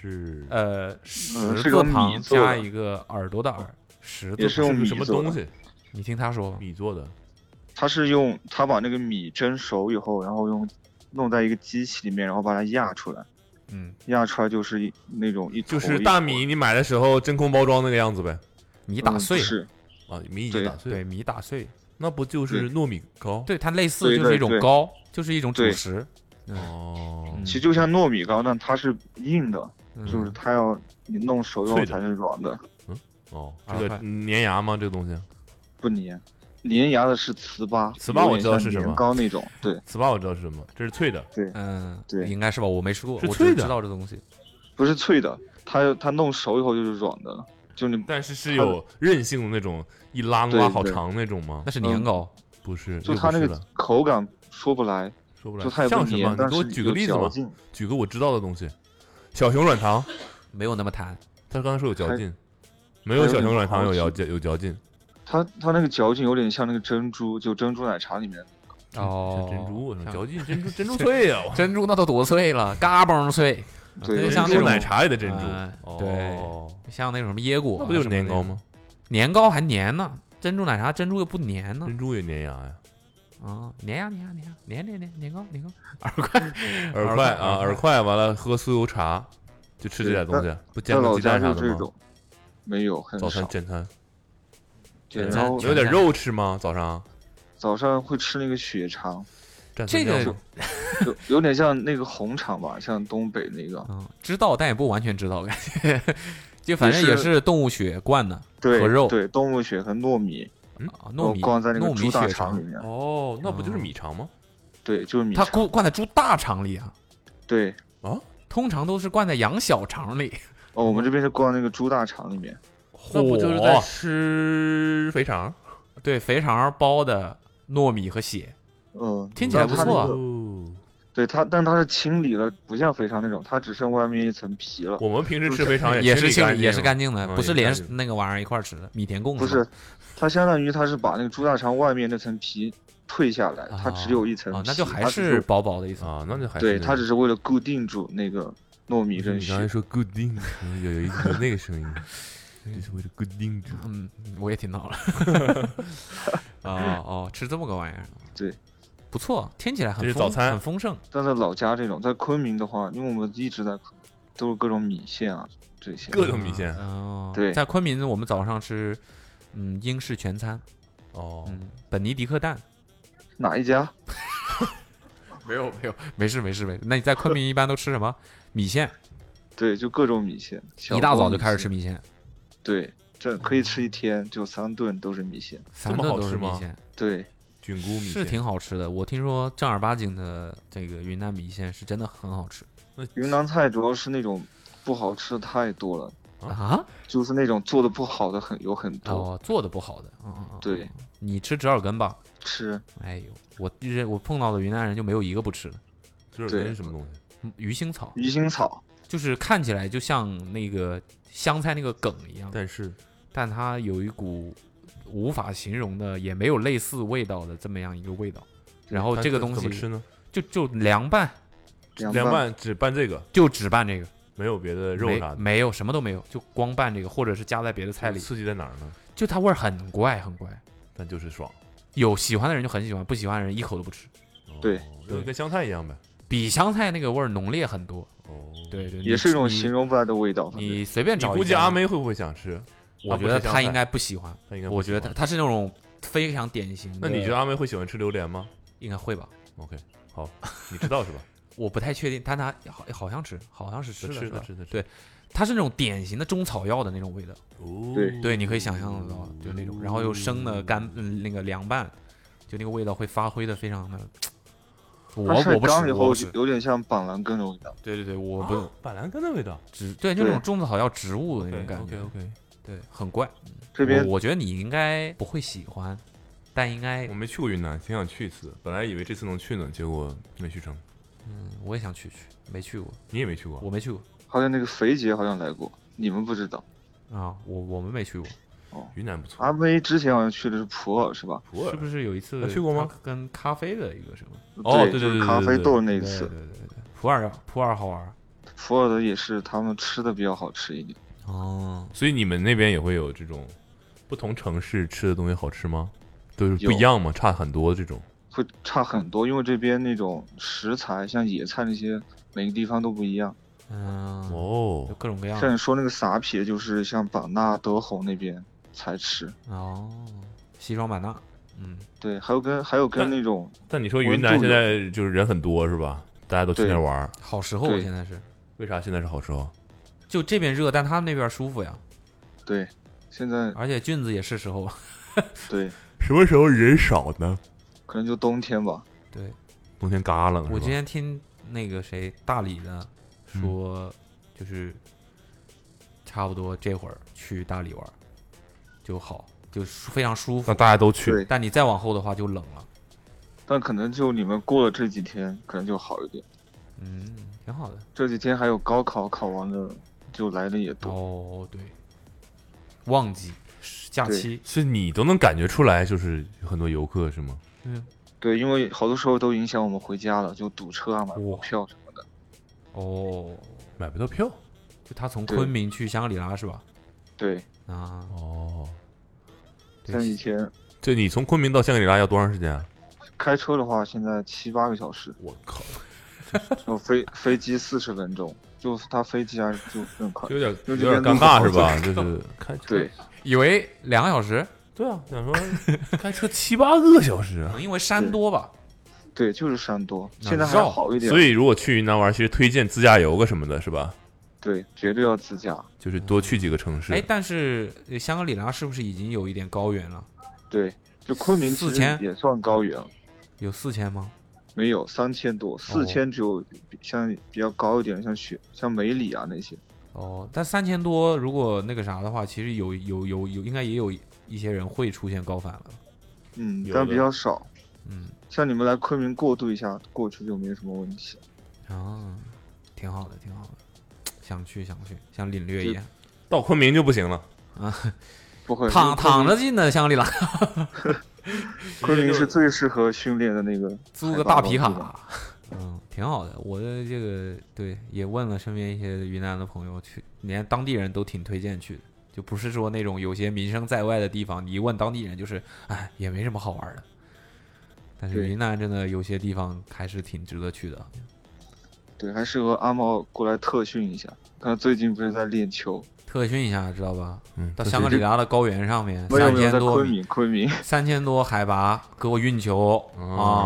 是呃，嗯十是字个米旁做的加一个耳朵的耳，十字也是旁用个米什么做的东西？你听他说吧。米做的，它是用它把那个米蒸熟以后，然后用弄在一个机器里面，然后把它压出来，嗯，压出来就是一那种一就坨是一大米你买的时候真空包装那个样子呗。米打嗯碎是啊，米已经打碎，对，米打碎，那不就是对糯米糕？对，它类似对就是对一种对糕，就是一种主对食。哦，其实就像糯米糕，但它是硬的，嗯就是它要你弄熟以后脆的才是软的，哦，饵这个块粘牙吗？这个东西？不粘。粘牙的是糍粑，糍粑我知道是什么年糕那种，对，糍粑我知道是什么，这是脆的。对，嗯，对，应该是吧？我没吃过，是我脆只的知道这东西。不是脆的，它它弄熟以后就是软的了，就你但是是有韧性的那种，一拉对拉对好长那种吗？那是嗯年糕，不是，就又它不那是个了口感说不来，说不来就它也不像什么？你粘，但给我是举个例子有嘛嚼劲，举个我知道的东西。小熊软糖，没有那么弹。他刚才说有嚼还劲，没有还有小那熊种软糖有嚼嚼劲有嚼劲。它它那个嚼劲有点像那个珍珠，就珍珠奶茶里啊面，哦，珍珠我像嚼 劲珍珠珍珠脆呀，我珍珠那都多脆了，嘎嘣脆，那对就珍像珠那种奶茶里的珍珠哎哦对，像那种什么椰果啊，那不就什是么的年糕吗？年糕还粘呢，珍珠奶茶珍珠又不粘呢，珍珠也粘牙呀，啊，粘呀粘呀粘呀粘粘粘年糕年糕，饵块饵块啊，嗯饵块完了喝酥油茶，就吃这点东西在，不煎在个老鸡家蛋啥就这的吗种？，没有很早少餐。正餐，对，全然后全有点餐肉吃吗？早上早上会吃那个血肠，这蘸酸个酱吗有有点像那个红肠吧，像东北那个。嗯知道但也不完全知道，感觉就反正也也是是动物血灌的对和肉对，动物血和糯米，啊然糯后米哦灌在那个糯米猪大血肠肠嗯里，面，哦，那不就是米肠吗？对，就是米它肠，灌灌在猪大肠里啊，对。啊，通常都是灌在羊小肠里， 哦，我们这边是灌那个猪大肠里面，那不就是在嚯吃肥肠？对肥肠包的糯米和血，嗯，听起来不但它错那啊哦个对它，但它是清理了，不像肥肠那种，它只剩外面一层皮了。我们平时吃肥肠也是是清也是干净的，嗯不是也连干净那个玩意儿一块儿吃的，米田共不吧是，它相当于它是把那个猪大肠外面那层皮退下来，它只有一层皮，啊，那就还它只是薄薄的一层。啊，那就还是对，那它个只是为了固定住那个糯米不是跟你刚血才。说固定，有 有一有那个声音，就是为了固定住。嗯，我也听 到了。哦哦，吃这么个玩意儿，对，不错，听起来很这是丰早餐很丰盛。但在老家这种，在昆明的话，因为我们一直在昆明，都是各种米线啊这些。各种米线哦，对在昆明我们早上吃，嗯，英式全餐，哦，嗯，本尼迪克蛋。哪一家？没有没有，没事没事没事。那你在昆明一般都吃什么？米 线，对，就各种米线。小一大包早就开始吃米米嗯线，线。对，这可以吃一天，就三顿都是米线。三么顿好都吃是米吗线。对，菌菇米线是挺好吃的。我听说正儿八经的这个云南米线是真的很好吃。云南菜主要是那种不好吃的太多了啊，就是那种做的不好的很有很多。哦，做的不好的，嗯嗯嗯，对，你吃折耳根吧？吃。哎呦，我认我碰到的云南人就没有一个不吃的。折耳根是什么东嗯西？鱼腥草。鱼腥草就是看起来就像那个香菜那个梗一样，但是，但它有一股无法形容的，也没有类似味道的这么样一个味道。然后嗯它这个怎东怎西么吃呢？就就凉拌，凉拌只拌这个，就只拌这个，没有别的肉没啥的，嗯没有什么都没有，就光拌这个，或者是加在别的菜里。刺激在哪儿呢？就它味儿很怪很怪，但就是爽。有喜欢的人就很喜欢，不喜欢的人一口都不吃。对，哦就跟香菜一样呗，比香菜那个味儿浓烈很多。哦，对对，也是一种你形容不来的味道。你随便找一你估计家阿妹会不会想吃？我啊觉得他应该，不不是喜欢，他应该不我喜觉得他他是那种非常典型香菜的。那你觉得阿妹会喜欢吃榴莲吗应该会吧？ ？OK，好， 你知道是吧？我不太确定，但他好好像吃，好像是吃吃的是吧吃的吃对，它是那种典型的中草药的那种味道。哦对对，你可以想象得到，就那种，然后又生的干嗯那个凉拌，就那个味道会发挥的非常的。我它晒我不干了吃，以我后不就吃。有点像板蓝根的味道。对对对，我不用板蓝根的味道，植对，就那种对中草药植物的那种 OK，感觉。 OK，OK 对，很怪。嗯这边我我觉得你应该不会喜欢，但应该我没去过云南，挺想去一次，本来以为这次能去呢，结果没去成。嗯，我也想去去，没去过，你也没去过，我没去过好像那个肥姐好像来过，你们不知道。啊，我我们没去过。云南不错，阿妹之前好像去的是普洱是吧？普洱是不是有一次他去过吗？跟咖啡的一个什么？哦，对就对是对，咖啡豆那一一次。对对对，普洱啊普洱好玩。普洱的也是他们吃的比较好吃一点。哦，所以你们那边也会有这种不同城市吃的东西好吃吗？都是不有一样吗？差很多这种。会差很多，因为这边那种食材，像野菜那些，每个地方都不一样。嗯，哦有各种各样像的你说那个撒撇，就是像版纳、德宏那边才吃。哦，西双版纳，嗯，对，还有跟还有跟那那种但你说云南现在就是人很多是吧？大家都去那对玩儿，好时候啊对现在是，为啥现在是好时候？就这边热，但他们那边舒服呀，对，现在而且菌子也是时候，啊对，什么时候人少呢？可能就冬天吧。对冬天嘎了，我是吧今天听那个谁大理的说，就是差不多这会儿去大理玩儿就好，就舒非常舒服那。大家都去对，但你再往后的话就冷了，但可能就你们过了这几天，可能就好一点。嗯，挺好的。这几天还有高考考完了，就来的也多。哦，对，旺季假对期，是你都能感觉出来，就是有很多游客是吗？嗯，对，因为好多时候都影响我们回家了，就堵车啊、买哇不票什么的。哦，买不到票就他从对昆明去香格里拉是吧？对，啊，哦。像以对，前这你从昆明到香格里拉要多长时间啊？开车的话，现在七八个小时。我靠，就飞飞机四十分钟，就是他飞机还是就更快就。有就点这有点边尴尬是路口嗯吧？就是开车对，以为两个小时，对啊，想说 开车七八个小时啊可，能因为山多吧。对，就是山多，那现在还绕好一点。所以如果去云南玩，其实推荐自驾游个什么的，是吧？对，绝对要自驾。就是多去几个城市。哎，但是呃香格里拉是不是已经有一点高原了？对，就昆明其四实千也算高原，有四千吗？没有三千多，哦四千只有比像比较高一点，像雪像梅里啊那些。哦，但三千多，如果那个啥的话，其实有有有有，应该也有一些人会出现高反了。嗯有，但的比较少。嗯，像你们来昆明过渡一下，过去就没什么问题。啊，挺好的，挺好的，想去想去，想领略一下到昆明就不行了，不会，因躺为躺昆着明进的香格里拉，昆明是最适合训练的那个。租个大皮。卡，嗯，挺好的。我的这个对，也问了身边一些云南的朋友去，连当地人都挺推荐去的，就不是说那种有些名声在外的地方，你一问当地人就是，哎，也没什么好玩的。但是对云南真的有些地方还是挺值得去的。对，还适合阿茂过来特训一下。他最近不是在练球，特训一下，知道吧？嗯到香格里拉的高原上面，没有三没有千在多昆米，明，昆明。三千多海拔，给我运球啊、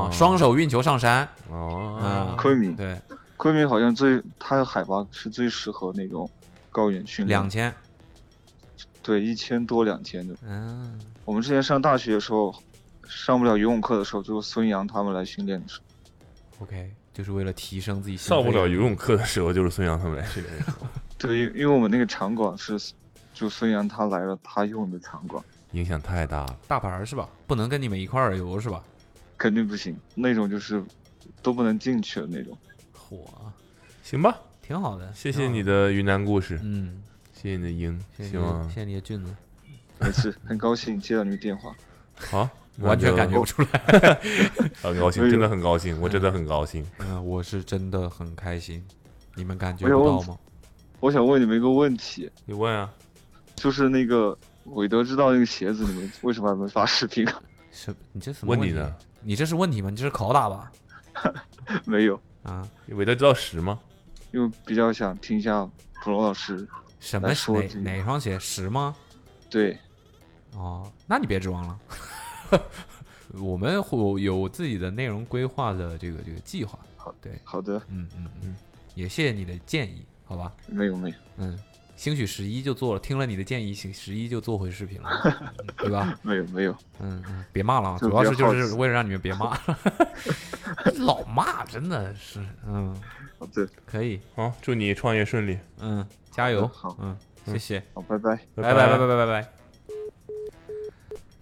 哦双手运球上山啊哦，！昆明对，昆明好像最它的海拔是最适合那种高原训练，两千，对一千多两千的。嗯，我们之前上大学的时候，上不了游泳课的时候，就是孙杨他们来训练的时候。 OK，就是为了提升自己心肺上不了能力游泳课的时候，就是孙杨他们来训练。 对，因因为我们那个场馆是，就孙杨他来了，他用的场馆，影响太大了，大牌儿是吧？不能跟你们一块儿游是吧？肯定不行，那种就是都不能进去的那种。火，行吧，挺好的。谢谢你的云南故事，嗯，谢谢你的鹰，谢谢希望谢谢你的俊子，没事，很高兴接到你的电话。好，那完全就，感觉不出来很高哎兴，真的很高兴，我真的很高兴。嗯、我是真的很开心，你们感觉我想不问到吗？我想问你们一个问题，你问啊，就是那个韦德知道那个鞋子，你们为什么还没发视频啊？ 是你这什么问问你题呢？你这是问题吗？你这是拷打吧？没有啊，韦德知道十吗？因为比较想听一下普龙老师什来么说哪这个哪双鞋十吗？对，哦，那你别指望了。 我们会有自己的内容规划的这个这个计划。对，好的，嗯嗯嗯，也谢谢你的建议，好吧？没有没有，嗯，兴许十一就做了，听了你的建议，兴十一就做回视频了，嗯对吧？没有没有，嗯嗯，别骂了啊，就主要是比较就好是奇为了让你们别 骂，老骂真的是，嗯，好的，可以，好，啊祝你创业顺利，嗯，加油，好，嗯，谢谢，好，拜拜，拜拜拜拜拜拜拜。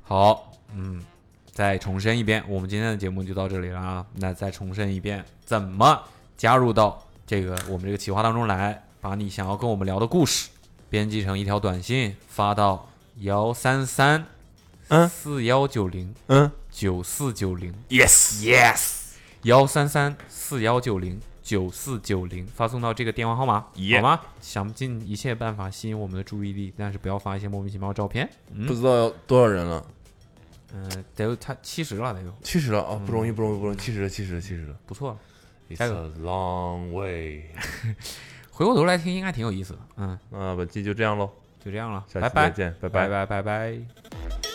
好，嗯，再重申一遍，我们今天的节目就到这里了啊。那再重申一遍，怎么加入到这个我们这个企划当中来？把你想要跟我们聊的故事编辑成一条短信发到幺三三嗯四幺九零嗯九四九零 Yes yes 幺三三四幺九零九四九零发送到这个电话号码 Yeah 好吗？想尽一切办法吸引我们的注意力，但是不要发一些莫名其妙的照片。嗯不知道多少人了，嗯、得有他七十了，得有七十了啊，不容易，不容易，不容易，嗯七十了，七十了，七十了，不错了。 It's 加 a long way。回过头来听，应该挺有意思的。嗯，那本期就这样喽，就这样了，下拜期拜，再见，拜拜拜拜拜。